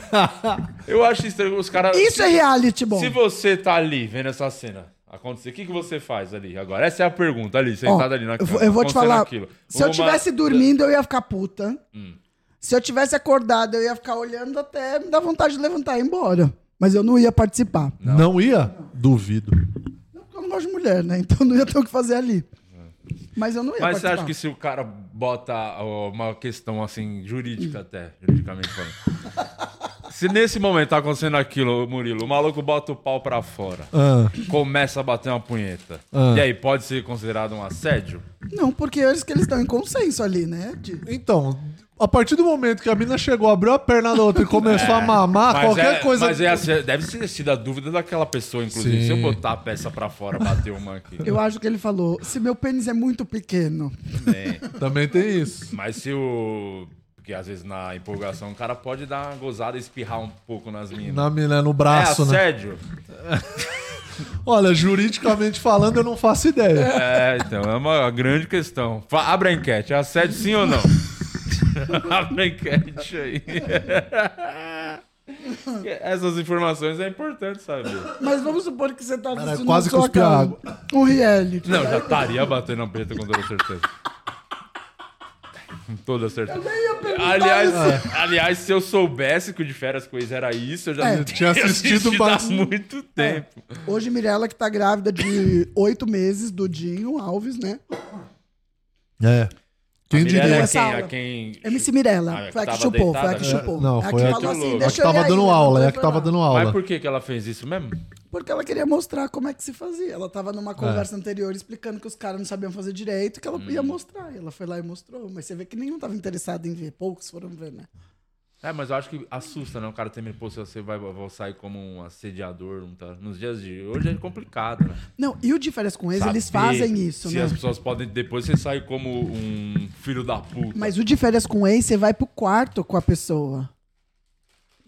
Eu acho estranho os caras.
Isso é reality bom.
Se você tá ali vendo essa cena acontecer, o que, que você faz ali agora? Essa é a pergunta ali, sentado ali na
Eu
cama.
vou- eu vou te
acontecendo
falar.
aquilo.
Se eu
Uma- Hum.
tivesse dormindo, eu ia ficar puta. Se eu tivesse acordado, eu ia ficar olhando até me dar vontade de levantar e ir embora. Mas eu não ia participar.
Não, ia? Duvido.
Porque eu não gosto de mulher, né? Então não ia ter o que fazer ali. Mas eu não ia
Mas você
participar.
acha que se o cara bota ó, uma questão assim, jurídica até, juridicamente falando. Se nesse momento tá acontecendo aquilo, Murilo, o maluco bota o pau pra fora,
Ah.
começa a bater uma punheta.
Ah.
E aí, pode ser considerado um assédio?
Não, porque eles que eles estão em consenso ali, né? De-
Então, a partir do momento que a mina chegou, abriu a perna da outra e começou a mamar,
é. Mas
qualquer
é-
coisa.
Mas é assim, deve ter sido a dúvida daquela pessoa, inclusive.
Sim.
Se eu botar a peça pra fora, bater uma aqui.
Eu acho que ele falou, se meu pênis é muito pequeno.
Também tem isso.
É. Mas se o. Porque às vezes na empolgação o cara pode dar uma gozada e espirrar um pouco nas minas.
Na mina, no braço,
é
né?
assédio.
Olha, juridicamente falando, eu não faço ideia.
É, então, é uma grande questão. Fa- Abre a enquete, é assédio sim ou não? Abre a enquete aí. Essas informações é importante saber.
Mas vamos supor que você tá
Cara,
assistindo
quase
na sua
cuspi a
casa
água.
Um reality.
Não, já tá. estaria batendo a preta com toda certeza. Com toda certeza. Aliás,
isso.
aliás, se eu soubesse que o de férias com ex era isso, eu já
É.
teria
Tinha assistido
há
bastante.
muito tempo.
Hoje, Mirella, que tá grávida de oito meses do Dinho Alves, né?
É. Quem diria?
Mirella é quem? A quem...
MC Mirella.
Ah, que
foi a que
tava
chupou, foi a
deitada,
que
né?
chupou.
Não,
É a
foi
que
a
falou assim,
que, a que
deixa eu
tava
ir aí,
dando
né?
aula, é
Não
a que tava dando
Mas
aula.
por que, que ela fez isso mesmo?
Porque ela queria mostrar como é que se fazia. Ela tava
É.
numa conversa anterior explicando que os caras não sabiam fazer direito, que ela
Hum.
ia mostrar. E ela foi lá e mostrou. Mas você vê que nenhum tava interessado em ver. Poucos foram ver, né?
É, mas eu acho que assusta, né? O cara teme, pô, se você vai vou sair como um assediador, não tá? Nos dias de hoje é complicado, né?
Não, e o de férias com eles, eles
Saber
fazem isso,
se
né?
as pessoas podem. Depois você sai como um filho da puta.
Mas o de férias com ex, você vai pro quarto com a pessoa.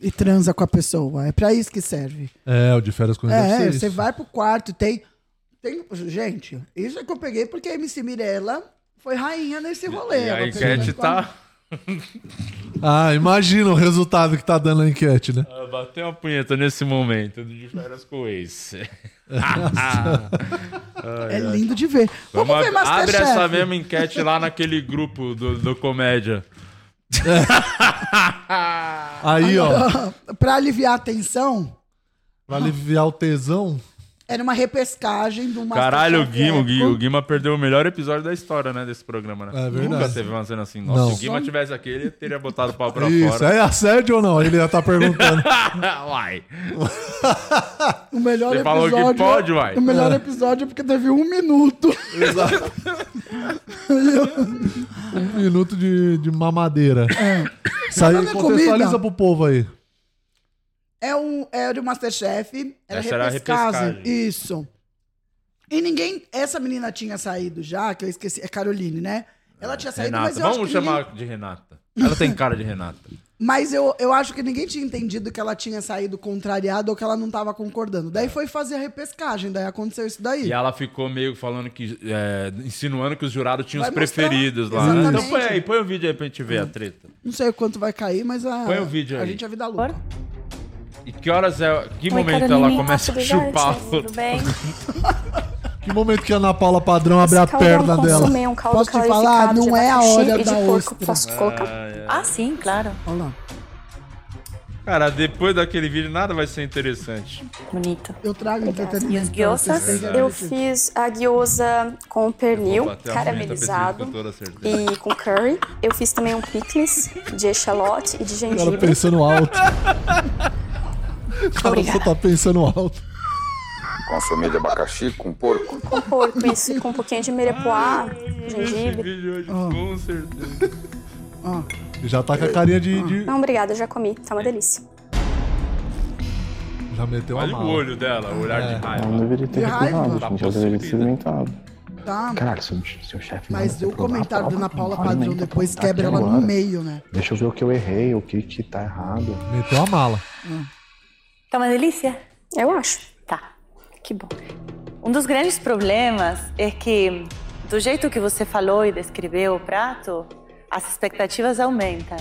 E transa com a pessoa. É pra isso que serve.
É, o de férias com ex deve
É,
ser
você
isso.
vai pro quarto, tem, tem. Gente, isso é que eu peguei porque a MC Mirella foi rainha nesse rolê.
e
Ela
a
pegou
enquete
mais
tá.
Ah, imagina o resultado que tá dando a enquete, né?
Ah, Bateu uma punheta nesse momento de férias com o ex.
É lindo de ver. Vamos
Vamos
ver
ab- abre
Masterchef.
essa mesma enquete lá naquele grupo do, do comédia.
Aí, ó,
ó. pra aliviar a tensão,
pra aliviar o tesão.
era uma repescagem de uma.
Caralho, o Guima, o Guima, o Guima perdeu o melhor episódio da história, né, desse programa, né?
É verdade.
Nunca teve uma cena assim. Nossa,
Não.
se o Guima tivesse aqui, ele teria botado o pau pra
Isso,
fora.
é assédio ou não? Ele já tá perguntando.
Uai.
O melhor
Você falou
episódio.
que pode, vai.
O melhor
É.
episódio é porque teve um minuto.
Exato. Um minuto de, de mamadeira. Isso aí
Mas não é
contextualiza um
comida.
pro povo aí.
É um, era o Masterchef, era
Essa era a
repescagem.
repescagem.
Isso. E ninguém. Essa menina tinha saído já, que eu esqueci. É Caroline, né? Ela tinha saído,
É, Renata,
mas eu acho
vamos
que
chamar
ninguém-
de Renata. Ela tem cara de Renata.
Mas eu, eu acho que ninguém tinha entendido que ela tinha saído contrariada ou que ela não tava concordando. Daí foi fazer a repescagem, daí aconteceu isso daí.
É. E ela ficou meio falando que. é, insinuando que os jurados tinham
Vai
os
mostrar.
preferidos lá. né? Então
Exatamente.
põe aí, põe o vídeo aí pra gente ver a treta.
Não sei o quanto vai cair, mas a,
Põe o vídeo
a
aí.
gente é vida louca.
E que horas é. Que
Oi,
momento
Caroline,
ela começa a
possibilidade,
chupar
Tá
o
tudo bem?
Que momento que a Ana Paula Padrão abre a
Esse caldo é um
perna dela.
consumê, um caldo
Posso te
clarificado
falar?
de
Não é a
abacaxi
hora
e de
da
porco.
ostra.
Posso colocar?
Ah, é.
Ah, sim, claro.
Olha lá.
Cara, depois daquele vídeo nada vai ser interessante.
Bonito.
Eu trago entretenimento.
E as gyozas,
Verdade.
eu fiz a gyoza com
Vou
pernil
bater a punheta pra esse vídeo
caramelizado
com toda certeza.
e com curry. Eu fiz também um picles de echalote e de
O cara
gengibre.
pensando alto. O cara só
Obrigada.
tá pensando alto.
Consumir de abacaxi com porco.
Com porco, isso, com um pouquinho de merepoá, gengibre.
vídeo hoje,
Ah.
com certeza.
Já tá com a carinha de. de-
Não, obrigada, eu já comi. Tá uma delícia.
Já meteu a
Olha o
mala. É.
olho dela, o olhar de raiva.
Não deveria ter
De raiva.
recusado, gente. Ela deveria ter se alimentado.
Tá.
Caralho, seu, seu chefe.
Mas o comentário da Ana Paula Padrão depois
tá
quebra
aqui
ela no
agora.
meio, né?
Deixa eu ver o que eu errei, o que que tá errado.
Meteu a mala.
Tá uma delícia? Eu acho.
Tá. Que bom. Um dos grandes problemas é que, do jeito que você falou e descreveu o prato, as expectativas aumentam.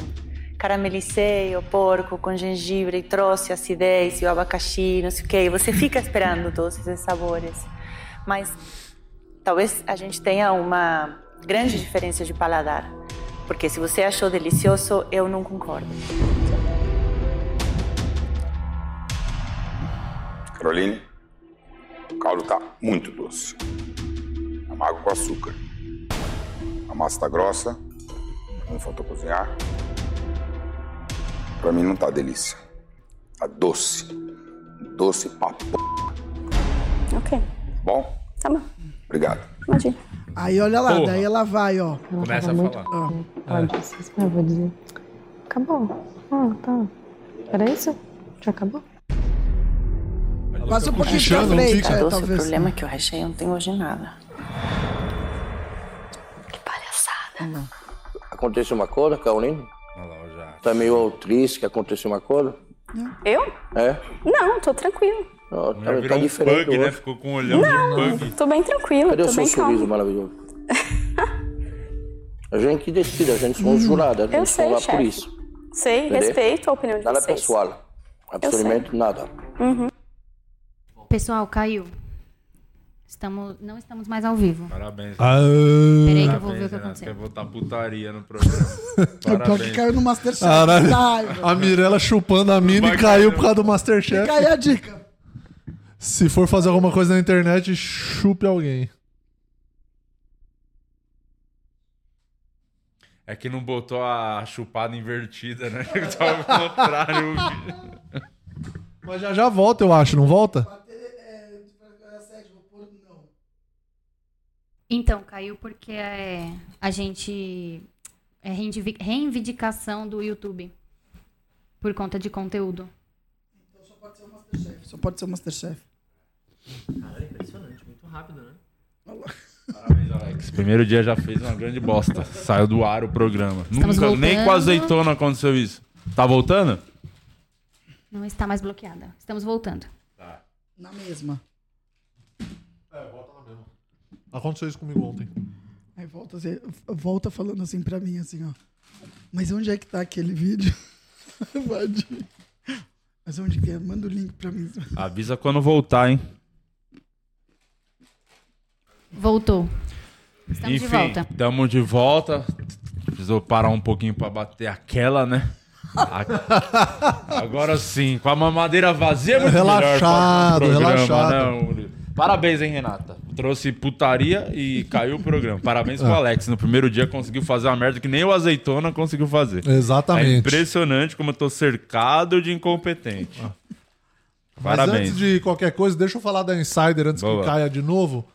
Caramelizei o porco com gengibre e trouxe acidez e o abacaxi, não sei o quê. E você fica esperando todos esses sabores. Mas talvez a gente tenha uma grande diferença de paladar.
Porque se você achou delicioso, eu não concordo.
Caroline, o caldo tá muito doce. Amargo com açúcar. A massa tá grossa. Não faltou cozinhar. Pra mim não tá delícia. Tá doce. Doce pra p... Tá
Ok,
bom?
tá bom.
Obrigado.
Imagina.
Aí olha lá,
Porra.
daí ela vai, ó. Ah.
Começa a É.
muito-
Ó.
Olha, vocês- eu vou dizer. Acabou. Ah, tá. Era isso? Já acabou?
Passa um pouquinho pra
Puxando, não
frente,
fica.
é,
Doce,
talvez.
o problema é que o recheio não tem hoje nada.
Aconteceu uma coisa, Carolina? Tá meio autriz que aconteceu uma coisa?
Eu?
É?
Não, tô tranquilo.
Ó,
Mulher virou um pug, né? Ficou com um olhão de
tá Não,
pug.
tô bem tranquilo,
Cadê o
tô
seu
bem
sorriso
calmo.
maravilhoso? a gente que decide, a gente são os
Hum.
jurados, a gente
Eu
está
sei,
lá por
chefe.
isso.
Sei,
Entendeu?
respeito a opinião de
Nada
vocês.
pessoal. Absolutamente nada.
Uhum.
Pessoal, caiu. Estamos, não estamos mais ao vivo.
Parabéns.
Ah. Aê.
Peraí que eu vou ver o que
Renato,
aconteceu.
Quer botar putaria no programa.
pior
Parabéns.
que caiu no Masterchef. Tá,
Caralho,
Caralho.
a Mirella chupando a mina e caiu por causa do
né?
Masterchef.
Fica aí a dica.
Se for fazer alguma coisa na internet, chupe alguém.
É que não botou a chupada invertida, né? Que tava ao contrário.
Mas já já volta, eu acho, não volta?
Então, caiu porque é, a gente. É reindivi- reivindicação do YouTube. Por conta de conteúdo.
Só pode ser o Masterchef.
Cara, é impressionante, muito rápido, né?
Parabéns, Alex. Primeiro dia já fez uma grande bosta. Saiu do ar o programa.
Estamos
Nunca, nem com
voltando.
azeitona aconteceu isso. Tá voltando?
Não está mais bloqueada. Estamos voltando.
Na mesma.
Aconteceu isso comigo ontem.
Aí volta, assim- volta falando assim pra mim, assim, ó. Mas onde é que tá aquele vídeo? Vadia. Mas onde que é? Manda o link pra mim.
Avisa quando voltar, hein?
Voltou. Estamos de volta.
Estamos de volta. Precisou parar um pouquinho pra bater aquela, né? A- Agora sim, com a mamadeira vazia, é muito
Relaxado,
melhor pra- pro
relaxado.
né, Murilo? Parabéns, hein, Renata? Trouxe putaria e caiu o programa. Parabéns pro
É.
Alex. No primeiro dia conseguiu fazer uma merda que nem o azeitona conseguiu fazer.
Exatamente.
É impressionante como eu tô cercado de incompetente.
Ah. Mas
Parabéns.
antes de qualquer coisa, deixa eu falar da Insider antes
Boa.
que caia de novo.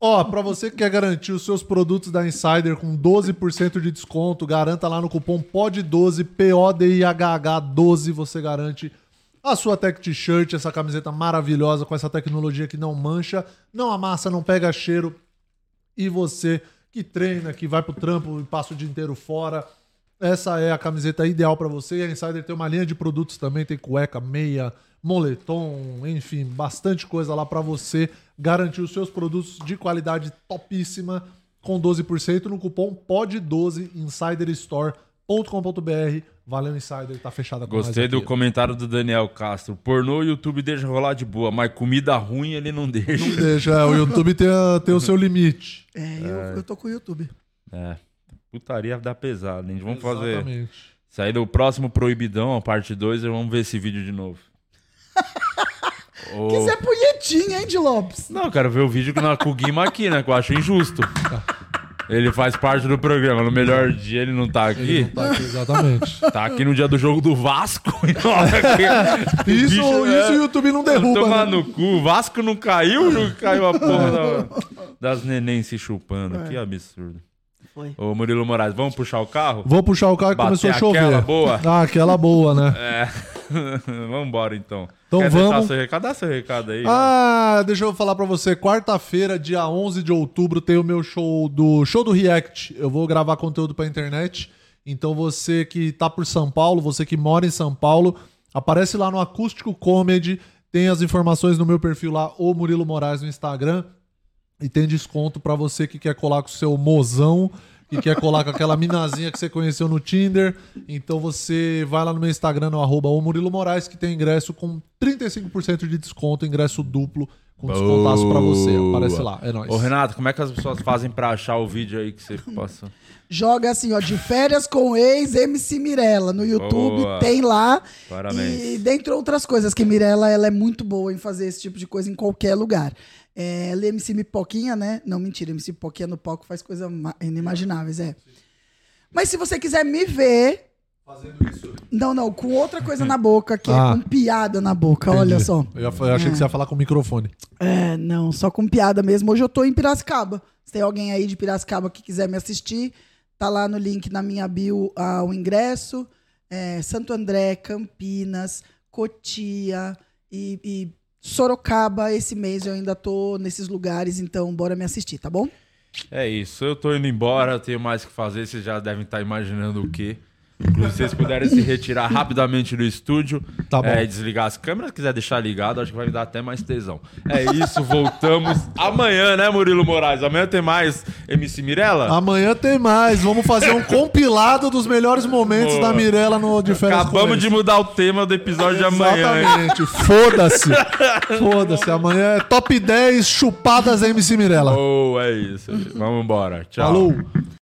Ó, pra você que quer garantir os seus produtos da Insider com 12% de desconto, garanta lá no cupom POD12, P-O-D-I-H-H-12, você garante a sua Tech T-shirt, essa camiseta maravilhosa com essa tecnologia que não mancha, não amassa, não pega cheiro. E você que treina, que vai pro trampo e passa o dia inteiro fora, essa é a camiseta ideal pra você. E a Insider tem uma linha de produtos também, tem cueca, meia, moletom, enfim, bastante coisa lá pra você garantir os seus produtos de qualidade topíssima com 12% no cupom POD12 insiderstore.com.br. Valeu Insider, tá fechada com nós
Gostei do
aqui.
comentário do Daniel Castro. Pornô, o YouTube deixa rolar de boa, mas comida ruim ele não deixa.
Não deixa, é, o YouTube tem, a- tem o seu limite.
É, eu, eu tô com o YouTube.
É. Putaria dá pesado, hein? Vamos fazer.
Exatamente.
Sair do próximo Proibidão, a parte 2, vamos ver esse vídeo de novo. Ô,
Que Isso é punhetinha, hein, de Lopes?
Não, eu quero ver o vídeo que nós com o Guima aqui, né? Que eu acho injusto.
Tá.
Ele faz parte do programa. No melhor dia ele não tá aqui.
tá aqui, exatamente.
Tá aqui no dia do jogo do Vasco. e na hora que-
Isso- isso o YouTube não derruba,
é. Tomar
né?
no cu. O Vasco não caiu, não caiu a porra da- das neném se chupando.
É.
Que absurdo. Ô Murilo Moraes, vamos puxar o carro?
Vou puxar o carro que
Bater
começou a chover.
Aquela boa.
Ah, aquela boa, né?
É. Vambora então.
Então
Quer deixar
vamos.
seu recado? Dá seu recado aí.
Ah, deixa eu falar pra você. Quarta-feira, dia 11 de outubro, tem o meu show do show do React. Eu vou gravar conteúdo pra internet. Então você que tá por São Paulo, você que mora em São Paulo, aparece lá no Acústico Comedy. Tem as informações no meu perfil lá, o Murilo Moraes no Instagram. E tem desconto pra você que quer colar com o seu mozão que quer colar com aquela minazinha que você conheceu no Tinder. Então você vai lá no meu Instagram, no arroba o Murilo Moraes, que tem ingresso com 35% de desconto, ingresso duplo, com um descontaço pra você.
Boa.
Aparece lá, é nóis.
Ô, Renato, como é que as pessoas fazem pra achar o vídeo aí que você passou?
Joga assim, ó, de férias com ex MC Mirella. No YouTube
Boa.
tem lá.
Parabéns.
E dentre outras coisas, que Mirella ela é muito boa em fazer esse tipo de coisa em qualquer lugar. É, ela é MC Mipoquinha, né? Não, mentira, MC Mipoquinha no palco faz coisas ma- inimagináveis, é. Mas se você quiser me ver. Fazendo isso. Não, não, com outra coisa na boca aqui,
Ah.
com piada na boca, olha
Entendi.
só.
Eu, ia fa- eu achei
É.
que você ia falar com o microfone.
É, não, só com piada mesmo. Hoje eu tô em Piracicaba. Se tem alguém aí de Piracicaba que quiser me assistir, tá lá no link na minha bio ah, o ingresso. É, Santo André, Campinas, Cotia e, e Sorocaba. Esse mês eu ainda tô nesses lugares, então bora me assistir, tá bom?
É isso, eu tô indo embora, eu tenho mais o que fazer, vocês já devem estar imaginando o quê. Inclusive, se vocês puderem se retirar rapidamente do estúdio
Tá bom.
é, e desligar as câmeras, quiser deixar ligado, acho que vai me dar até mais tesão. É isso, voltamos amanhã, né, Murilo Moraes? Amanhã tem mais MC Mirella?
Amanhã tem mais. Vamos fazer um compilado dos melhores momentos
Boa.
da Mirella no de férias com
Acabamos
ex.
de mudar o tema do episódio de amanhã. hein?
Exatamente. Foda-se. Foda-se. Amanhã é top 10 chupadas MC Mirella.
Boa, é isso. Vamos embora. Tchau.
Falou.